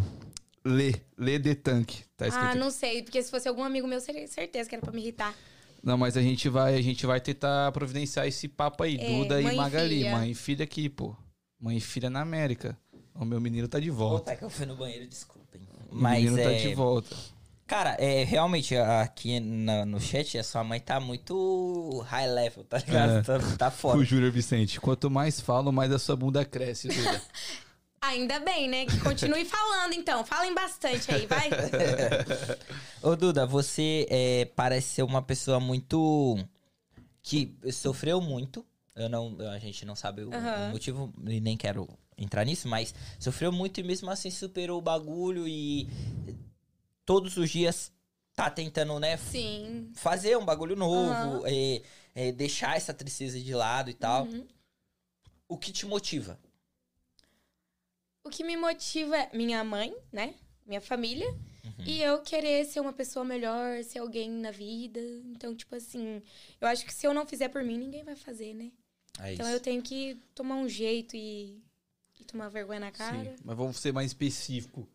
Lê, Lê de Tanque. Tá escrito. Ah, aqui. não sei, porque se fosse algum amigo meu, seria certeza que era pra me irritar. Não, mas a gente vai, a gente vai tentar providenciar esse papo aí, É, Duda mãe e e Magali, filha. mãe e filha aqui, pô. Mãe e filha na América. O meu menino tá de volta. Opa, é que eu fui no banheiro, desculpem. O menino Mas tá é, de volta. Cara, é, realmente, aqui na- no chat, a sua mãe tá muito high level, tá ligado? É. Tá, tá O foda. Júlio Vicente, quanto mais falo, mais a sua bunda cresce, Duda. Ainda bem, né? Que continue falando, então. Falem bastante aí, vai. Ô, Duda, você é, parece ser uma pessoa muito. que sofreu muito. Eu não, a gente não sabe o, o Aham. motivo e nem quero entrar nisso, mas sofreu muito e mesmo assim superou o bagulho e todos os dias tá tentando, né, Sim. fazer um bagulho novo, é, é, deixar essa tristeza de lado e tal. Uhum. O que te motiva? O que me motiva é minha mãe, né? Minha família. Uhum. E eu querer ser uma pessoa melhor, ser alguém na vida. Então, tipo assim, eu acho que se eu não fizer por mim, ninguém vai fazer, né? É Então eu tenho que tomar um jeito e, e tomar vergonha na cara. Sim, mas vamos ser mais específico. O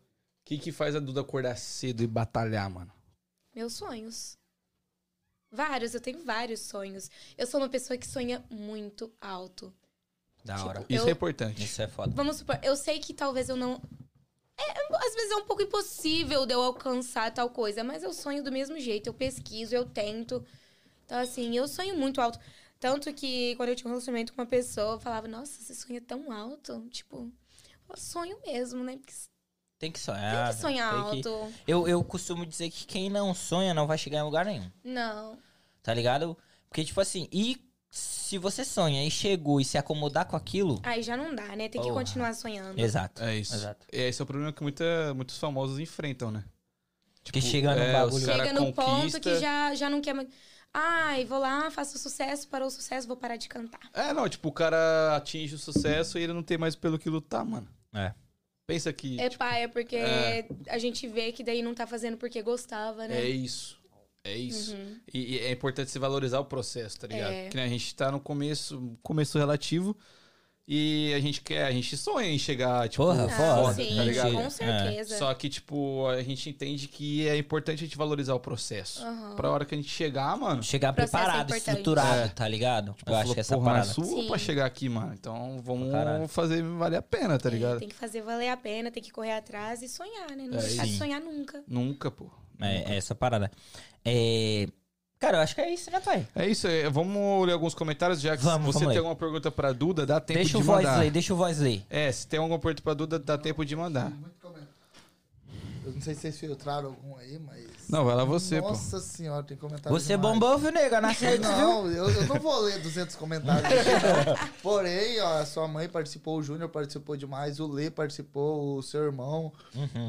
que que faz a Duda acordar cedo e batalhar, mano? Meus sonhos. Vários, eu tenho vários sonhos. Eu sou uma pessoa que sonha muito alto. Da tipo, hora. Isso Eu- é importante. Isso é foda. Vamos supor, eu sei que talvez eu não. É, às vezes é um pouco impossível de eu alcançar tal coisa, mas eu sonho do mesmo jeito. Eu pesquiso, eu tento. Então, assim, eu sonho muito alto. Tanto que quando eu tinha um relacionamento com uma pessoa, eu falava, nossa, você sonha tão alto. Tipo, eu sonho mesmo, né? Porque Tem que tem sonhar. que sonhar Ah, tem que- alto. Eu, eu costumo dizer que quem não sonha não vai chegar em lugar nenhum. Não. Tá ligado? Porque, tipo assim, e se você sonha e chegou e se acomodar com aquilo. Aí já não dá, né? Tem que Porra. continuar sonhando. Exato. É isso. Exato. É, esse é o problema que muita, muitos famosos enfrentam, né? Porque chega num é, bagulho. os cara- Chega no ponto conquista. que já, já não quer mais. Ai, vou lá, faço sucesso, parou o sucesso, vou parar de cantar. É, não, tipo, o cara atinge o sucesso e ele não tem mais pelo que lutar, mano. É. Pensa que. É pá, é porque tipo, é. a gente vê que daí não tá fazendo porque gostava, É né? isso. É isso. Uhum. E, e é importante se valorizar o processo, tá ligado? É. Que nem a gente tá no começo, começo relativo e a gente quer, a gente sonha em chegar, tipo, Porra, Ah, foda, sim, tá ligado? É. com certeza. Só que, tipo, a gente entende que é importante a gente valorizar o processo. Aham. Pra hora que a gente chegar, mano. Chegar Processo é preparado, importante. estruturado, É. tá ligado? Tipo, eu falou, acho que essa porra, parada. mas sua Sim. pra chegar aqui, mano. Então vamos Pra caralho. fazer valer a pena, tá É, ligado? tem que fazer valer a pena, tem que correr atrás e sonhar, né? Não É, deixar de sim. sonhar nunca. Nunca, pô. É, é essa parada. É. Cara, eu acho que é isso, né, pai? É isso, é, vamos ler alguns comentários, já que Vamos, se você vamos tem ler. alguma pergunta pra Duda, dá tempo deixa o de mandar. Voisley, deixa o Voisley. É, se tem alguma pergunta pra Duda, dá tempo de mandar. Muito comentário. Eu não sei se vocês filtraram algum aí, mas. Não, vai lá você, pô. Nossa senhora, tem Tá comentário. Você demais. bombou, viu, nega? Na rede, viu? Não, eu, eu não vou ler 200 comentários. Porém, ó, a sua mãe participou, o Júnior participou demais, o Lê participou, o seu irmão,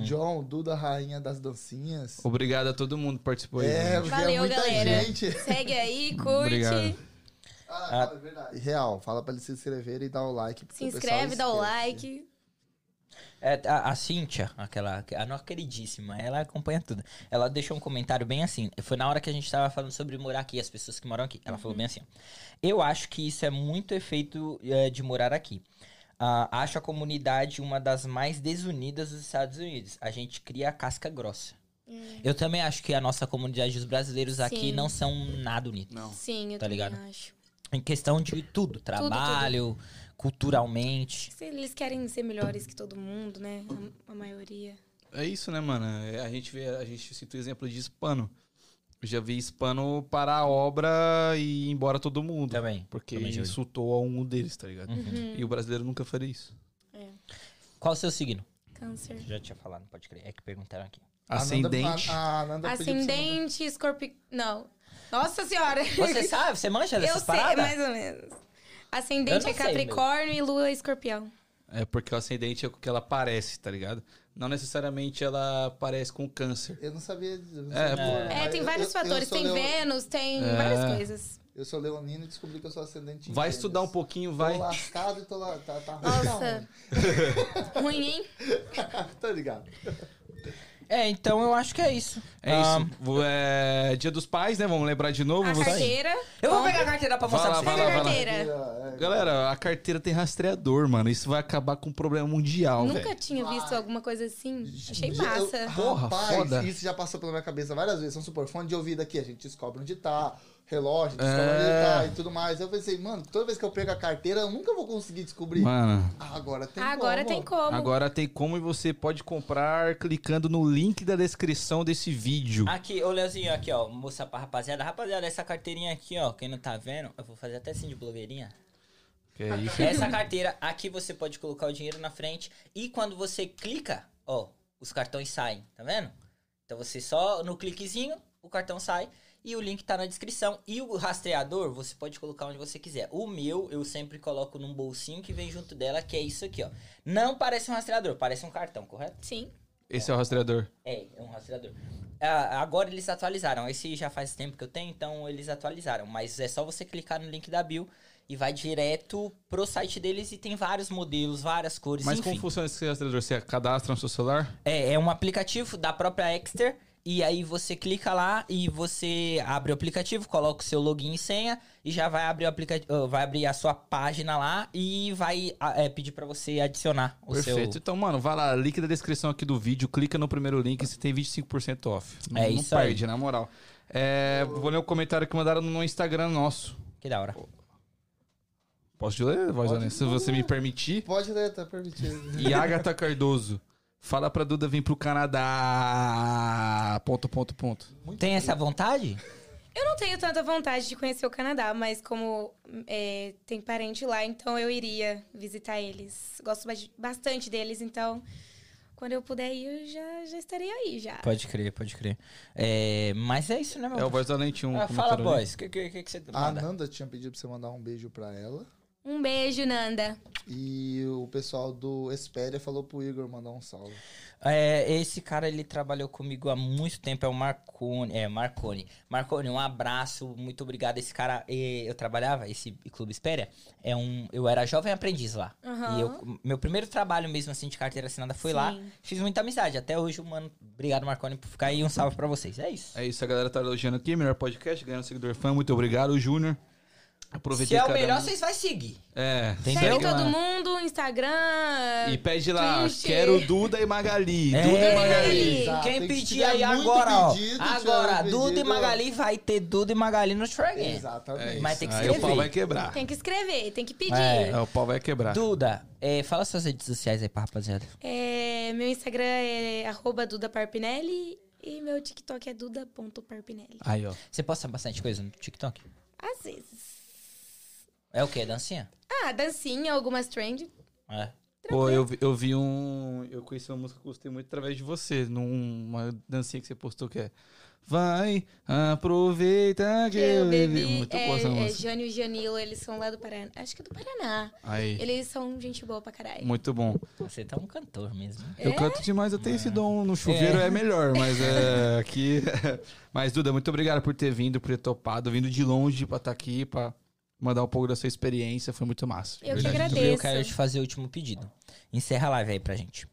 John, Duda, rainha das dancinhas. Obrigado a todo mundo que participou aí. É, gente. porque é Valeu, muita galera. gente. Segue aí, curte. Obrigado. Fala, Ah. fala, é verdade. Real, fala pra eles se inscreverem e dar o like. porque Se o pessoal inscreve, dá o esquece. né? like. É, a, a Cíntia, aquela, a nossa queridíssima, ela acompanha tudo. Ela deixou um comentário bem assim. Foi na hora que a gente tava falando sobre morar aqui, as pessoas que moram aqui. Ela falou bem assim: ó, Eu acho que isso é muito efeito eh, de morar aqui. Ah, acho a comunidade uma das mais desunidas dos Estados Unidos. A gente cria a casca grossa. Eu também acho que a nossa comunidade, os brasileiros aqui, Sim. não são nada unidos. Não. Sim, eu Tá também ligado? acho. Em questão de tudo: trabalho, culturalmente. Se Eles querem ser melhores que todo mundo, né? A, a maioria. É isso, né, mano? É, A gente vê, a gente cita o exemplo de hispano. Eu já vi hispano parar a obra e ir embora todo mundo. Também. Porque É, Também já vi. Uhum. insultou a um deles, tá ligado? E o brasileiro nunca faria isso. Qual o seu signo? Câncer. Já tinha falado, pode crer. É que perguntaram aqui. Ananda- Ascendente. a- a Ananda pediu pra você mandar- Ascendente, escorpião. Não. Nossa senhora! Você sabe? Você manja eu dessas sei, paradas? mais ou menos. Eu Ascendente não é sei, Capricórnio e Lua é Escorpião. É porque o ascendente é o que ela parece, tá ligado? Não necessariamente ela parece com câncer. Eu não sabia. disso, eu não É, sabia. pô. É, Mas tem eu- vários eu- eu fatores. sou Tem leo- Vênus, tem várias coisas. Eu sou leonino e descobri que eu sou ascendente. em Vai gêmeos. estudar um pouquinho, vai. Tô lascado e tô lá. Tá, tá ruim. Nossa. Ruim, hein? não. Tá ligado? É, então eu acho que é isso. É Ah, isso. Vou- É... Dia dos pais, né? Vamos lembrar de novo. A você- carteira. Eu vou Compra. pegar a carteira pra Vai mostrar lá, pra vai vocês. lá, vai lá. carteira. É, Galera, a carteira tem rastreador, mano. Isso vai acabar com um problema mundial, velho. Nunca tinha visto alguma coisa assim. Achei Eu- massa. Porra, Rapaz, foda. isso já passou pela minha cabeça várias vezes. São super fone de ouvido aqui, a gente descobre onde tá, relógio, descobre É. onde tá e tudo mais. Eu pensei, mano, toda vez que eu pego a carteira, eu nunca vou conseguir descobrir. Mano, Ah, agora tem Agora como. tem como. agora tem como e você pode comprar clicando no link da descrição desse vídeo. Aqui, ô Leozinho, aqui, ó. Mostrar pra rapaziada. Rapaziada, essa carteirinha aqui, ó. Quem não tá vendo, eu vou fazer até assim de blogueirinha. Que é isso? Essa carteira, aqui você pode colocar o dinheiro na frente. E quando você clica, ó, os cartões saem, tá vendo? Então você só no cliquezinho, o cartão sai. E o link tá na descrição. E o rastreador, você pode colocar onde você quiser. O meu, eu sempre coloco num bolsinho que vem junto dela, que é isso aqui, ó. Não parece um rastreador, parece um cartão, correto? Sim. Esse é o rastreador. É, é um rastreador. Ah, agora eles atualizaram. Esse já faz tempo que eu tenho, então eles atualizaram. Mas é só você clicar no link da bio e vai direto pro site deles e tem vários modelos, várias cores, Mas enfim. como funciona esse rastreador? Você cadastra no seu celular? É, é um aplicativo da própria Exter. E aí você clica lá e você abre o aplicativo, coloca o seu login e senha e já vai abrir o aplicativo, vai abrir a sua página lá e vai ah, é, pedir pra você adicionar o Perfeito. seu. Então, mano, vai lá, link da descrição aqui do vídeo, clica no primeiro link e você tem 25% off. Não, É não isso aí. perde, na moral. É, vou ler o comentário que mandaram no Instagram nosso. Que da hora. Posso te ler, voz honesta, se você me permitir? Pode ler, tá permitido. E Agatha Cardoso. Fala pra Duda vir pro Canadá. Ponto, ponto, ponto. Tem essa vontade? Eu não tenho tanta vontade de conhecer o Canadá, mas como é, tem parente lá, então eu iria visitar eles. Gosto ba- bastante deles, então quando eu puder ir, eu já, já estarei aí já. Pode crer, pode crer. É, mas é isso, né, meu? É o Voz da Lente 1. Ah, fala, boys. O que, que, que, que você A manda? Ananda tinha pedido pra você mandar um beijo pra ela. Um beijo, Nanda. Então? E o pessoal do Espéria falou pro Igor mandar um salve. É, esse cara, ele trabalhou comigo há muito tempo, é o Marconi. É, Marconi. Marconi, um abraço, muito obrigado. Esse cara, eh, eu trabalhava, esse Clube Espéria, é um, eu era jovem aprendiz lá. Aham. E eu, meu primeiro trabalho mesmo, assim, de carteira assinada foi lá. Sim. Fiz muita amizade. Até hoje, um mano, obrigado, Marconi, por ficar aí. Um salve pra vocês. É isso. É isso, a galera tá elogiando aqui. Melhor podcast, ganhando seguidor fã. Muito obrigado, Júnior. Se Aproveitei é o cada melhor, um. vocês vão seguir. É, Entendeu? Segue lá. todo mundo, Instagram. E pede lá, Twitch. quero Duda e Magali. É. Duda e Magali. Magali. Exato, Quem tem que pedir tirar aí muito agora, pedido, ó. tirar Agora, muito Duda e pedido. Magali vai ter Duda e Magali no Tragam. Exatamente. É Mas isso. tem que Aí o pau escrever. vai quebrar. Tem que escrever, tem que pedir. É, o pau vai quebrar. Duda, eh, fala suas redes sociais aí pra rapaziada. É, meu Instagram é arroba dudaparpinelli e meu TikTok é duda.parpinelli. Aí, ó. Você posta bastante coisa no TikTok? Às vezes. É o quê? Dancinha? Ah, dancinha, algumas trend. É. Pô, eu, vi- eu vi um. Eu conheci uma música que eu gostei muito através de você, numa dancinha que você postou que é. Vai, aproveita que eu bebi. Muito é, boa essa é música. Jânio e Janilo, eles são lá do Paraná. Acho que é do Paraná. Aí. Eles são gente boa pra caralho. Muito bom. Você tá um cantor mesmo. É? Eu canto demais, eu tenho esse dom. No chuveiro é, melhor, mas é tá aqui. Mas, Duda, muito obrigado por ter vindo, por ter topado, vindo de longe pra estar aqui, pra mandar um pouco da sua experiência. Foi muito massa. Eu que Verdade. agradeço. Eu quero te fazer o último pedido. Encerra a live aí pra gente.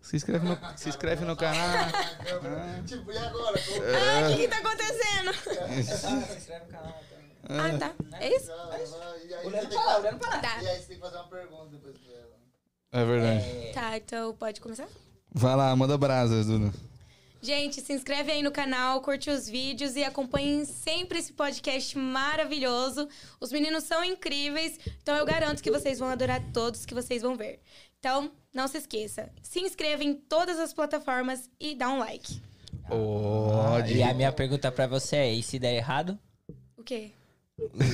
Se inscreve no, se inscreve no canal. Tipo, e agora? É. Ah, o que que tá acontecendo? Ah, tá. É isso? E aí você tem que fazer- pra Tá. e aí você tem que fazer uma pergunta depois pra ela. É verdade. Tá, então pode começar? Vai lá, manda brasas, Duda. Gente, se inscreve aí no canal, curte os vídeos e acompanhem sempre esse podcast maravilhoso. Os meninos são incríveis, então eu garanto que vocês vão adorar todos que vocês vão ver. Então, não se esqueça, se inscreva em todas as plataformas e dá um like. Pode. E a minha pergunta pra você é: e se der errado? O quê?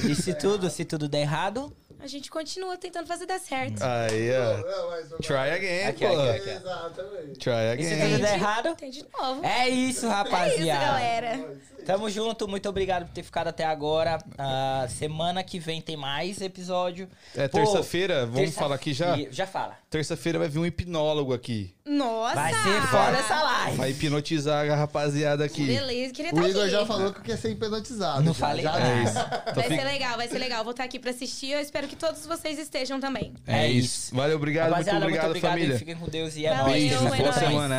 E se tudo, se tudo der errado? A gente continua tentando fazer dar certo. Aí, ó. Não, mas eu- Try again, Ah, Aqui, pô. aqui, aqui. Exatamente. Try E se again. tudo der errado? Tem de novo. É isso, rapaziada. É isso, galera. Tamo junto, muito obrigado por ter ficado até agora. Ah, semana que vem tem mais episódio. É Pô, terça-feira, vamos terça- falar aqui já? Já fala. Terça-feira vai vir um hipnólogo aqui. Nossa! Vai ser fora essa live. Vai hipnotizar a rapaziada aqui. Beleza, queria O estar Igor aqui. já falou que quer ser hipnotizado. Não já, falei já nada. É disse. isso. Então Vai ser fica- legal, vai ser legal. Vou estar aqui pra assistir. Eu espero que todos vocês estejam também. É É isso. isso. Valeu, obrigado, muito Rapaziada, obrigado, e família. Fiquem com Deus e é Valeu, nóis. Beijo, é boa nóis. semana.